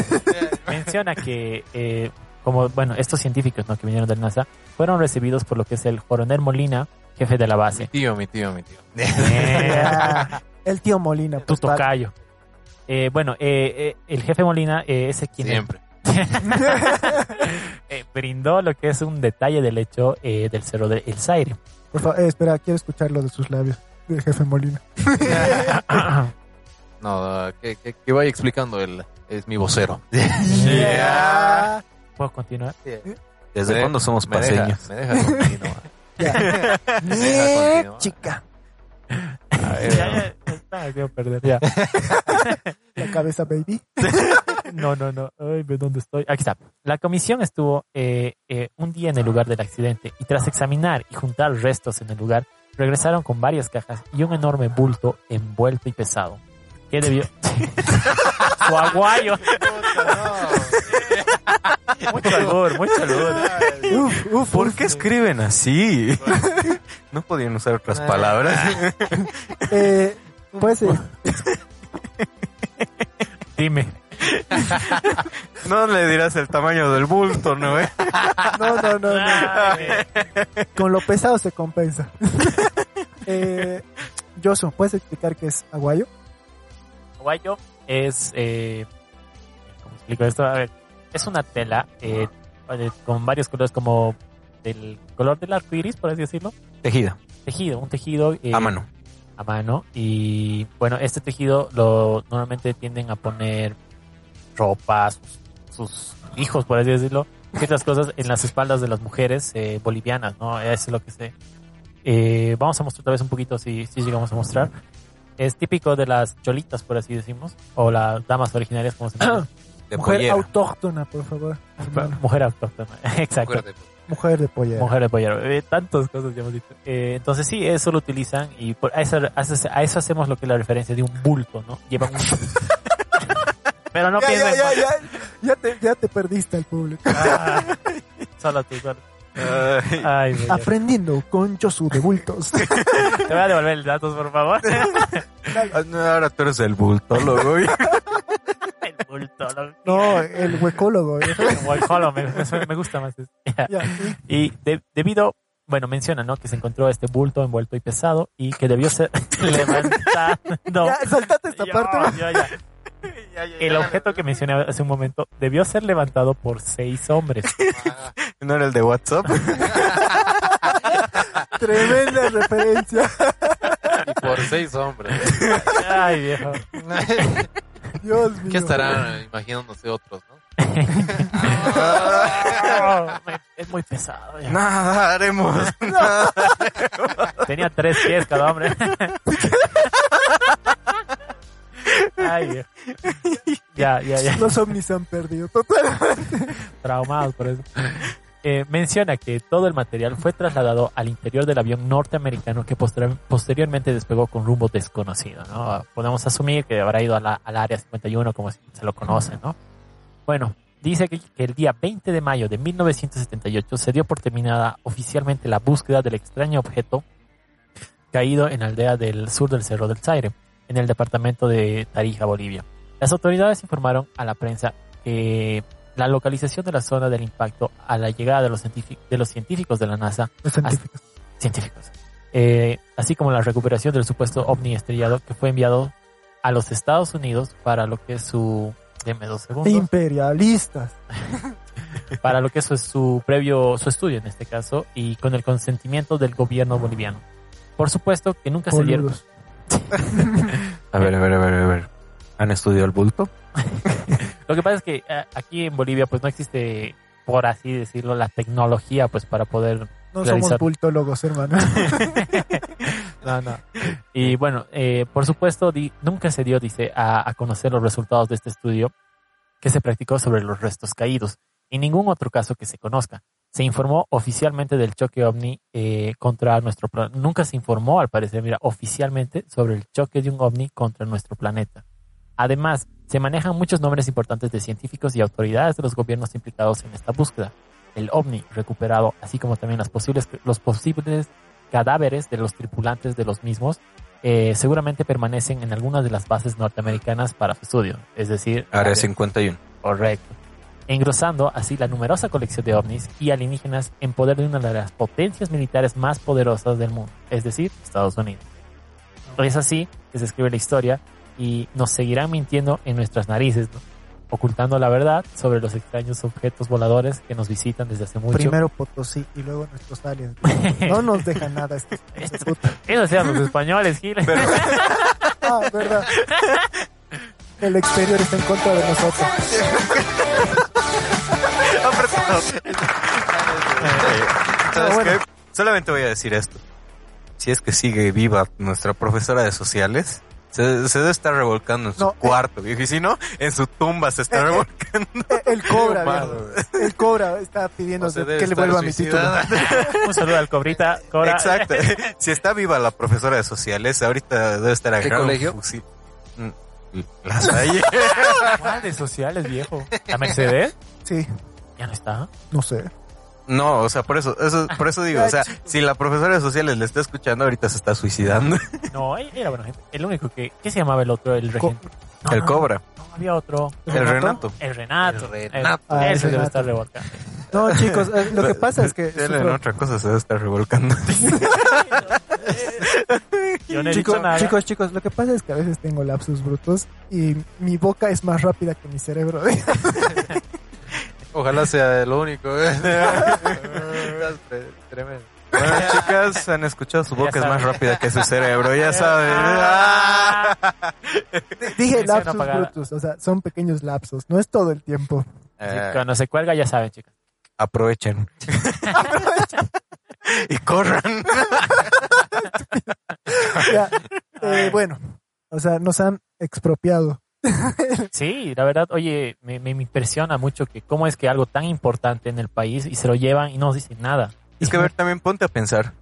[SPEAKER 3] menciona que, eh, como, bueno, estos científicos ¿no? que vinieron de la NASA fueron recibidos por lo que es el coronel Molina, jefe de la
[SPEAKER 2] Mi
[SPEAKER 3] base.
[SPEAKER 2] tío, mi tío, mi tío.
[SPEAKER 1] Eh.
[SPEAKER 4] Ah, *laughs* el tío Molina.
[SPEAKER 3] Tu
[SPEAKER 4] pues, padre.
[SPEAKER 3] tocayo. Eh, bueno, eh, eh, el jefe Molina eh, ese
[SPEAKER 2] *laughs*
[SPEAKER 3] quien
[SPEAKER 2] Siempre.
[SPEAKER 3] eh, brindó lo que es un detalle del hecho eh, del Cerro del El Zaire.
[SPEAKER 4] Por favor, eh, espera, quiero escucharlo de sus labios. Del jefe Molina.
[SPEAKER 2] No, que, que, que vaya explicando él. Es mi vocero.
[SPEAKER 3] Yeah. ¿Puedo continuar?
[SPEAKER 1] ¿Desde
[SPEAKER 2] Me-
[SPEAKER 1] cuándo somos
[SPEAKER 2] Me deja,
[SPEAKER 1] paseños?
[SPEAKER 2] me deja continuar.
[SPEAKER 4] Ya.
[SPEAKER 2] Deja
[SPEAKER 3] *laughs*
[SPEAKER 2] continuar.
[SPEAKER 4] Chica.
[SPEAKER 2] A ver,
[SPEAKER 3] Ya, ya, ya está, me quiero perder, ya.
[SPEAKER 4] La cabeza, baby.
[SPEAKER 3] No, no, no. Ay, ve ¿dónde estoy? Aquí está. La comisión estuvo eh, eh, un día en el lugar del accidente y tras examinar y juntar restos en el lugar, regresaron con varias cajas y un enorme bulto envuelto y pesado. ¿Qué *laughs* debió? Guaguayo. Mucho albur, mucho albur.
[SPEAKER 4] Uf, uf,
[SPEAKER 1] ¿Por
[SPEAKER 4] uf.
[SPEAKER 1] qué escriben así? *laughs* No podían usar otras palabras.
[SPEAKER 4] Eh,
[SPEAKER 1] *laughs*
[SPEAKER 4] pues eh,
[SPEAKER 3] Dime.
[SPEAKER 1] No le dirás el tamaño del bulto, ¿no? eh?
[SPEAKER 4] no, no, no, no.
[SPEAKER 3] Ay,
[SPEAKER 4] Con lo pesado se compensa. *laughs* eh, Joshua, ¿puedes explicar qué es aguayo?
[SPEAKER 3] Guayo es. eh, ¿Cómo explico esto? A ver, es una tela eh, eh, con varios colores, como del color del arco iris, por así decirlo.
[SPEAKER 1] Tejida,
[SPEAKER 3] Tejido, un tejido. eh,
[SPEAKER 1] a mano.
[SPEAKER 3] A mano. Y bueno, este tejido lo normalmente tienden a poner ropas, sus, sus hijos, por así decirlo. Ciertas cosas en las espaldas de las mujeres eh, bolivianas, ¿no? Eso es lo que sé. Eh, vamos a mostrar otra vez un poquito si, si llegamos a mostrar. Es típico de las cholitas, por así decimos, o las damas originarias, como se llama.
[SPEAKER 1] De
[SPEAKER 4] Mujer
[SPEAKER 1] pollera.
[SPEAKER 4] autóctona, por favor. hermano.
[SPEAKER 3] Mujer autóctona, *laughs* exacto.
[SPEAKER 2] Acuérdate.
[SPEAKER 4] Mujer de pollera.
[SPEAKER 3] Mujer de pollero. Eh, tantas cosas ya hemos dicho. Eh, entonces sí, eso lo utilizan y por, a, eso, a eso- a eso hacemos lo que es la referencia de un bulto, ¿no? Llevan un...
[SPEAKER 4] *laughs*
[SPEAKER 3] Pero no
[SPEAKER 4] Ya,
[SPEAKER 3] piensen...
[SPEAKER 4] ya, ya, ya, ya te, ya te perdiste al público.
[SPEAKER 3] Ah, solo tú, solo.
[SPEAKER 1] Ay,
[SPEAKER 3] Ay, me lloro.
[SPEAKER 4] Aprendiendo con Josu de bultos.
[SPEAKER 3] Te voy a devolver el datos, por
[SPEAKER 4] *laughs*
[SPEAKER 3] favor.
[SPEAKER 1] ah, no, ahora tú eres el bultólogo. ¿eh?
[SPEAKER 3] el bulto. lo-
[SPEAKER 4] No, el huecólogo. eh.
[SPEAKER 3] Guay, jolo, me, me- me gusta más. eso.
[SPEAKER 4] Ya, y-
[SPEAKER 3] Y de- debido... Bueno, menciona, ¿no? Que se encontró este bulto envuelto y pesado y que debió ser *laughs* levantado.
[SPEAKER 4] ya, saltate esta
[SPEAKER 3] Ya,
[SPEAKER 4] parte. ¿no?
[SPEAKER 3] ya, *laughs* ya. El objeto que mencioné hace un momento debió ser levantado por seis *laughs* hombres.
[SPEAKER 1] ¿No era el de *laughs* WhatsApp?
[SPEAKER 4] Tremenda referencia.
[SPEAKER 2] Y por seis hombres.
[SPEAKER 3] Ay, viejo.
[SPEAKER 4] Dios mío.
[SPEAKER 2] ¿Qué estarán imaginándose otros, no?
[SPEAKER 3] No, me- es muy pesado. ya.
[SPEAKER 1] Nada haremos.
[SPEAKER 3] Tenía tres pies cada hombre. *laughs* Ay, viejo. Ya, ya, ya.
[SPEAKER 4] Los ovnis se han perdido. Total.
[SPEAKER 3] Traumados por eso. Eh, menciona que todo el material fue trasladado al interior del avión norteamericano que postre- posteriormente despegó con rumbo desconocido. ¿no? Podemos asumir que habrá ido a la- al área 51 como se se lo conoce. ¿no? Bueno, dice que, que el día 20 de mayo de 1978 se dio por terminada oficialmente la búsqueda del extraño objeto caído en la aldea del sur del Cerro del Zaire, en el departamento de Tarija, Bolivia. Las autoridades informaron a la prensa que la localización de la zona del impacto a la llegada de los, científic- de los científicos de la NASA, científicos, eh, así como la recuperación del supuesto ovni estrellado que fue enviado a los Estados Unidos para lo que es su... Deme dos segundos
[SPEAKER 4] Imperialistas.
[SPEAKER 3] para lo que es su, su previo su estudio en este caso y con el consentimiento del gobierno boliviano. Por supuesto que nunca se dieron
[SPEAKER 4] Boludos.
[SPEAKER 1] A ver, a ver, a ver, a ver. ¿Han estudiado el bulto?
[SPEAKER 3] Lo que pasa es que eh, aquí en Bolivia pues no existe, por así decirlo, la tecnología pues para poder...
[SPEAKER 4] No
[SPEAKER 3] Realizar-
[SPEAKER 4] somos bultólogos, hermano.
[SPEAKER 3] No, no. Y bueno, eh, por supuesto, di- nunca se dio, dice, a, a conocer los resultados de este estudio que se practicó sobre los restos caídos y ningún otro caso que se conozca. Se informó oficialmente del choque ovni eh, contra nuestro planeta. Nunca se informó, al parecer, mira, oficialmente sobre el choque de un ovni contra nuestro planeta. Además, se manejan muchos nombres importantes de científicos y autoridades de los gobiernos implicados en esta búsqueda. El ovni recuperado, así como también las posibles, los posibles cadáveres de los tripulantes de los mismos eh, seguramente permanecen en algunas de las bases norteamericanas para su estudio, es decir,
[SPEAKER 1] Área
[SPEAKER 3] área-
[SPEAKER 1] 51.
[SPEAKER 3] Correcto. Engrosando así la numerosa colección de ovnis y alienígenas en poder de una de las potencias militares más poderosas del mundo, es decir, Estados Unidos. Es así que se escribe la historia y nos seguirán mintiendo en nuestras narices, ¿no? ocultando la verdad sobre los extraños objetos voladores que nos visitan desde hace mucho.
[SPEAKER 4] Primero Potosí y luego nuestros aliens.
[SPEAKER 1] *laughs*
[SPEAKER 3] *laughs*
[SPEAKER 4] No nos dejan nada. este. estos hijos de puta.
[SPEAKER 3] Esos eran los españoles, Gil.
[SPEAKER 4] Ah, verdad. El exterior está en contra de nosotros.
[SPEAKER 1] *laughs* ¿Sabes
[SPEAKER 4] bueno.
[SPEAKER 1] qué? Solamente voy a decir esto. Si es que sigue viva nuestra profesora de sociales, se, se debe estar revolcando en su
[SPEAKER 4] No, eh.
[SPEAKER 1] cuarto, viejo. Y si no, en su tumba se está
[SPEAKER 4] Eh, eh.
[SPEAKER 1] revolcando.
[SPEAKER 4] Eh, El cobra, viejo.
[SPEAKER 1] Tumbado, güey.
[SPEAKER 4] el cobra está pidiendo
[SPEAKER 1] O se debe
[SPEAKER 4] que le
[SPEAKER 1] estar
[SPEAKER 4] vuelva mi título.
[SPEAKER 1] suicidada.
[SPEAKER 3] *laughs*
[SPEAKER 4] *laughs*
[SPEAKER 3] Un saludo al cobrita.
[SPEAKER 1] *laughs*
[SPEAKER 3] Cobra.
[SPEAKER 1] Exacto. si está viva la profesora de sociales, ahorita debe estar agarrando un
[SPEAKER 2] colegio?
[SPEAKER 1] fusil. Mm, La Salle.
[SPEAKER 3] ¿Cuál de sociales, viejo? ¿La Mercedes?
[SPEAKER 4] Sí,
[SPEAKER 3] Ya no está.
[SPEAKER 4] no sé.
[SPEAKER 1] *laughs* No, o sea, por eso, eso, por eso digo, o
[SPEAKER 4] *laughs*
[SPEAKER 1] sea, si la profesora de sociales le está escuchando, ahorita se está suicidando.
[SPEAKER 3] No, él era buena gente. El único que. ¿Qué se llamaba el otro? El
[SPEAKER 4] Co-
[SPEAKER 3] regente. No,
[SPEAKER 1] El
[SPEAKER 3] no,
[SPEAKER 1] cobra,
[SPEAKER 3] No, había otro.
[SPEAKER 1] el Renato.
[SPEAKER 3] El Renato.
[SPEAKER 2] El
[SPEAKER 4] Renato.
[SPEAKER 3] El-
[SPEAKER 4] Ah, el
[SPEAKER 3] ese debe
[SPEAKER 4] Renato.
[SPEAKER 3] estar revolcando.
[SPEAKER 1] *laughs*
[SPEAKER 4] No, chicos, eh, lo que pasa es que
[SPEAKER 1] Él en
[SPEAKER 4] sufro-
[SPEAKER 1] otra cosa se debe estar
[SPEAKER 4] *laughs*
[SPEAKER 1] revolcando.
[SPEAKER 3] Yo no he
[SPEAKER 4] Chicos,
[SPEAKER 3] dicho nada.
[SPEAKER 4] chicos, chicos, lo que pasa es que a veces tengo lapsus brutos y mi boca es más rápida que mi cerebro. *laughs*
[SPEAKER 2] Ojalá sea lo
[SPEAKER 3] *laughs*
[SPEAKER 2] único. ¿eh? Estás tre- Tremendo.
[SPEAKER 1] Bueno, chicas, han escuchado su boca
[SPEAKER 3] Ya
[SPEAKER 1] es más
[SPEAKER 3] saben.
[SPEAKER 1] rápida que su cerebro,
[SPEAKER 3] *laughs*
[SPEAKER 1] ya saben. Ah.
[SPEAKER 3] Ah,
[SPEAKER 4] Dije
[SPEAKER 3] Mención
[SPEAKER 4] lapsus
[SPEAKER 3] apagada.
[SPEAKER 4] brutos, o sea, son pequeños lapsos, no es todo el tiempo.
[SPEAKER 1] Eh,
[SPEAKER 3] Cuando se cuelga, ya saben, chicos. *laughs*
[SPEAKER 1] aprovechen. y corran.
[SPEAKER 3] *laughs*
[SPEAKER 4] Ya, eh, bueno, o sea, nos han expropiado.
[SPEAKER 3] Sí, la verdad, oye, me, me impresiona mucho que cómo es que algo tan importante en el país y se lo llevan y no nos dicen nada.
[SPEAKER 1] Es que a ver, también ponte a pensar.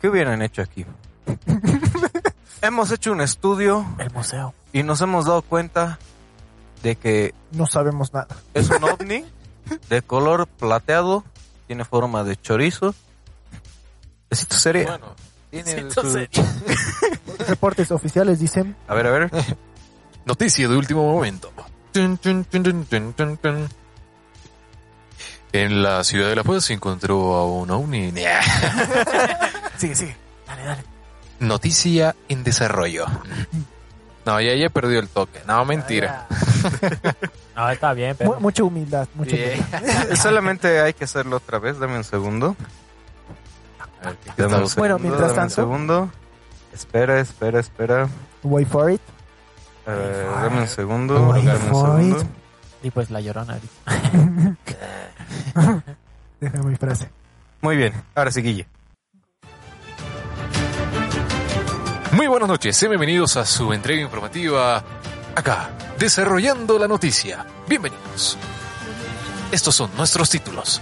[SPEAKER 1] ¿Qué hubieran hecho
[SPEAKER 4] *laughs*
[SPEAKER 1] aquí? hemos hecho un estudio
[SPEAKER 3] El museo.
[SPEAKER 1] y nos hemos dado cuenta de que
[SPEAKER 4] No sabemos nada.
[SPEAKER 1] es un ovni de color plateado, tiene forma de chorizo. Esto sería.
[SPEAKER 2] Bueno, tiene
[SPEAKER 3] Sí,
[SPEAKER 2] el-
[SPEAKER 3] entonces-
[SPEAKER 2] su-
[SPEAKER 4] Reportes oficiales dicen,
[SPEAKER 1] A ver, a ver.
[SPEAKER 2] Noticia de último momento. Tun, tun, tun, tun, tun, tun, tun. En la ciudad de La Paz se encontró a un ovni.
[SPEAKER 4] sí, sí,
[SPEAKER 3] Dale, dale.
[SPEAKER 2] Noticia en desarrollo. No, ya, ya perdió el toque. No, mentira.
[SPEAKER 3] Ah, No, está bien,
[SPEAKER 4] mu-
[SPEAKER 3] pero.
[SPEAKER 4] mucha humildad, mucha humildad.
[SPEAKER 1] *laughs* Solamente hay que hacerlo otra vez. Dame un segundo.
[SPEAKER 2] A ver, ¿qué- qué
[SPEAKER 1] Dame un
[SPEAKER 2] estamos-
[SPEAKER 4] Bueno,
[SPEAKER 1] segundo,
[SPEAKER 4] mientras
[SPEAKER 1] dame un
[SPEAKER 4] tanto.
[SPEAKER 1] segundo. Espera, espera, espera.
[SPEAKER 4] Wait for it. *laughs*
[SPEAKER 1] Eh, dame un segundo.
[SPEAKER 4] Wait
[SPEAKER 1] dame un
[SPEAKER 4] for
[SPEAKER 1] segundo.
[SPEAKER 4] it.
[SPEAKER 3] Y pues la llorona. ahorita.
[SPEAKER 4] Déjame mi frase.
[SPEAKER 1] Muy bien. Ahora sí, Guille.
[SPEAKER 2] Muy buenas noches, sean bienvenidos a su entrega informativa acá, desarrollando la noticia. Bienvenidos. Estos son nuestros títulos.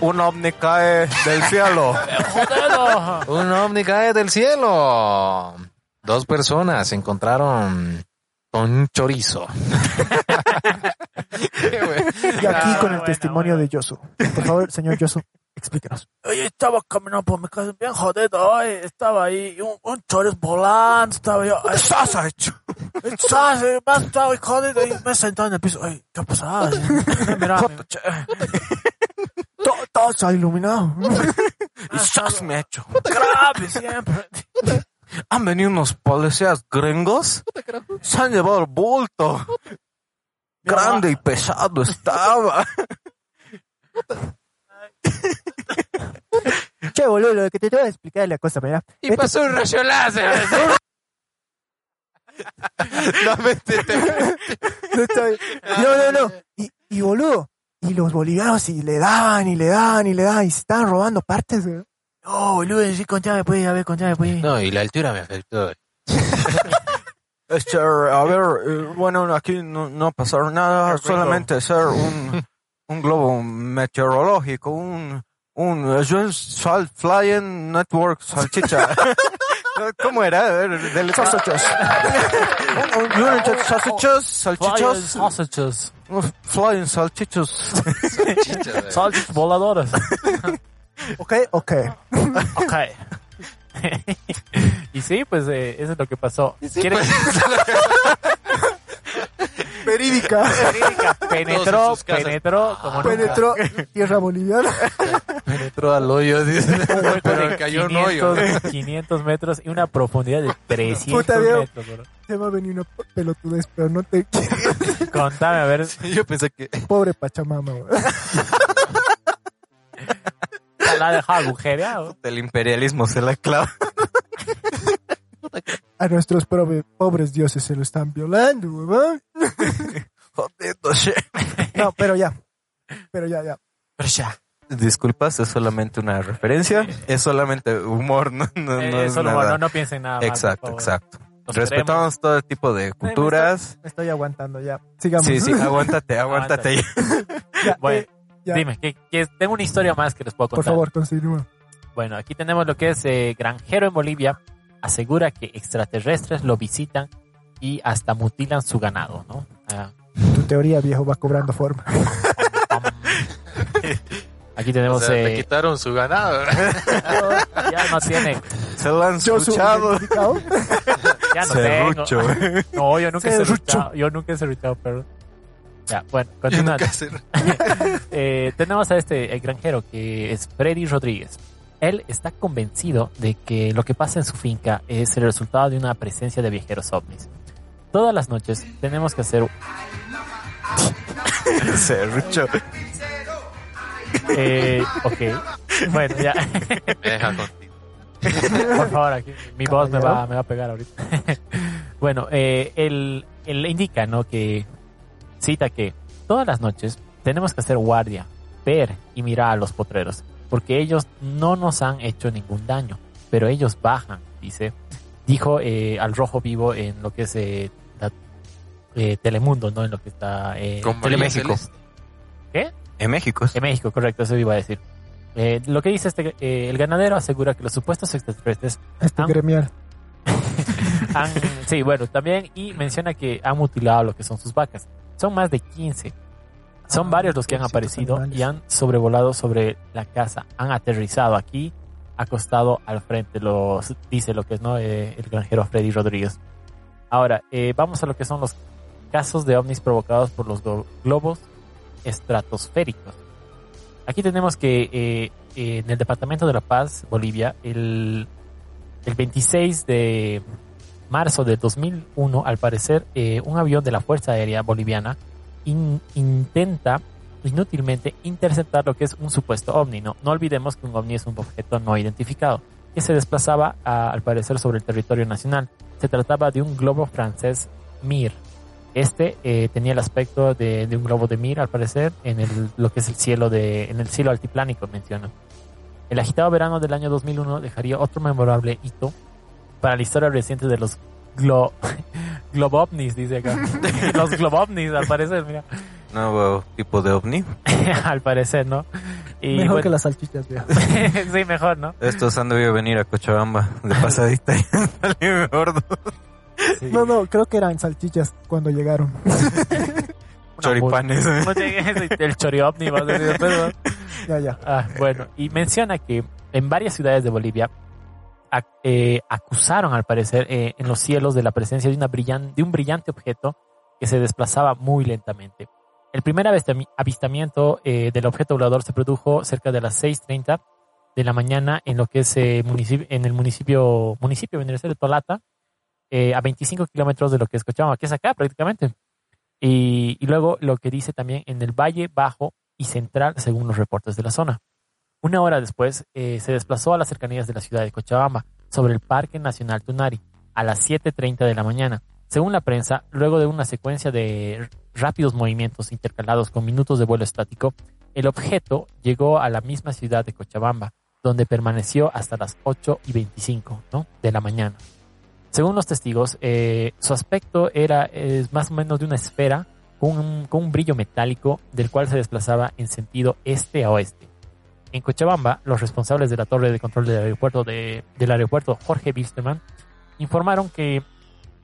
[SPEAKER 1] Un ovni cae del cielo.
[SPEAKER 3] ¡Joder!
[SPEAKER 2] Un ovni cae del cielo. Dos personas se encontraron con un chorizo.
[SPEAKER 4] Y aquí
[SPEAKER 3] Ah,
[SPEAKER 4] con el
[SPEAKER 3] bueno,
[SPEAKER 4] testimonio
[SPEAKER 3] bueno.
[SPEAKER 4] de Yosu. Por favor, señor Yosu, explíquenos.
[SPEAKER 5] Oye, estaba caminando por mi casa bien jodido, eh, estaba ahí y un, un chorizo volando, estaba yo, ay,
[SPEAKER 1] ¡Sas ha hecho!
[SPEAKER 5] ¿sabes? Eh, más estaba ahí jodido y me senté en el piso, ay, ¿qué pasaba? Mira,
[SPEAKER 4] Todo, todo se ha iluminado.
[SPEAKER 1] ¡Y sas me ha hecho!
[SPEAKER 5] grave siempre.
[SPEAKER 1] Han venido unos policías gringos. Se han llevado el bulto. Grande y pesado estaba.
[SPEAKER 4] Che, boludo, lo que te voy a explicar es la cosa, mira.
[SPEAKER 2] Y pasó un rayo láser. *laughs* no, vete, te-
[SPEAKER 4] No, estoy-
[SPEAKER 5] Ah,
[SPEAKER 4] no, no. no. Y, y, boludo, y los bolivianos y le daban y le daban y le daban y se estaban robando partes. güey.
[SPEAKER 5] No, boludo, sí, contame, pues, a ver, contame, pues.
[SPEAKER 2] No, y la altura me afectó.
[SPEAKER 1] Este, a ver, eh, bueno, aquí no, no pasaron nada, solamente ser
[SPEAKER 2] *laughs*
[SPEAKER 1] un, un globo meteorológico, un, un eh, yo, Salt Flying Network Salchicha.
[SPEAKER 2] *laughs*
[SPEAKER 1] Eh, ¿Cómo era? A ver, del sausages. Un- un- un- Sausages, salchichas,
[SPEAKER 3] sausages.
[SPEAKER 1] un flying salchichas.
[SPEAKER 3] Salchichas voladoras.
[SPEAKER 4] Ok, ok.
[SPEAKER 3] Ok. *laughs* y sí, pues eh, eso es lo que pasó. ¿Quiere-
[SPEAKER 5] *laughs*
[SPEAKER 4] Verídica.
[SPEAKER 3] Penetró,
[SPEAKER 2] En sus casas.
[SPEAKER 3] penetró, como nunca.
[SPEAKER 4] Penetró tierra boliviana.
[SPEAKER 2] Penetró al hoyo,
[SPEAKER 1] *laughs*
[SPEAKER 2] dice.
[SPEAKER 3] Un hueco
[SPEAKER 2] Pero
[SPEAKER 3] de
[SPEAKER 2] cayó un hoyo.
[SPEAKER 3] 500, 500 metros y una profundidad de 300
[SPEAKER 4] Puta, Diego.
[SPEAKER 3] metros. bro.
[SPEAKER 4] Se va a venir una pelotudez, pero no te
[SPEAKER 3] Contame, a ver,
[SPEAKER 2] Yo pensé que
[SPEAKER 4] Pobre Pachamama, güey.
[SPEAKER 3] ¿la dejó agujereado?
[SPEAKER 1] El imperialismo se la clava.
[SPEAKER 4] A nuestros probe- pobres dioses se lo están violando, güey.
[SPEAKER 1] Jodido, che.
[SPEAKER 4] No, pero ya. Pero ya, ya.
[SPEAKER 1] Disculpas, es solamente una referencia, es solamente humor, *laughs* no, no, no
[SPEAKER 3] Eh,
[SPEAKER 1] es
[SPEAKER 3] solo,
[SPEAKER 1] nada.
[SPEAKER 3] bueno, no piensen nada. más,
[SPEAKER 1] exacto,
[SPEAKER 3] por favor.
[SPEAKER 1] exacto.
[SPEAKER 3] Nos
[SPEAKER 1] Respetamos todo tipo de culturas.
[SPEAKER 4] Me estoy aguantando, ya. Sigamos.
[SPEAKER 1] Sí, sí, aguántate, aguántate.
[SPEAKER 4] Ya,
[SPEAKER 3] Bueno,
[SPEAKER 4] eh, ya.
[SPEAKER 3] Dime, que, tengo una historia más que les puedo
[SPEAKER 4] por
[SPEAKER 3] contar.
[SPEAKER 4] favor, continúa.
[SPEAKER 3] Bueno, aquí tenemos lo que es eh, granjero en Bolivia. Asegura que extraterrestres lo visitan y hasta mutilan su ganado, ¿no? Ah,
[SPEAKER 4] Tu teoría, viejo, va cobrando forma.
[SPEAKER 3] pam.
[SPEAKER 1] *laughs*
[SPEAKER 3] Aquí
[SPEAKER 2] o
[SPEAKER 3] tenemos...
[SPEAKER 2] sea, le
[SPEAKER 3] eh,
[SPEAKER 2] quitaron su ganado. *laughs*
[SPEAKER 3] *laughs* ya no tiene...
[SPEAKER 1] *laughs* Se lo han
[SPEAKER 4] *laughs* Yo soy
[SPEAKER 1] escuchado.
[SPEAKER 4] identificado.
[SPEAKER 3] Ya no
[SPEAKER 1] *laughs*
[SPEAKER 3] tengo.
[SPEAKER 1] Serrucho.
[SPEAKER 3] No, yo nunca he
[SPEAKER 4] Serrucho.
[SPEAKER 3] serruchado. Yo nunca he serruchado, perdón. Ya, bueno, continuando. *laughs* Eh, tenemos a este el granjero que es Freddy Rodríguez. Él está convencido de que lo que pasa en su finca es el resultado de una presencia de viajeros ovnis. Todas las noches tenemos que hacer,
[SPEAKER 1] Serrucho.
[SPEAKER 3] eh, ok, bueno ya,
[SPEAKER 2] Me deja contigo.
[SPEAKER 3] por favor, aquí, mi voz me va, me va a pegar ahorita. *laughs* bueno, eh, él, él indica, ¿no? Que cita que todas las noches tenemos que hacer guardia, ver y mirar a los potreros, porque ellos no nos han hecho ningún daño, pero ellos bajan, dice, dijo eh, al rojo vivo en lo que es eh, la- eh, Telemundo, ¿no? En lo que está eh,
[SPEAKER 2] Con María
[SPEAKER 3] Teleméxico.
[SPEAKER 2] Celeste.
[SPEAKER 1] En México.
[SPEAKER 3] En México, correcto, eso iba a decir. Eh, lo que dice este, eh, el ganadero asegura que los supuestos extraterrestres
[SPEAKER 4] Este
[SPEAKER 3] Ah.
[SPEAKER 4] gremial.
[SPEAKER 3] han, sí, bueno, también, y menciona que han mutilado lo que son sus vacas. Son más de 15. Son
[SPEAKER 4] Ah,
[SPEAKER 3] varios los que han
[SPEAKER 4] pobrecitos
[SPEAKER 3] aparecido
[SPEAKER 4] animales.
[SPEAKER 3] y han sobrevolado sobre la casa. Han aterrizado aquí, acostado al frente, los, dice lo que es ¿no? Eh, el granjero Freddy Rodríguez. Ahora, eh, vamos a lo que son los casos de ovnis provocados por los glo- globos estratosféricos. Aquí tenemos que eh, eh, en el departamento de La Paz, Bolivia, el, el 26 de marzo de 2001, al parecer, eh, un avión de la Fuerza Aérea Boliviana in- intenta inútilmente interceptar lo que es un supuesto ovni. ¿no? no olvidemos que un ovni es un objeto no identificado que se desplazaba, a- al parecer, sobre el territorio nacional. Se trataba de un globo francés Mir. Este eh, tenía el aspecto de, de un globo de Mir, al parecer, en el, lo que es el cielo de, en el cielo altiplánico, menciona. El agitado verano del año 2001 dejaría otro memorable hito para la historia reciente de los glo *laughs* globovnis,
[SPEAKER 4] *laughs*
[SPEAKER 3] dice acá. los globovnis, al parecer, mira.
[SPEAKER 1] Nuevo tipo de ovni.
[SPEAKER 3] al parecer, ¿no? Y
[SPEAKER 4] Mejor que
[SPEAKER 3] bueno,
[SPEAKER 4] las salchichas, viejo.
[SPEAKER 3] sí, mejor, ¿no?
[SPEAKER 1] Estos han debido venir a Cochabamba *laughs* de pasadita y salió gordo.
[SPEAKER 3] *laughs* Sí.
[SPEAKER 4] No, no, creo que eran salchichas cuando llegaron.
[SPEAKER 3] Una
[SPEAKER 1] Choripanes.
[SPEAKER 3] hamburguesa. ¿Cómo te digas? El choriovni, vas a decir después, ¿no?
[SPEAKER 4] Ya, ya.
[SPEAKER 3] Ah, bueno, y menciona que en varias ciudades de Bolivia ac- eh, acusaron, al parecer, eh, en los cielos de la presencia de, una brillan- de un brillante objeto que se desplazaba muy lentamente. El primer avistami- avistamiento eh, del objeto volador se produjo cerca de las 6.30 de la mañana en lo que es eh, municipio, en el municipio, municipio vendría a ser de Tolata, eh, a 25 kilómetros de lo que es Cochabamba, que es acá prácticamente. Y, y luego lo que dice también en el Valle Bajo y Central, según los reportes de la zona. Una hora después, eh, se desplazó a las cercanías de la ciudad de Cochabamba, sobre el Parque Nacional Tunari, a las 7.30 de la mañana. Según la prensa, luego de una secuencia de r- rápidos movimientos intercalados con minutos de vuelo estático, el objeto llegó a la misma ciudad de Cochabamba, donde permaneció hasta las 8 y 25 ¿no? de la mañana. Según los testigos, eh, su aspecto era eh, más o menos de una esfera con un, con un brillo metálico del cual se desplazaba en sentido este a oeste. En Cochabamba, los responsables de la torre de control del aeropuerto, de- del aeropuerto Jorge Bisterman informaron que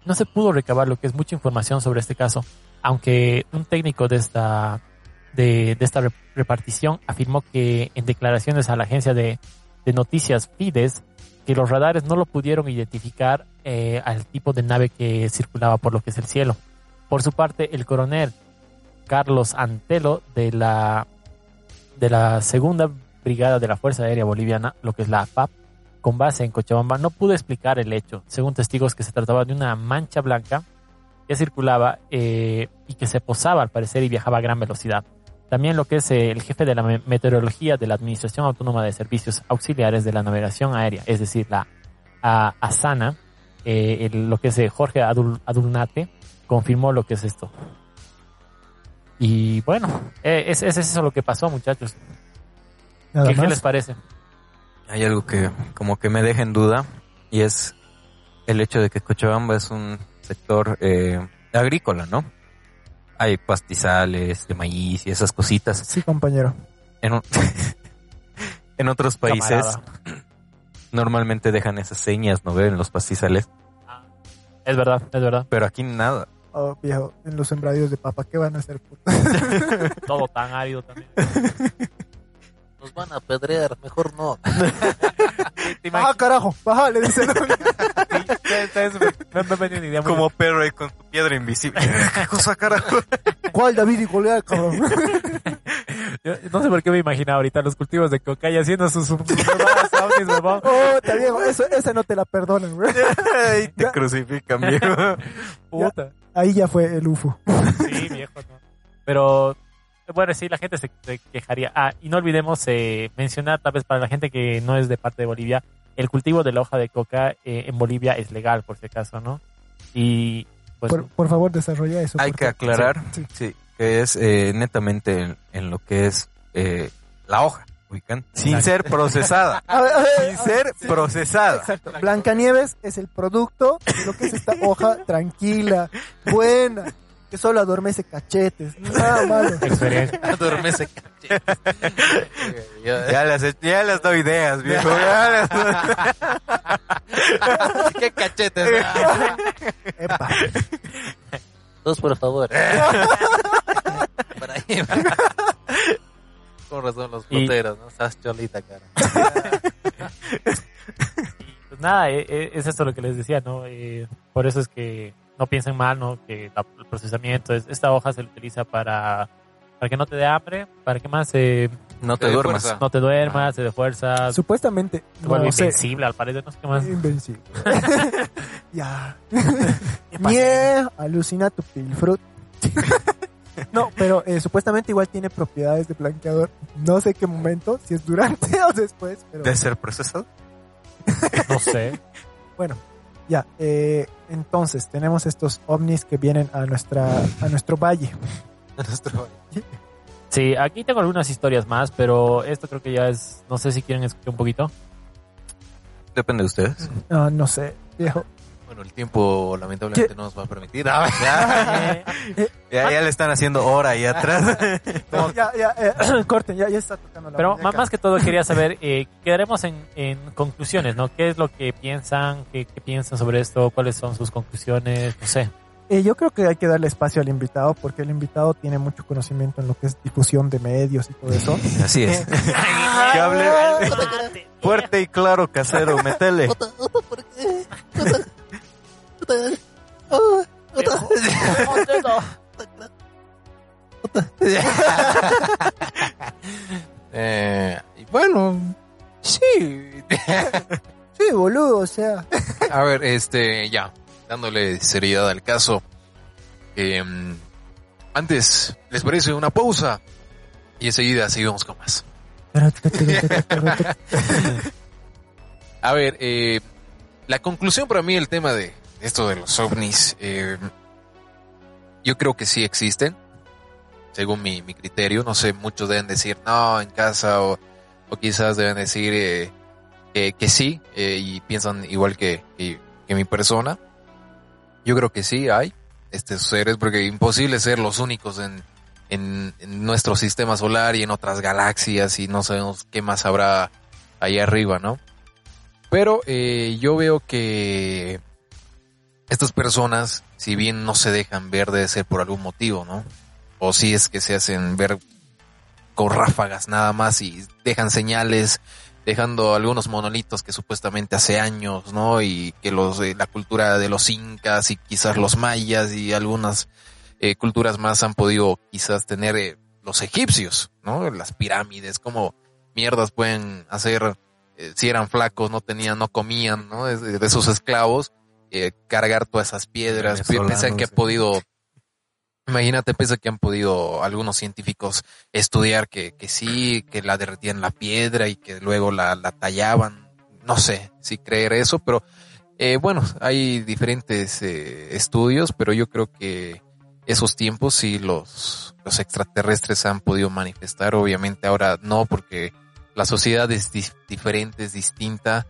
[SPEAKER 3] no se pudo recabar lo que es mucha información sobre este caso, aunque un técnico de esta, de, de esta re- repartición afirmó que en declaraciones a la agencia de, de noticias Fides que los radares no lo pudieron identificar eh, al tipo de nave que circulaba por lo que es el cielo. Por su parte, el coronel Carlos Antelo de la, de la segunda brigada de la Fuerza Aérea Boliviana, lo que es la APAP, con base en Cochabamba, no pudo explicar el hecho, según testigos que se trataba de una mancha blanca que circulaba eh, y que se posaba al parecer y viajaba a gran velocidad. También lo que es eh, el jefe de la me- meteorología de la Administración Autónoma de Servicios Auxiliares de la Navegación Aérea, es decir, la a- ASANA, eh, el- lo que es eh, Jorge Adul- Adulnate, confirmó lo que es esto. Y bueno, eh, es, es eso lo que pasó, muchachos.
[SPEAKER 4] Nada
[SPEAKER 3] ¿Qué, qué
[SPEAKER 4] más.
[SPEAKER 3] les parece?
[SPEAKER 1] Hay algo que como que me deja en duda y es el hecho de que Cochabamba es un sector eh, agrícola, ¿no? Hay pastizales de maíz y esas cositas.
[SPEAKER 4] Sí, compañero.
[SPEAKER 1] En, un- *laughs* en otros países
[SPEAKER 3] Camarada.
[SPEAKER 1] normalmente dejan esas señas, ¿no? En los pastizales,
[SPEAKER 3] Es verdad, es verdad.
[SPEAKER 1] pero aquí nada.
[SPEAKER 4] Oh, viejo, en los sembradíos de papa, ¿qué van a hacer? puto?
[SPEAKER 3] Todo tan árido también.
[SPEAKER 2] Nos van a pedrear, mejor
[SPEAKER 3] *laughs*
[SPEAKER 2] no.
[SPEAKER 4] *laughs*
[SPEAKER 3] ¿Te
[SPEAKER 4] ¡Ah, *laughs*
[SPEAKER 3] imaginas?
[SPEAKER 4] carajo! ¡Baja! Le dicen.
[SPEAKER 3] No me venía ni idea. muy
[SPEAKER 1] Como perro ahí con su piedra invisible. *laughs* ¿Qué cosa, carajo?
[SPEAKER 4] *laughs* ¿Cuál David y Goliat,
[SPEAKER 3] *laughs*
[SPEAKER 4] cabrón?
[SPEAKER 3] Yo no sé por qué me imaginaba ahorita los cultivos de coca y haciendo sus sus huevadas, ovnis, huevón.
[SPEAKER 4] ¡Oh, te viejo! Eso, esa no te la perdonan, *laughs* güey.
[SPEAKER 1] y te crucifican, viejo.
[SPEAKER 3] Puta.
[SPEAKER 4] Ahí ya fue el UFO.
[SPEAKER 3] Sí, viejo, no. Pero bueno, sí, la gente se, se quejaría. Ah, y no olvidemos eh, mencionar, tal vez para la gente que no es de parte de Bolivia, el cultivo de la hoja de coca eh, en Bolivia es legal, por si acaso, ¿no? Y pues
[SPEAKER 4] Por, por favor, desarrolla eso.
[SPEAKER 1] Hay
[SPEAKER 4] porque-
[SPEAKER 1] que aclarar,
[SPEAKER 4] Sí, sí.
[SPEAKER 1] *laughs* sí, que es eh, netamente en, en lo que es eh, la hoja, ubican, sin ser procesada.
[SPEAKER 4] A ver, a ver,
[SPEAKER 3] Ah,
[SPEAKER 1] sin ser procesada.
[SPEAKER 4] Exacto. Blancanieves es el producto de lo que es esta *laughs* hoja tranquila, buena, que solo adormece cachetes. *laughs* Nada malo.
[SPEAKER 3] experiencia.
[SPEAKER 2] Adormece cachetes. Ya, ya.
[SPEAKER 1] Ya les, he- ya les doy ideas, viejo. ya les doy-
[SPEAKER 2] *laughs* ¿Qué cachetes?
[SPEAKER 4] Epa.
[SPEAKER 2] Dos, por favor. Para ahí. Con razón *laughs* los
[SPEAKER 3] Y-
[SPEAKER 2] porteros, ¿no? Estás cholita, cara.
[SPEAKER 3] *laughs* Pues nada, eh, eh, es esto lo que les decía, ¿no? Eh, por eso es que no piensen mal, ¿no? Que la- el procesamiento, es, esta hoja se utiliza para, para que no te dé hambre, para que más eh,
[SPEAKER 1] No te
[SPEAKER 2] Te
[SPEAKER 1] duermas.
[SPEAKER 2] fuerza.
[SPEAKER 3] no te duermas, te dé fuerza, te
[SPEAKER 4] Supuestamente,
[SPEAKER 3] vuelve
[SPEAKER 4] no sé,
[SPEAKER 3] invencible al parecer, no sé qué más.
[SPEAKER 4] invencible. *laughs* ya. *laughs*
[SPEAKER 3] ¿Qué pasa?
[SPEAKER 4] Mie, alucina tu pilfrut. *laughs* No, pero eh, supuestamente igual tiene propiedades de blanqueador. No sé qué momento, si es durante *laughs* o después, pero
[SPEAKER 1] De ser procesado.
[SPEAKER 3] No sé.
[SPEAKER 4] bueno, ya. eh, entonces tenemos estos ovnis que vienen a nuestra a nuestro valle.
[SPEAKER 2] Nuestro-
[SPEAKER 3] Sí, aquí tengo algunas historias más, pero esto creo que ya es, no sé si quieren escuchar un poquito.
[SPEAKER 1] Depende de ustedes.
[SPEAKER 4] Ah, no sé, viejo.
[SPEAKER 2] Bueno, el tiempo lamentablemente no nos va a permitir. *laughs* Ah,
[SPEAKER 3] Eh,
[SPEAKER 1] Ya, ya, ya le están haciendo hora ahí atrás.
[SPEAKER 4] Ya, ya, eh, *clears throat* corten, ya, ya está tocando la
[SPEAKER 3] Pero ma-
[SPEAKER 4] muñeca.
[SPEAKER 3] más que todo quería saber, eh, quedaremos en, en conclusiones, ¿no? ¿Qué es lo que piensan? ¿Qué, ¿Qué piensan sobre esto? ¿Cuáles son sus conclusiones? No sé.
[SPEAKER 4] Eh, yo creo que hay que darle espacio al invitado porque el invitado tiene mucho conocimiento en lo que es difusión de medios y todo eso.
[SPEAKER 1] *laughs* Así es. que hable fuerte y claro, casero. Metele.
[SPEAKER 2] Eh, y bueno, sí.
[SPEAKER 4] Sí, boludo, o sea.
[SPEAKER 2] A ver, este, ya, dándole seriedad al caso. Em, antes, ¿les parece una pausa? Y enseguida seguimos con más. A ver, eh, la conclusión para mí del tema de esto de los ovnis, eh, yo creo que sí existen, según mi, mi criterio. No sé, muchos deben decir no en casa o, o quizás deben decir eh, que- que sí eh, y piensan igual que, que- que mi persona. Yo creo que sí hay estos seres porque imposible ser los únicos en, en- en nuestro sistema solar y en otras galaxias y no sabemos qué más habrá ahí arriba, ¿no? Pero eh, yo veo que estas personas, si bien no se dejan ver, debe ser por algún motivo, ¿no? O si es que se hacen ver con ráfagas nada más y dejan señales, dejando algunos monolitos que supuestamente hace años, ¿no? Y que los eh, la cultura de los incas y quizás los mayas y algunas eh, culturas más han podido quizás tener eh, los egipcios, ¿no? Las pirámides, como mierdas pueden hacer eh, si eran flacos, no tenían, no comían, ¿no? Es- De, esos esclavos, eh, cargar todas esas piedras.
[SPEAKER 1] Venezolanos,
[SPEAKER 2] Piensa que ha
[SPEAKER 1] sí.
[SPEAKER 2] podido, imagínate, piensa que han podido algunos científicos estudiar que, que sí, que la derretían la piedra y que luego la, la tallaban. No sé si creer eso, pero eh, bueno, hay diferentes eh, estudios, pero yo creo que esos tiempos sí los, los extraterrestres han podido manifestar. Obviamente ahora no, porque la sociedad es dis- diferente, es distinta.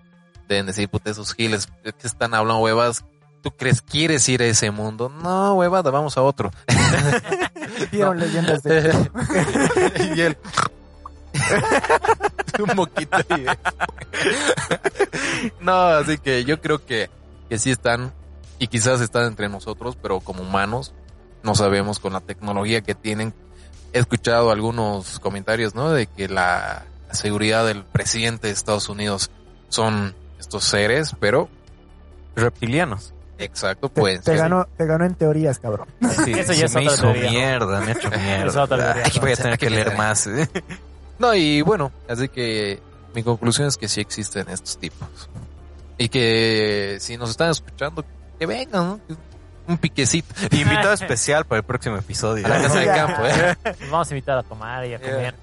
[SPEAKER 2] Deben decir, puta, esos giles que están hablando huevas. ¿Tú crees, quieres ir a ese mundo? No, huevada, vamos a otro.
[SPEAKER 4] *laughs* Vieron leyendas
[SPEAKER 3] *laughs*
[SPEAKER 4] de
[SPEAKER 2] *laughs* y él. un moquito ahí. no, así que yo creo que, que sí están, y quizás están entre nosotros, pero como humanos, no sabemos con la tecnología que tienen. He escuchado algunos comentarios, ¿no? De que la, la seguridad del presidente de Estados Unidos son estos seres, pero
[SPEAKER 1] Reptilianos.
[SPEAKER 2] exacto,
[SPEAKER 4] Te-
[SPEAKER 3] Pues,
[SPEAKER 2] pueden
[SPEAKER 4] te,
[SPEAKER 2] ser.
[SPEAKER 4] ganó, te ganó en teorías, cabrón.
[SPEAKER 1] Sí,
[SPEAKER 3] Eso
[SPEAKER 1] se
[SPEAKER 3] ya es
[SPEAKER 1] me
[SPEAKER 3] otra
[SPEAKER 1] hizo
[SPEAKER 3] teoría.
[SPEAKER 1] mierda, me ha hecho mierda.
[SPEAKER 3] es otra teoría.
[SPEAKER 1] Ay, voy a tener
[SPEAKER 2] Hay que
[SPEAKER 1] que leer
[SPEAKER 2] leer.
[SPEAKER 1] más. ¿eh?
[SPEAKER 3] *laughs*
[SPEAKER 2] No, y bueno, así que mi conclusión es que sí existen estos tipos. Y que si nos están escuchando, que vengan, ¿no? Un piquecito
[SPEAKER 1] Invitado especial para el próximo episodio.
[SPEAKER 2] a la casa de campo, ¿eh?
[SPEAKER 3] Nos vamos a invitar a tomar y a comer.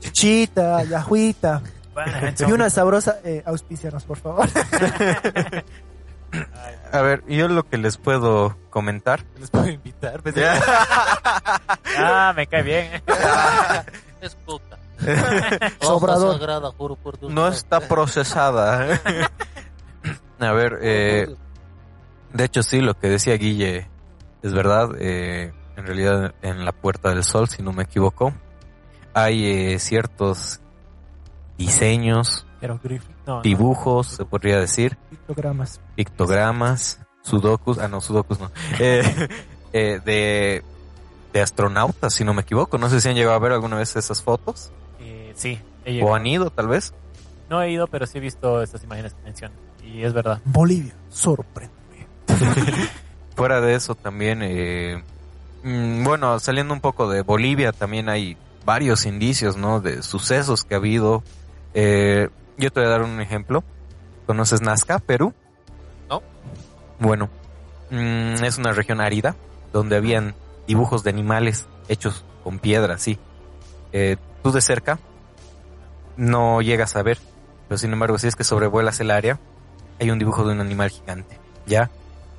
[SPEAKER 4] Chichita, yajuita.
[SPEAKER 3] Bueno, en este
[SPEAKER 4] Y una
[SPEAKER 3] momento-
[SPEAKER 4] sabrosa, eh, auspicianos, por favor.
[SPEAKER 1] A ver, yo lo que les puedo comentar.
[SPEAKER 2] Les puedo invitar.
[SPEAKER 3] Ah, me cae bien. es
[SPEAKER 2] *laughs*
[SPEAKER 3] puta.
[SPEAKER 4] Sobrador.
[SPEAKER 1] No está procesada. ¿eh? A ver, eh, de hecho sí, lo que decía Guille es verdad. eh, en realidad en la Puerta del Sol, si no me equivoco, hay eh, ciertos diseños,
[SPEAKER 3] Pero Griffin. No, no.
[SPEAKER 1] dibujos, se podría decir,
[SPEAKER 4] Pictogramas.
[SPEAKER 1] pictogramas, sudokus, ah no, sudokus no, *laughs* eh, eh, de, de astronautas, si no me equivoco. No sé si han llegado a ver alguna vez esas fotos
[SPEAKER 3] Eh, sí, he
[SPEAKER 1] o
[SPEAKER 3] llegado.
[SPEAKER 1] han ido tal vez.
[SPEAKER 3] No he ido, pero sí he visto estas imágenes que mencionan. Y es verdad.
[SPEAKER 4] Bolivia, sorprendeme.
[SPEAKER 1] Fuera de eso también, eh, mm, bueno, saliendo un poco de Bolivia, también hay varios indicios, ¿no? De sucesos que ha habido. Eh, yo te voy a dar un ejemplo. ¿Conoces Nazca, Perú?
[SPEAKER 2] No.
[SPEAKER 1] Bueno, mm, es una región árida donde habían dibujos de animales hechos con piedra, sí. Eh, tú de cerca no llegas a ver, pero sin embargo, si es que sobrevuelas el área, hay un dibujo de un animal gigante, ¿ya?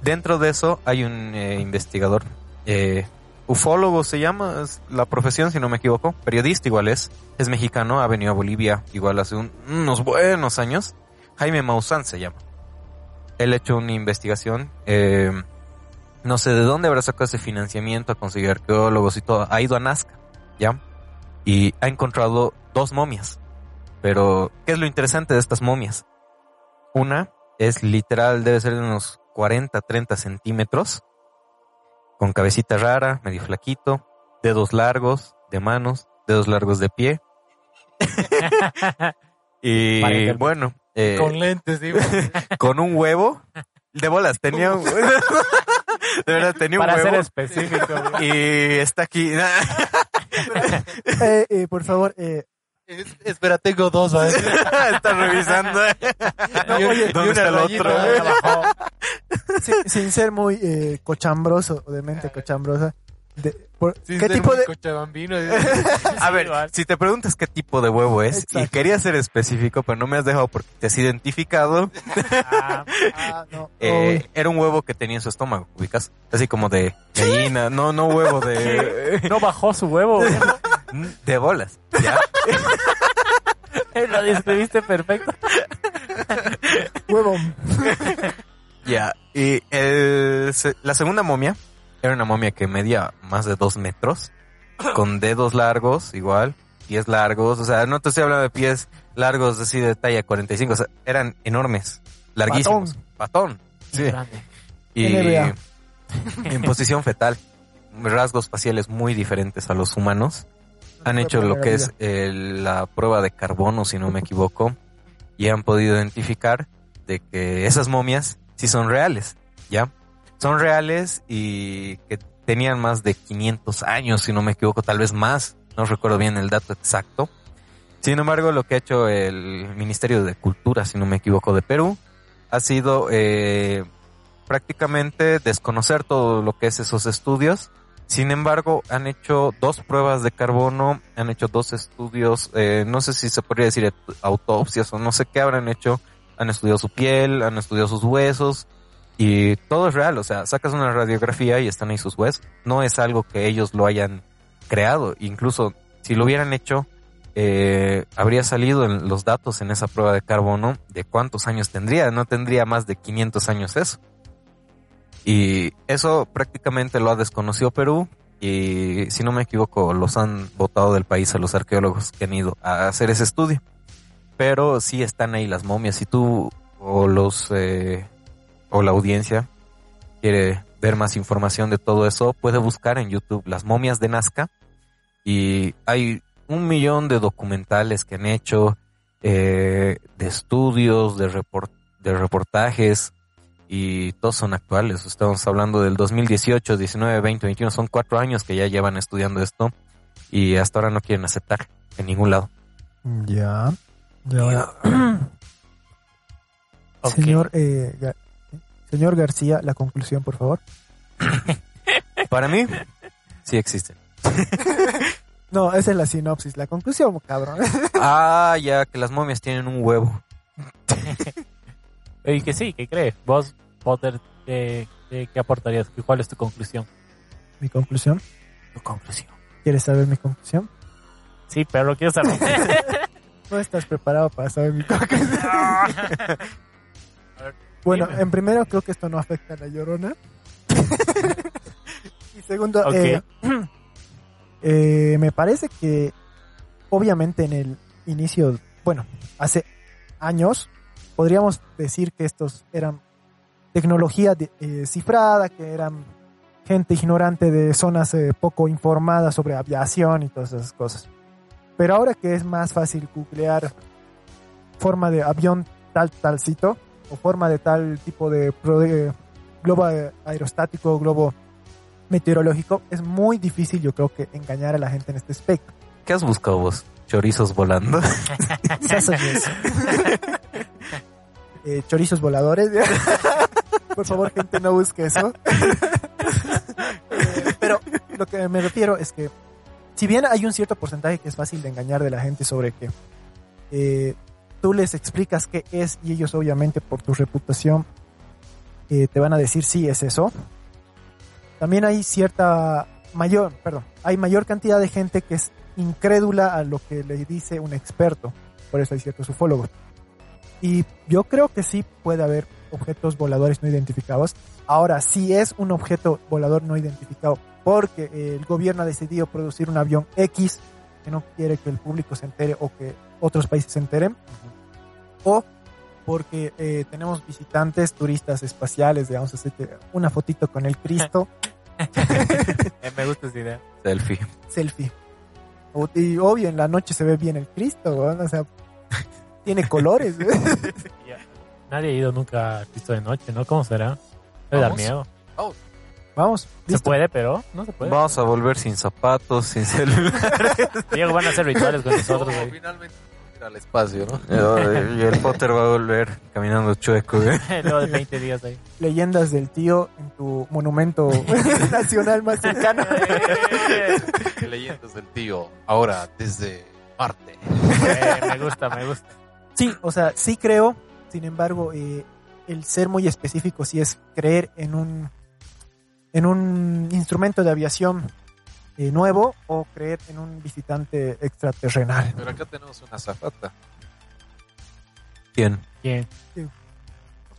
[SPEAKER 1] Dentro de eso hay un eh, investigador, eh, ufólogo se llama, es la profesión si no me equivoco, periodista igual es, es mexicano, ha venido a Bolivia igual hace un- unos buenos años, Jaime Maussan se llama. Él ha hecho una investigación, eh, no sé de dónde habrá sacado ese financiamiento a conseguir arqueólogos y todo, ha ido a Nazca, ¿ya? Y ha encontrado dos momias, pero ¿qué es lo interesante de estas momias? Una es literal, debe ser de unos 40, 30 centímetros. Con cabecita rara, medio flaquito, dedos largos de manos, dedos largos de pie. y
[SPEAKER 3] Vale,
[SPEAKER 1] bueno, eh,
[SPEAKER 2] Con lentes, digo.
[SPEAKER 1] con un huevo. De bolas, tenía un *laughs* De verdad, tenía un
[SPEAKER 3] Para ser
[SPEAKER 1] huevo.
[SPEAKER 2] *laughs*
[SPEAKER 3] específico.
[SPEAKER 1] Y está aquí. *laughs*
[SPEAKER 4] Eh, eh, por favor, eh,
[SPEAKER 2] espera, tengo dos. ¿vale?
[SPEAKER 1] está revisando.
[SPEAKER 2] Y un-
[SPEAKER 1] oye,
[SPEAKER 2] y
[SPEAKER 1] ¿dónde
[SPEAKER 2] una
[SPEAKER 1] está el
[SPEAKER 2] rayita
[SPEAKER 1] otro?
[SPEAKER 2] de abajo.
[SPEAKER 4] sin, sin ser muy eh, cochambroso, o de mente cochambrosa, de- por-
[SPEAKER 2] Sin
[SPEAKER 4] ¿Qué
[SPEAKER 2] ser
[SPEAKER 4] tipo
[SPEAKER 2] un
[SPEAKER 4] de...?
[SPEAKER 2] cochabambino, eh,
[SPEAKER 1] A ver,
[SPEAKER 3] igual.
[SPEAKER 1] si te preguntas qué tipo de huevo es, y
[SPEAKER 4] Exacto.
[SPEAKER 1] quería ser específico, pero no me has dejado porque te has identificado,
[SPEAKER 3] Ah,
[SPEAKER 4] Ah, no.
[SPEAKER 1] eh, era un huevo que tenía en su estómago, ubicas, así como de gallina, no, no huevo de,
[SPEAKER 3] no bajó su huevo.
[SPEAKER 1] de bolas, ¿ya?
[SPEAKER 3] *laughs* Lo describiste perfecto.
[SPEAKER 4] Uy, oh, huevo.
[SPEAKER 1] Ya, y el se- la segunda momia era una momia que medía más de dos metros, con dedos largos, igual, pies largos, o sea, no te estoy hablando de pies largos así de talla 45, o sea, eran enormes, larguísimos. Patón. sí.
[SPEAKER 3] Grande.
[SPEAKER 1] Y
[SPEAKER 4] NBA.
[SPEAKER 1] *laughs* en posición fetal, rasgos faciales muy diferentes a los humanos. Han hecho lo que es eh, la prueba de carbono, si no me equivoco, y han podido identificar de que esas momias sí son reales, ¿ya? Son reales y que tenían más de 500 años, si no me equivoco, tal vez más, no recuerdo bien el dato exacto. Sin embargo, lo que ha hecho el Ministerio de Cultura, si no me equivoco, de Perú, ha sido eh, prácticamente desconocer todo lo que es esos estudios sin embargo, han hecho dos pruebas de carbono, han hecho dos estudios, eh, no sé si se podría decir autopsias o no sé qué habrán hecho. Han estudiado su piel, han estudiado sus huesos y todo es real. O sea, sacas una radiografía y están ahí sus huesos. No es algo que ellos lo hayan creado. Incluso si lo hubieran hecho, eh, habría salido en los datos en esa prueba de carbono de cuántos años tendría. No tendría más de 500 años eso. Y eso prácticamente lo ha desconocido Perú. Y si no me equivoco, los han votado del país a los arqueólogos que han ido a hacer ese estudio. Pero sí están ahí las momias. Si tú o los eh, o la audiencia quiere ver más información de todo eso, puede buscar en YouTube las momias de Nazca. Y hay un millón de documentales que han hecho, eh, de estudios, de, report- de reportajes, y todos son actuales. Estamos hablando del 2018, 19, 20, 21. Son cuatro años que ya llevan estudiando esto y hasta ahora no quieren aceptar en ningún lado.
[SPEAKER 4] Ya. Ya.
[SPEAKER 3] Ok.
[SPEAKER 4] Señor, eh, Ga- señor García, la conclusión, por favor.
[SPEAKER 1] Para mí, sí existen.
[SPEAKER 4] No, esa es la sinopsis. La conclusión, cabrón. *laughs*
[SPEAKER 1] Ah, ya que las momias tienen un huevo.
[SPEAKER 3] Y que sí, que cree. Vos, Potter, ¿qué, qué, qué aportarías? ¿Cuál es tu conclusión?
[SPEAKER 4] Mi conclusión.
[SPEAKER 3] Tu conclusión.
[SPEAKER 4] ¿Quieres saber mi conclusión?
[SPEAKER 3] Sí, pero quiero saber.
[SPEAKER 4] No estás preparado para saber mi conclusión.
[SPEAKER 1] *laughs*
[SPEAKER 4] Bueno,
[SPEAKER 3] Dime.
[SPEAKER 4] en primero creo que esto no afecta a la llorona. y segundo,
[SPEAKER 3] Ok.
[SPEAKER 4] eh, *clears throat* eh, me parece que obviamente en el inicio, bueno, hace años, podríamos decir que estos eran tecnología de- eh, cifrada, que eran gente ignorante de zonas eh, poco informadas sobre aviación y todas esas cosas. Pero ahora que es más fácil googlear forma de avión tal talcito, o forma de tal tipo de pro- de globo ae- aerostático, globo meteorológico, es muy difícil yo creo que engañar a la gente en este aspecto.
[SPEAKER 1] ¿Qué has buscado vos? Chorizos volando. *laughs*
[SPEAKER 4] Eh, chorizos voladores. *laughs* Por favor, gente, no busque eso. *laughs* Eh, Pero lo que me refiero es que, si bien hay un cierto porcentaje que es fácil de engañar de la gente sobre que eh, tú les explicas qué es y ellos obviamente por tu reputación eh, te van a decir sí es eso. También hay cierta mayor, perdón, hay mayor cantidad de gente que es incrédula a lo que le dice un experto. Por eso hay ciertos ufólogos. Y yo creo que sí puede haber objetos voladores no identificados. Ahora, si es un objeto volador no identificado porque eh, el gobierno ha decidido producir un avión X que no quiere que el público se entere o que otros países se enteren, o porque eh, tenemos visitantes, turistas espaciales, digamos, así que una fotito con el Cristo,
[SPEAKER 2] eh,
[SPEAKER 3] Me gusta esa idea.
[SPEAKER 1] Selfie.
[SPEAKER 4] selfie. O- Y obvio, en la noche se ve bien el Cristo, weón, o sea, *laughs* tiene colores. ¿eh?
[SPEAKER 3] Nadie ha ido nunca a Cristo de Noche, ¿no? ¿Cómo será? Me da
[SPEAKER 2] Vamos.
[SPEAKER 3] miedo.
[SPEAKER 4] Vamos,
[SPEAKER 3] Se
[SPEAKER 4] listo.
[SPEAKER 3] puede, pero no se puede.
[SPEAKER 1] Vamos a volver sin zapatos, sin celular.
[SPEAKER 3] Diego, van a hacer rituales con
[SPEAKER 2] no,
[SPEAKER 3] nosotros. güey.
[SPEAKER 2] finalmente. ir al espacio, ¿no?
[SPEAKER 1] Y el Potter va a volver caminando chueco, ¿eh? güey.
[SPEAKER 3] *laughs* Luego de 20 días ahí. *laughs*
[SPEAKER 4] Leyendas del tío en tu monumento *laughs* nacional más cercano.
[SPEAKER 3] Eh,
[SPEAKER 2] ¿eh?
[SPEAKER 4] *laughs*
[SPEAKER 2] Leyendas del tío. Ahora, desde Marte.
[SPEAKER 3] Eh, me gusta, me gusta.
[SPEAKER 4] Sí, o sea, sí creo, sin embargo, eh, el ser muy específico sí es creer en un, en un instrumento de aviación eh, nuevo o creer en un visitante
[SPEAKER 2] *laughs*
[SPEAKER 4] extraterrenal.
[SPEAKER 2] Pero acá tenemos una zafata.
[SPEAKER 1] ¿Quién?
[SPEAKER 3] Bien.
[SPEAKER 2] Nos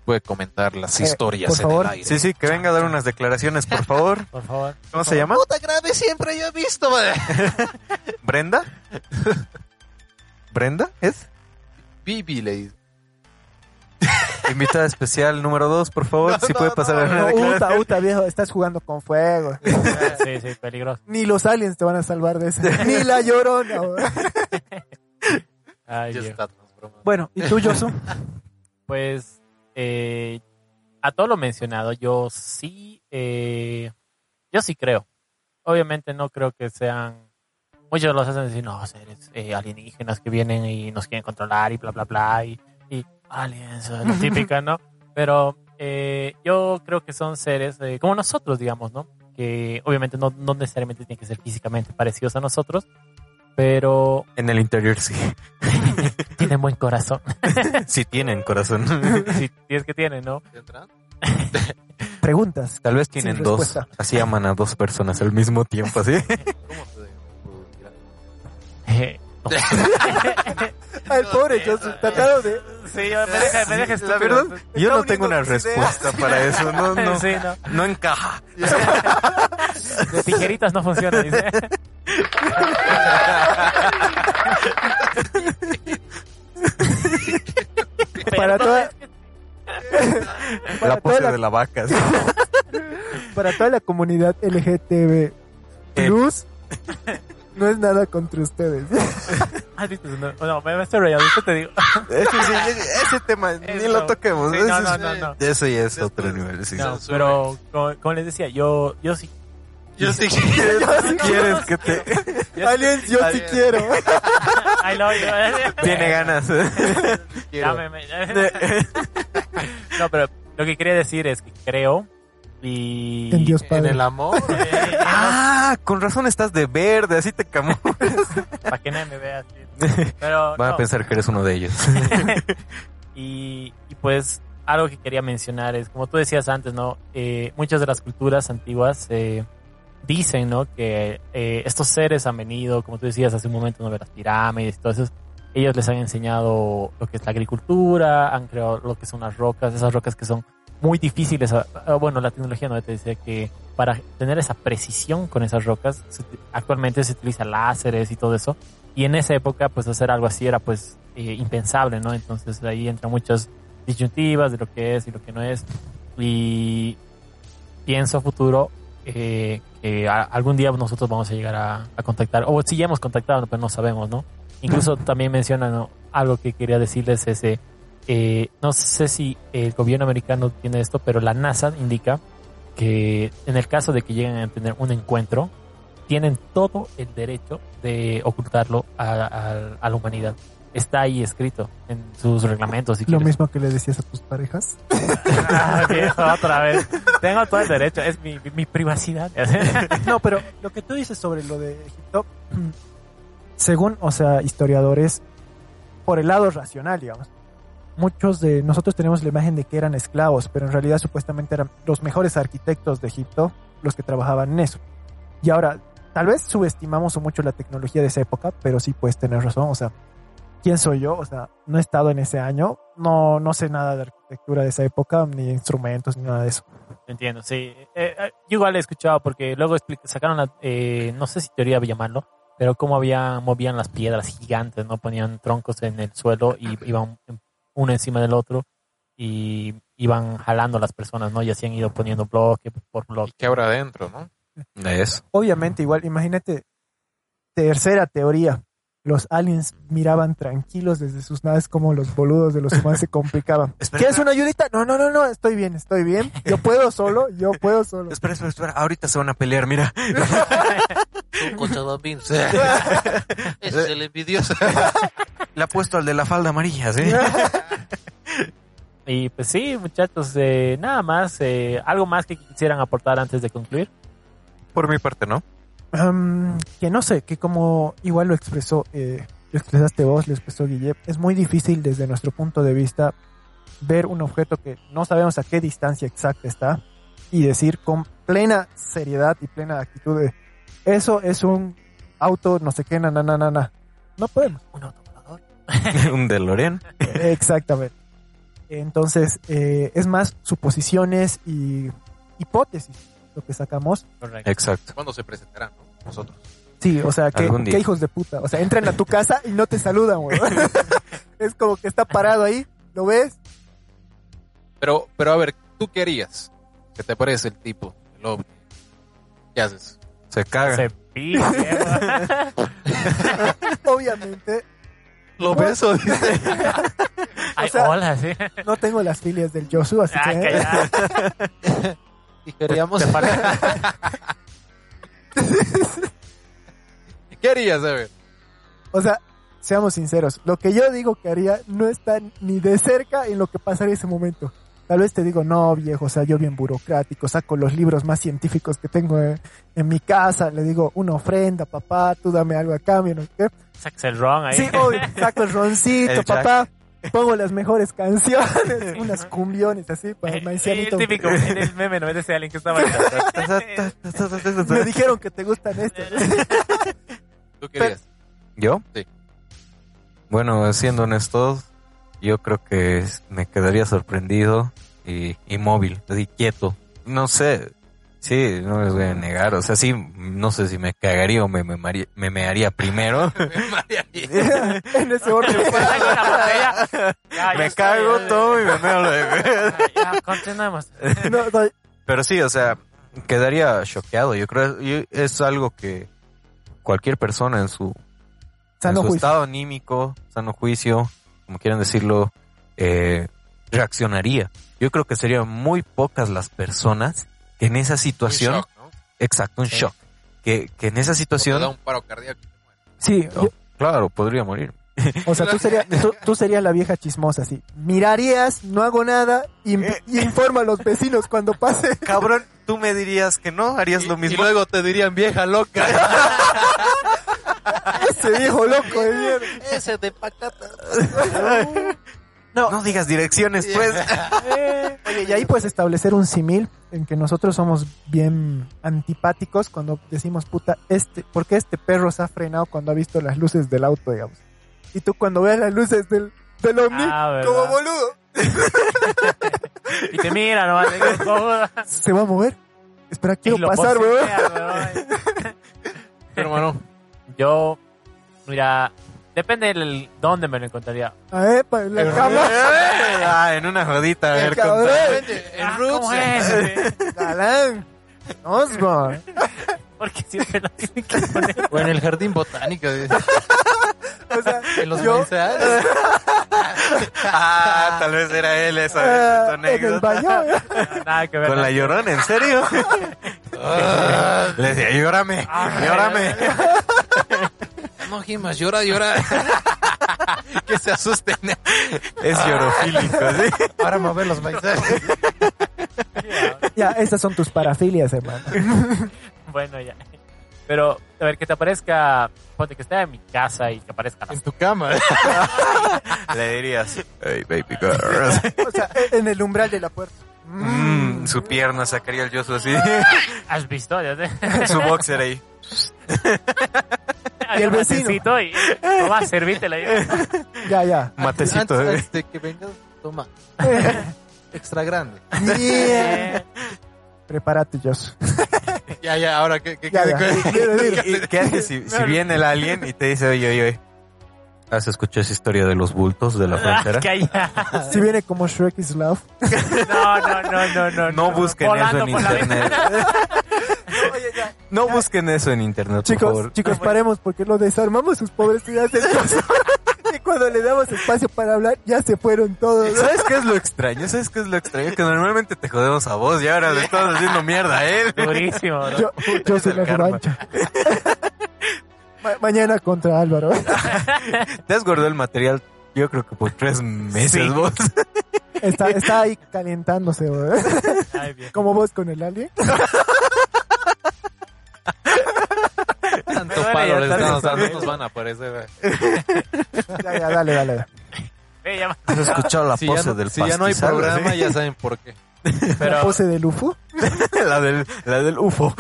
[SPEAKER 2] puede comentar las
[SPEAKER 4] Eh,
[SPEAKER 2] historias
[SPEAKER 4] por
[SPEAKER 2] en
[SPEAKER 4] favor.
[SPEAKER 2] el aire.
[SPEAKER 1] Sí, sí, que venga a dar unas declaraciones, por favor.
[SPEAKER 3] Por favor.
[SPEAKER 1] ¿Cómo se llama?
[SPEAKER 2] Puta grave siempre yo he visto. madre.
[SPEAKER 1] ¿Brenda? *laughs* ¿Brenda es?
[SPEAKER 2] Bibi le
[SPEAKER 1] Invitada especial número 2, por favor,
[SPEAKER 2] No,
[SPEAKER 1] si
[SPEAKER 2] no,
[SPEAKER 1] puede pasar
[SPEAKER 2] no,
[SPEAKER 1] a
[SPEAKER 4] No,
[SPEAKER 1] una
[SPEAKER 4] uta,
[SPEAKER 1] declaración.
[SPEAKER 4] uta, viejo, estás jugando con fuego.
[SPEAKER 3] Sí, sí, peligroso.
[SPEAKER 4] Ni los aliens te van a salvar de eso. Ni la llorona. güey.
[SPEAKER 3] Ay,
[SPEAKER 2] ya
[SPEAKER 3] Dios.
[SPEAKER 2] está transformado.
[SPEAKER 4] Bueno, ¿y tú, Yosu?
[SPEAKER 3] Pues eh, a todo lo mencionado, yo sí, eh, yo sí creo. Obviamente no creo que sean muchos los hacen decir no seres eh, alienígenas que vienen y nos quieren controlar y bla bla bla y, y aliens, la típica, ¿no? Pero eh, yo creo que son seres eh, como nosotros, digamos, ¿no? Que obviamente no, no necesariamente tienen que ser físicamente parecidos a nosotros, pero
[SPEAKER 1] En el interior sí.
[SPEAKER 3] tienen buen corazón. *laughs*
[SPEAKER 1] Sí tienen corazón.
[SPEAKER 3] si, si es que tienen, ¿no?
[SPEAKER 2] ¿Entran?
[SPEAKER 4] Preguntas.
[SPEAKER 1] Tal vez tienen
[SPEAKER 4] Sin
[SPEAKER 1] dos.
[SPEAKER 4] respuesta.
[SPEAKER 1] Así aman a dos personas al mismo tiempo, así.
[SPEAKER 2] ¿Cómo te digo?
[SPEAKER 3] Eh,
[SPEAKER 4] Al pobre Yosu, trataron de...
[SPEAKER 3] Sí, yo- me deja, me deja
[SPEAKER 1] La
[SPEAKER 3] estúpido.
[SPEAKER 1] verdad, yo no
[SPEAKER 4] Está
[SPEAKER 1] tengo una
[SPEAKER 4] uniendo tus
[SPEAKER 1] respuesta para eso. No, no,
[SPEAKER 3] Sí, no.
[SPEAKER 1] no encaja.
[SPEAKER 3] De tijeritas no funciona, dice.
[SPEAKER 1] *laughs*
[SPEAKER 4] Para toda...
[SPEAKER 1] La
[SPEAKER 4] Para toda
[SPEAKER 1] pose
[SPEAKER 4] la
[SPEAKER 1] de la vaca. *laughs* así.
[SPEAKER 4] para toda la comunidad LGTB
[SPEAKER 1] Eh.
[SPEAKER 4] Plus, no es nada contra ustedes.
[SPEAKER 3] ¿Has visto? No, no, me, me estoy rayando, después te digo.
[SPEAKER 1] Ese, sí, ese- ese tema, ni
[SPEAKER 3] Eso.
[SPEAKER 1] lo toquemos.
[SPEAKER 3] Sí,
[SPEAKER 1] Ese
[SPEAKER 3] no,
[SPEAKER 1] es-
[SPEAKER 3] no, no, no.
[SPEAKER 1] Eso ya es otro nivel. sí.
[SPEAKER 3] No, pero como, como les decía, yo, yo sí.
[SPEAKER 2] *laughs* Yo sí
[SPEAKER 1] ¿Quieres que *laughs* te
[SPEAKER 4] Aliens, yo sí
[SPEAKER 2] Aliens.
[SPEAKER 4] quiero.
[SPEAKER 3] I love you.
[SPEAKER 1] *laughs*
[SPEAKER 3] *laughs*
[SPEAKER 1] tiene *laughs* ganas?
[SPEAKER 2] *laughs*
[SPEAKER 3] Ya me- me- No, pero lo que quería decir es que creo y.
[SPEAKER 4] En Dios
[SPEAKER 2] En *laughs*
[SPEAKER 4] Padre.
[SPEAKER 2] el amor.
[SPEAKER 3] Eh,
[SPEAKER 1] Ah, con razón estás de verde, así te camó. *laughs*
[SPEAKER 3] para que nadie me vea así. Pero.
[SPEAKER 1] Van a
[SPEAKER 3] no.
[SPEAKER 1] pensar que eres uno de ellos.
[SPEAKER 3] *laughs* y, y, pues algo que quería mencionar es, como tú decías antes, ¿no? Eh, muchas de las culturas antiguas eh, dicen, ¿no? Que eh, estos seres han venido, como tú decías hace un momento, ¿no? De las pirámides, entonces ellos les han enseñado lo que es la agricultura, han creado lo que son las rocas, esas rocas que son muy difíciles. a- a- Bueno, la tecnología no te decía que para tener esa precisión con esas rocas, se uti- actualmente se utiliza láseres y todo eso. Y en esa época, pues hacer algo así era pues eh, impensable, ¿no? Entonces ahí entran muchas disyuntivas de lo que es y lo que no es. Y pienso a futuro eh, que a- algún día nosotros vamos a llegar a, a contactar, o si ya hemos contactado, pero no sabemos, ¿no? Incluso también mencionan ¿no? algo que quería decirles ese, eh, no sé si el gobierno americano tiene esto, pero la NASA indica que en el caso de que lleguen a tener un encuentro, tienen todo el derecho de ocultarlo a, a- a la humanidad. Está ahí escrito en sus reglamentos. Si
[SPEAKER 4] Lo
[SPEAKER 3] quieres.
[SPEAKER 4] mismo que le decías a tus parejas.
[SPEAKER 3] Ah, viejo, *laughs* otra vez. Tengo todo el derecho, es mi, mi privacidad. *laughs*
[SPEAKER 4] No, pero lo que tú dices sobre lo de Egipto, según, o sea, historiadores, por el lado racional, digamos, muchos de nosotros tenemos la imagen de que eran esclavos, pero en realidad supuestamente eran los mejores arquitectos de Egipto los que trabajaban en eso. Y ahora, tal vez subestimamos mucho la tecnología de esa época, pero sí puedes tener razón, o sea, ¿quién soy yo? O sea, no he estado en ese año, no, no sé nada de arquitectura de esa época, ni instrumentos, ni nada de eso.
[SPEAKER 3] Entiendo, sí. Eh, eh, yo igual he escuchado porque luego expli- sacaron la, eh, no sé si teoría llamarlo, pero cómo había, movían las piedras gigantes, ¿no? Ponían troncos en el suelo y iban uno encima del otro y iban jalando a las personas, ¿no? Y así han ido poniendo bloque por
[SPEAKER 2] ¿Y
[SPEAKER 3] bloque.
[SPEAKER 2] qué habrá adentro, no?
[SPEAKER 1] Eso.
[SPEAKER 4] Obviamente, igual, imagínate, tercera teoría. Los aliens miraban tranquilos desde sus naves como los boludos de los humanos se complicaban.
[SPEAKER 1] Espera,
[SPEAKER 4] ¿Quieres una ayudita? No, no, no, no, estoy bien, estoy bien. Yo puedo solo, yo
[SPEAKER 1] *laughs*
[SPEAKER 4] puedo solo.
[SPEAKER 1] Espera, espera, espera. Ahorita se van a pelear, mira.
[SPEAKER 2] *laughs* Tú, Cochabambín. Ese es el envidioso.
[SPEAKER 1] Le ha puesto al de la falda amarilla,
[SPEAKER 3] *laughs*
[SPEAKER 1] ¿sí?
[SPEAKER 3] Y pues sí, muchachos, eh, nada más. eh, ¿Algo más que quisieran aportar antes de concluir?
[SPEAKER 2] Por mi parte, ¿no?
[SPEAKER 4] Am, que no sé, que como igual lo expresó, eh, lo expresaste vos, lo expresó Guille, es muy difícil desde nuestro punto de vista ver un objeto que no sabemos a qué distancia exacta está y decir con plena seriedad y plena actitud de eso es un auto, no sé qué, na, na, na, na, na". No
[SPEAKER 3] *laughs*
[SPEAKER 4] podemos.
[SPEAKER 3] Un autovolador.
[SPEAKER 1] *laughs* Un DeLorean.
[SPEAKER 4] Exactamente. Entonces, eh, es más suposiciones y hipótesis lo que sacamos
[SPEAKER 3] Correcto.
[SPEAKER 1] Exacto.
[SPEAKER 2] ¿Cuándo se presentarán, no? Nosotros.
[SPEAKER 4] Sí, o sea, que,
[SPEAKER 1] Algún día.
[SPEAKER 4] que hijos de puta. O sea, entran a tu casa y no te saludan, güey. *laughs* es como que está parado ahí, ¿lo ves?
[SPEAKER 2] Pero, pero a ver, ¿tú qué harías? ¿Qué te parece el tipo, el ovni? ¿Qué haces?
[SPEAKER 1] Se caga.
[SPEAKER 3] Se ¿eh? pilla, mierda.
[SPEAKER 4] Obviamente,
[SPEAKER 1] Lo beso, dice.
[SPEAKER 3] Ay,
[SPEAKER 4] O sea-
[SPEAKER 3] hola, sí.
[SPEAKER 4] no tengo las filias del Josu, así
[SPEAKER 3] Ah,
[SPEAKER 4] que... ¿eh?
[SPEAKER 3] callada.
[SPEAKER 2] Y queríamos...
[SPEAKER 3] Te falta-
[SPEAKER 2] *laughs* ¿Qué harías, a ver?
[SPEAKER 4] O sea, seamos sinceros, lo que yo digo que haría no está ni de cerca en lo que pasaría ese momento. Tal vez te digo, no, viejo, o sea, yo bien burocrático, saco los libros más científicos que tengo eh, en, mi casa, le digo, una ofrenda, papá, tú dame algo a cambio, no sé qué.
[SPEAKER 3] Sacas el ron ahí.
[SPEAKER 4] Sí, hoy saco el roncito,
[SPEAKER 1] El Jack.
[SPEAKER 4] papá. Pongo las mejores canciones,
[SPEAKER 1] *laughs*
[SPEAKER 4] unas cumbiones así para el
[SPEAKER 3] Eh, el
[SPEAKER 4] maicianito.
[SPEAKER 3] típico, en el meme, no me a alguien que está *laughs* bailando.
[SPEAKER 4] Me dijeron que te gustan estas. *laughs*
[SPEAKER 2] ¿Tú qué harías?
[SPEAKER 1] ¿Yo?
[SPEAKER 2] Sí.
[SPEAKER 1] Bueno, siendo honestos, yo creo que es- me quedaría sorprendido y inmóvil, así quieto. No sé, sí, no les voy a negar. O sea, sí, no sé si me cagaría o me, me, maría- me mearía
[SPEAKER 3] *laughs*
[SPEAKER 1] primero.
[SPEAKER 4] en ese orden. pues,
[SPEAKER 3] Saco la botella. Ya, ya
[SPEAKER 1] me
[SPEAKER 3] estoy,
[SPEAKER 1] cago
[SPEAKER 3] ya,
[SPEAKER 1] todo y me meo
[SPEAKER 3] *laughs*
[SPEAKER 1] luego.
[SPEAKER 3] Ya, ya, continuemos.
[SPEAKER 4] No, no,
[SPEAKER 1] Pero sí, o sea, quedaría choqueado. Yo creo yo- es algo que cualquier persona en su
[SPEAKER 4] sano
[SPEAKER 1] en su
[SPEAKER 4] juicio.
[SPEAKER 1] estado anímico, sano juicio, como quieran decirlo, eh, reaccionaría. Yo creo que serían muy pocas las personas que en esa
[SPEAKER 2] Un
[SPEAKER 1] situación,
[SPEAKER 2] shock, ¿no?
[SPEAKER 1] exacto, un
[SPEAKER 3] Sí.
[SPEAKER 1] shock, que, que en esa
[SPEAKER 2] O te da
[SPEAKER 1] situación,
[SPEAKER 2] un paro cardíaco. y te mueres.
[SPEAKER 4] Sí, yo-
[SPEAKER 1] claro, podría morir.
[SPEAKER 4] o sea, tú serías, tú, tú serías la vieja chismosa, así. Mirarías, no hago nada, y,
[SPEAKER 1] Eh.
[SPEAKER 4] y informa a los vecinos cuando pase. *laughs*
[SPEAKER 1] Cabrón, tú me dirías que no, harías
[SPEAKER 2] Y- Y luego te dirían vieja
[SPEAKER 4] *laughs*
[SPEAKER 2] loca.
[SPEAKER 4] Ese viejo loco de mierda.
[SPEAKER 2] Ese de pacata.
[SPEAKER 1] no. digas direcciones, *laughs* pues.
[SPEAKER 3] Eh.
[SPEAKER 4] Oye, y ahí puedes establecer un simil en que nosotros somos bien antipáticos cuando decimos, puta, este, ¿por qué este perro se ha frenado cuando ha visto las luces del auto, digamos? Y tú cuando veas las luces del, del ovni,
[SPEAKER 3] Ah, ¿verdad?
[SPEAKER 4] como boludo,
[SPEAKER 3] Y te mira nomás. te digo, *laughs* "Cojuda".
[SPEAKER 4] se va a mover. Espera,
[SPEAKER 3] Y
[SPEAKER 4] quiero
[SPEAKER 3] lo
[SPEAKER 4] pasar, weón.
[SPEAKER 3] posea, weón.
[SPEAKER 2] hermano,
[SPEAKER 3] Yo, mira, depende del dónde me lo encontraría.
[SPEAKER 4] Ah, epa, en la cama.
[SPEAKER 1] Ah, en una jodita, a ver,
[SPEAKER 4] Cabrón.
[SPEAKER 1] contá.
[SPEAKER 3] Ah,
[SPEAKER 2] en
[SPEAKER 3] ¿cómo
[SPEAKER 2] Roots.
[SPEAKER 3] es? *laughs*
[SPEAKER 4] Galán. *laughs* Osborn.
[SPEAKER 3] Porque siempre lo tienen que poner.
[SPEAKER 2] O en el jardín botánico. dice.
[SPEAKER 4] *laughs* O sea,
[SPEAKER 2] En los
[SPEAKER 4] yo,
[SPEAKER 2] manzanos.
[SPEAKER 1] Ah, tal vez era él esa,
[SPEAKER 4] ah,
[SPEAKER 1] esa
[SPEAKER 4] en el
[SPEAKER 1] anécdota.
[SPEAKER 4] baño, weón. *laughs*
[SPEAKER 3] Nada que ver.
[SPEAKER 1] Con la llorona, ¿en serio?
[SPEAKER 2] Ah,
[SPEAKER 1] Le decía, llórame,
[SPEAKER 3] Ah,
[SPEAKER 1] llórame.
[SPEAKER 2] No, Jimas, llora, llora. *laughs* que se asusten.
[SPEAKER 1] Es llorofílico, ¿sí?
[SPEAKER 2] Ahora mover los paisajes.
[SPEAKER 4] Ya, esas son tus parafilias, hermano.
[SPEAKER 3] *laughs* Bueno, ya. Pero, a ver, que te aparezca, ponte que esté en mi casa y que aparezca la
[SPEAKER 2] En tu cama. *laughs*
[SPEAKER 1] Le dirías, hey, baby girl.
[SPEAKER 4] O sea, en el umbral de la puerta.
[SPEAKER 1] Mm, su pierna sacaría el yoso así.
[SPEAKER 3] ¿Has visto? Ya
[SPEAKER 1] *laughs*
[SPEAKER 3] sé.
[SPEAKER 1] su boxer ahí.
[SPEAKER 3] Hay
[SPEAKER 4] el
[SPEAKER 3] un
[SPEAKER 4] vecino.
[SPEAKER 3] matecito Y nomás servítela. ya.
[SPEAKER 4] Ya,
[SPEAKER 3] *laughs*
[SPEAKER 4] ya.
[SPEAKER 1] Matecito, ¿eh?
[SPEAKER 2] de que vengas, toma.
[SPEAKER 4] *laughs*
[SPEAKER 2] Extra grande.
[SPEAKER 4] Bien.
[SPEAKER 3] Eh,
[SPEAKER 4] Prepárate,
[SPEAKER 3] *laughs*
[SPEAKER 4] Josu.
[SPEAKER 2] Ya, ya, ahora que
[SPEAKER 4] Ya, ya. Quiero decir,
[SPEAKER 1] ¿Y qué haces si, si viene el alien y te dice, oye, oye, oye? ¿Has escuchado esa historia de los bultos de la
[SPEAKER 3] ah,
[SPEAKER 1] frontera?
[SPEAKER 3] calla.
[SPEAKER 4] si viene como Shrek is
[SPEAKER 3] *laughs*
[SPEAKER 4] Love.
[SPEAKER 3] No, no, no, no, no.
[SPEAKER 1] No busquen eso
[SPEAKER 3] Volando
[SPEAKER 1] en
[SPEAKER 3] por la
[SPEAKER 1] internet. *laughs* No busquen eso en internet, por
[SPEAKER 4] Chicos,
[SPEAKER 1] favor.
[SPEAKER 4] chicos, paremos porque lo desarmamos sus pobres ideas del
[SPEAKER 3] *laughs*
[SPEAKER 4] Josu. Y cuando le damos espacio para hablar, ya se fueron todos.
[SPEAKER 1] ¿Sabes qué es lo extraño? ¿Sabes qué es lo extraño? Que normalmente te jodemos a vos y ahora le estás haciendo mierda a él.
[SPEAKER 3] Durísimo, bro.
[SPEAKER 4] Yo, yo soy
[SPEAKER 1] el
[SPEAKER 4] la
[SPEAKER 1] karma.
[SPEAKER 4] revancha. Ma- mañana contra Álvaro.
[SPEAKER 1] Te has guardado el material, yo creo que por tres meses
[SPEAKER 3] Sí.
[SPEAKER 1] vos.
[SPEAKER 4] Está, está ahí calentándose, güey.
[SPEAKER 3] Ay,
[SPEAKER 4] *laughs*
[SPEAKER 3] viejo.
[SPEAKER 4] Como vos con el alien.
[SPEAKER 2] Tanto
[SPEAKER 3] Bueno,
[SPEAKER 2] palo
[SPEAKER 3] ya
[SPEAKER 2] les
[SPEAKER 3] está
[SPEAKER 2] dan, o sea,
[SPEAKER 3] resuelto.
[SPEAKER 2] nosotros van a aparecer. eh.
[SPEAKER 4] Ya, ya, dale, dale. dale.
[SPEAKER 3] Eh, ya-
[SPEAKER 1] Has escuchado *laughs* la
[SPEAKER 2] Si ya
[SPEAKER 1] pose
[SPEAKER 2] no-
[SPEAKER 1] del
[SPEAKER 2] si ya no hay
[SPEAKER 1] pastizal, ¿eh?
[SPEAKER 2] programa,
[SPEAKER 1] ¿sí?
[SPEAKER 2] ya saben por qué.
[SPEAKER 4] La
[SPEAKER 3] Pero,
[SPEAKER 4] pose del UFO.
[SPEAKER 1] *laughs* la, del, la del UFO.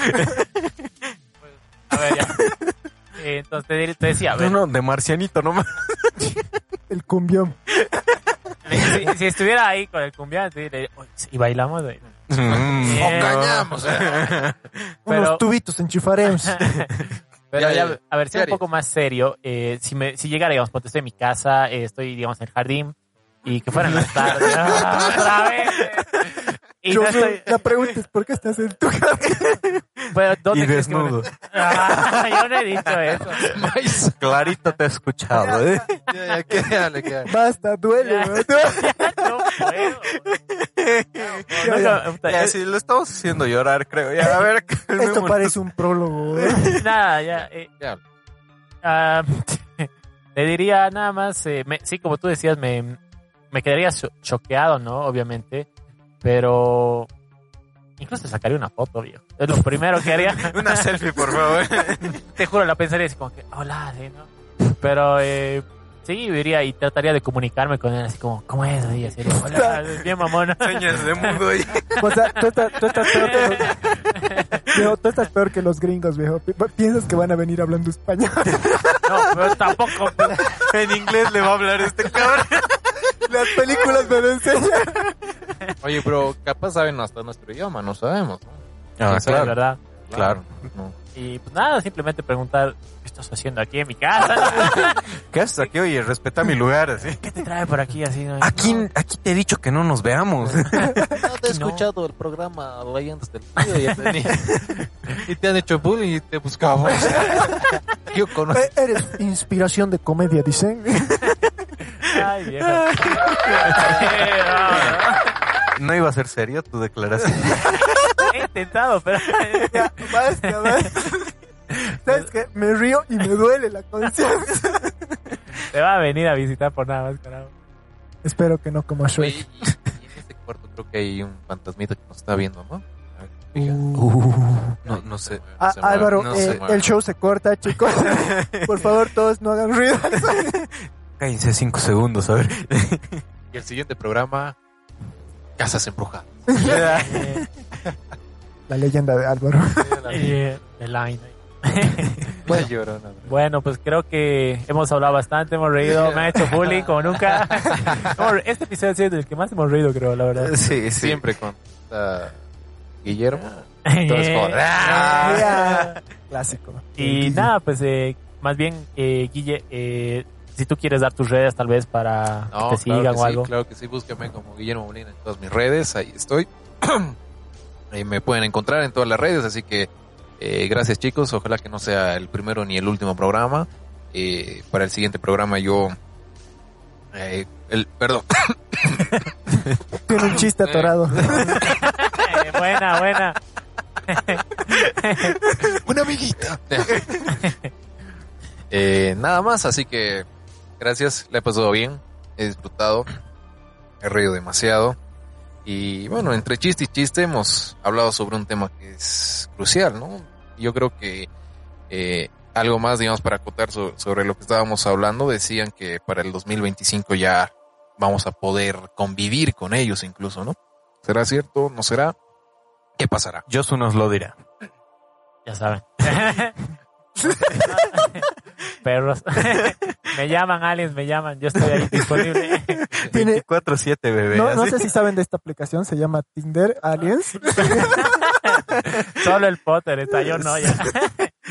[SPEAKER 3] a ver, ya. Eh, entonces te, te decía, a ver,
[SPEAKER 1] No, no, de marcianito nomás.
[SPEAKER 4] El cumbión.
[SPEAKER 3] si, si estuviera ahí con el cumbián, te diría, "Oye, sí, y bailamos. eh".
[SPEAKER 1] *laughs* Mm.
[SPEAKER 3] Eh, Pero-
[SPEAKER 4] Unos tubitos enchufaremos.
[SPEAKER 3] Pero
[SPEAKER 2] Ya,
[SPEAKER 3] ya,
[SPEAKER 2] ya.
[SPEAKER 3] a ver, sea un
[SPEAKER 2] harías?
[SPEAKER 3] poco más serio, eh, si, me, si llegara, digamos, ponte, estoy en mi casa, eh, estoy, digamos, en el jardín, y que fueran las tardes. ¡Ah, otra vez! *laughs* Y
[SPEAKER 4] Yo
[SPEAKER 3] no
[SPEAKER 4] creo-
[SPEAKER 3] estoy,
[SPEAKER 4] La pregunta es: ¿por qué estás en tu casa?
[SPEAKER 3] pero ¿dónde
[SPEAKER 1] Y
[SPEAKER 3] crees que uno-
[SPEAKER 1] desnudo.
[SPEAKER 3] Ah, *laughs* yo no he dicho eso.
[SPEAKER 2] Mais.
[SPEAKER 1] Clarito te he escuchado, *laughs* ¿eh?
[SPEAKER 2] Ya, ya, quédale, quédale.
[SPEAKER 4] Basta, duele, güey.
[SPEAKER 3] No puedo.
[SPEAKER 4] Ya,
[SPEAKER 3] Nunca- puta,
[SPEAKER 1] Ya,
[SPEAKER 3] eh,
[SPEAKER 1] sí, lo estamos haciendo llorar, creo. Ya, a ver.
[SPEAKER 4] Esto parece un prólogo, güey.
[SPEAKER 3] Nada, ya. eh,
[SPEAKER 2] Diablo.
[SPEAKER 3] ah, *laughs* le diría nada más, eh, me- sí, como tú decías, me, me quedaría cho- choqueado, ¿no? Obviamente, pero incluso te sacaría una foto, viejo. Es lo primero que *laughs* haría.
[SPEAKER 1] *laughs* Una selfie, por *laughs* favor.
[SPEAKER 3] te juro, la pensaría así como que, hola, sí, ¿no? Pero eh, sí, diría y trataría de comunicarme con él así como, ¿cómo es? Y así, *laughs* hola, bien mamona.
[SPEAKER 1] Señas de mudo. Y...
[SPEAKER 4] O sea, tú estás, tú estás peor que los, viejo, tú estás peor que los gringos, viejo. Pi- Piensas que van a venir hablando español.
[SPEAKER 3] No, pero tampoco. *laughs*
[SPEAKER 1] En inglés le va a hablar este cabrón.
[SPEAKER 4] Las películas me lo enseñan.
[SPEAKER 2] Oye, pero capaz saben hasta nuestro idioma, no sabemos. ¿no?
[SPEAKER 1] Ah,
[SPEAKER 3] Sí, la verdad.
[SPEAKER 1] Claro.
[SPEAKER 2] No.
[SPEAKER 3] Y pues nada, simplemente preguntar, ¿qué estás haciendo aquí en mi casa?
[SPEAKER 1] ¿Qué haces aquí? Oye, respeta mi lugar, así.
[SPEAKER 3] ¿Qué te trae por aquí así? no?
[SPEAKER 1] Aquí, aquí te he dicho que no nos veamos. *laughs*
[SPEAKER 2] No te he
[SPEAKER 3] no.
[SPEAKER 2] escuchado el programa Leyendas del Río ya tenía. *laughs* y te han hecho bullying y te *laughs* buscamos. Yo conozco.
[SPEAKER 4] E- *laughs* Eres inspiración de comedia, dicen.
[SPEAKER 3] Ay,
[SPEAKER 2] *laughs*
[SPEAKER 3] viejo. Eh, no,
[SPEAKER 1] No iba a ser serio tu declaración.
[SPEAKER 3] no. He intentado, pero...
[SPEAKER 4] Ya, basta, basta. ¿Sabes qué? Me río y me duele la conciencia.
[SPEAKER 3] Te va a venir a visitar por nada más,
[SPEAKER 2] *laughs*
[SPEAKER 3] carajo.
[SPEAKER 4] Espero que no como
[SPEAKER 2] Oye,
[SPEAKER 4] Shrek.
[SPEAKER 2] y- y en este cuarto creo que hay un fantasmita que nos está viendo, ¿no? A ver, fija.
[SPEAKER 1] No, no sé.
[SPEAKER 4] Ah,
[SPEAKER 2] Se mueve,
[SPEAKER 4] Álvaro,
[SPEAKER 1] no
[SPEAKER 4] eh,
[SPEAKER 1] Uh, se
[SPEAKER 2] mueve.
[SPEAKER 4] el show se corta, chicos. Por favor, todos no hagan *laughs* ruido.
[SPEAKER 1] Cállense cinco segundos, a ver.
[SPEAKER 2] Y el siguiente programa, Casas *laughs* Embrujadas.
[SPEAKER 3] Eh,
[SPEAKER 4] La leyenda de Álvaro.
[SPEAKER 3] eh, the line.
[SPEAKER 2] Bueno, llorona. bro.
[SPEAKER 3] Bueno, pues creo que hemos hablado bastante, hemos
[SPEAKER 2] *laughs*
[SPEAKER 3] reído, me ha hecho bullying como nunca. Hemos- Este episodio ha sido el que más hemos reído, creo, la verdad.
[SPEAKER 1] Sí, sí.
[SPEAKER 2] Siempre con ah, Guillermo.
[SPEAKER 3] Eh,
[SPEAKER 2] joder.
[SPEAKER 4] Ah. Ya. Clásico.
[SPEAKER 3] *laughs*
[SPEAKER 2] "Ah".
[SPEAKER 3] Y nada, pues eh, más bien, eh, Guille, eh, si tú quieres dar tus redes tal vez para
[SPEAKER 2] No,
[SPEAKER 3] que te
[SPEAKER 2] claro
[SPEAKER 3] sigan
[SPEAKER 2] que
[SPEAKER 3] o
[SPEAKER 2] sí,
[SPEAKER 3] algo.
[SPEAKER 2] claro que sí, búsquenme como Guillermo Molina en todas mis redes, ahí estoy. *clears throat* Ahí me pueden encontrar en todas las redes, así que eh, gracias chicos, ojalá que no sea el primero ni el último programa. Eh, para el siguiente programa yo... eh, el, perdón, *laughs*
[SPEAKER 4] Tiene un chiste atorado.
[SPEAKER 3] *laughs* Eh, buena, buena.
[SPEAKER 2] una amiguita. *laughs* Eh, nada más, así que gracias, le he pasado bien, he disfrutado, he reído demasiado. Y bueno, entre chiste y chiste hemos hablado sobre un tema que es crucial, ¿no? Yo creo que eh, algo más, digamos, para acotar so- sobre lo que estábamos hablando, decían que para el 2025 ya vamos a poder convivir con ellos incluso, ¿no? ¿Será cierto? ¿No será? ¿Qué pasará?
[SPEAKER 1] Josu nos lo dirá.
[SPEAKER 3] Ya saben. *laughs* Perros. *laughs* me llaman, aliens, me llaman. Yo estoy ahí disponible. *laughs*
[SPEAKER 4] Tiene,
[SPEAKER 1] 24-7, bebé.
[SPEAKER 4] no, no
[SPEAKER 1] así.
[SPEAKER 4] sé si saben de esta aplicación, se llama Tinder Aliens.
[SPEAKER 3] Solo el Potter está, yo no.
[SPEAKER 1] *laughs*
[SPEAKER 3] Ya.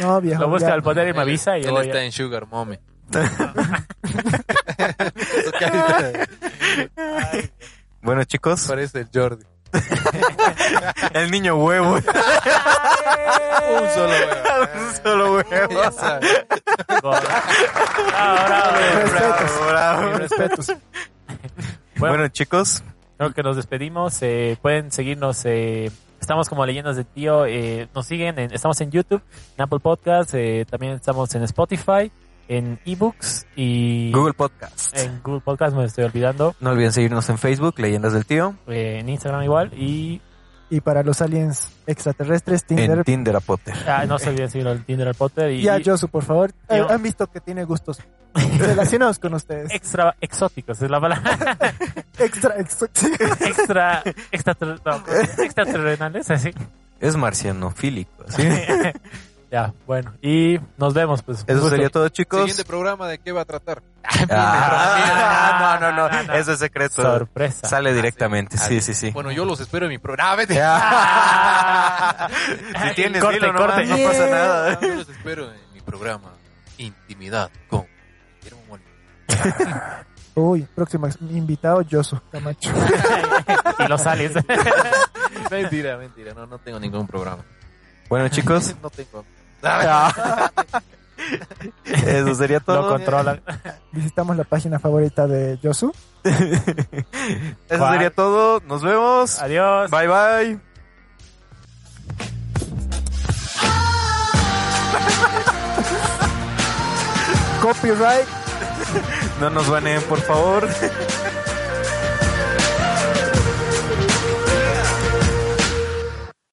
[SPEAKER 4] No, viejo.
[SPEAKER 3] Lo busca
[SPEAKER 4] ya.
[SPEAKER 3] el Potter y me
[SPEAKER 2] Él-
[SPEAKER 3] avisa y yo
[SPEAKER 2] él
[SPEAKER 3] voy.
[SPEAKER 2] está
[SPEAKER 3] ya.
[SPEAKER 2] en Sugar *laughs* Mommy. Su carita
[SPEAKER 1] Bueno, chicos,
[SPEAKER 2] Parece el Jordi.
[SPEAKER 1] *laughs* el niño huevo.
[SPEAKER 2] Un solo huevo.
[SPEAKER 1] Un solo huevo.
[SPEAKER 2] Ya sabes.
[SPEAKER 3] Bravo, bravo.
[SPEAKER 4] Respetos.
[SPEAKER 1] bravo.
[SPEAKER 4] Mis respetos.
[SPEAKER 3] Bueno.
[SPEAKER 1] *laughs* Bueno, chicos,
[SPEAKER 3] Creo que nos despedimos. eh, pueden seguirnos. eh, Estamos como leyendas de tío. eh, nos siguen, en- estamos en YouTube, en Apple Podcasts, eh, también estamos en Spotify, en eBooks y
[SPEAKER 1] Google Podcast.
[SPEAKER 3] en Google Podcast, me estoy olvidando,
[SPEAKER 1] No olviden seguirnos en Facebook, Leyendas del Tío,
[SPEAKER 3] eh, en Instagram igual y
[SPEAKER 4] Y para los aliens extraterrestres, Tinder.
[SPEAKER 1] en Tinder a Potter.
[SPEAKER 3] ah, no se olviden seguir al Tinder al Potter y,
[SPEAKER 4] Ya,
[SPEAKER 3] y
[SPEAKER 4] Josu, por favor.
[SPEAKER 3] y-
[SPEAKER 4] Eh, han visto que tiene gustos relacionados con ustedes.
[SPEAKER 3] *laughs* extra exóticos es la palabra *laughs*
[SPEAKER 4] Extra, extra.
[SPEAKER 3] extra extrater- no, extraterrenales así
[SPEAKER 1] Es marcianofílico. ¿sí?
[SPEAKER 3] ya bueno y nos vemos pues un
[SPEAKER 1] Eso
[SPEAKER 3] gusto.
[SPEAKER 1] sería todo,
[SPEAKER 2] Siguiente
[SPEAKER 1] chicos.
[SPEAKER 2] programa de qué va a tratar.
[SPEAKER 3] *laughs*
[SPEAKER 1] Ah, no, no, no. Eso es secreto.
[SPEAKER 3] sorpresa
[SPEAKER 1] Sale directamente. Sí, sí, sí.
[SPEAKER 2] Bueno, yo los espero en mi programa. Ah, vete.
[SPEAKER 1] *laughs*
[SPEAKER 3] *laughs*
[SPEAKER 1] si tienes
[SPEAKER 3] Corte,
[SPEAKER 1] hilo nomás,
[SPEAKER 3] corte.
[SPEAKER 1] no pasa nada.
[SPEAKER 2] Yo los espero en mi programa Intimidad con Guillermo Molina.
[SPEAKER 4] *laughs* Uy, próximo invitado, Josu Camacho. *laughs*
[SPEAKER 3] y
[SPEAKER 1] *laughs*
[SPEAKER 3] los aliens
[SPEAKER 2] *laughs* Mentira, mentira, no, no tengo ningún programa.
[SPEAKER 1] Bueno,
[SPEAKER 3] *laughs*
[SPEAKER 1] chicos,
[SPEAKER 2] No tengo.
[SPEAKER 1] eso sería todo.
[SPEAKER 3] lo controlan
[SPEAKER 4] Visitamos la página favorita de Josu.
[SPEAKER 1] Eso sería todo. Nos vemos.
[SPEAKER 3] adiós
[SPEAKER 1] Bye,
[SPEAKER 3] *laughs*
[SPEAKER 1] bye.
[SPEAKER 4] Copyright.
[SPEAKER 1] No nos baneen, por favor.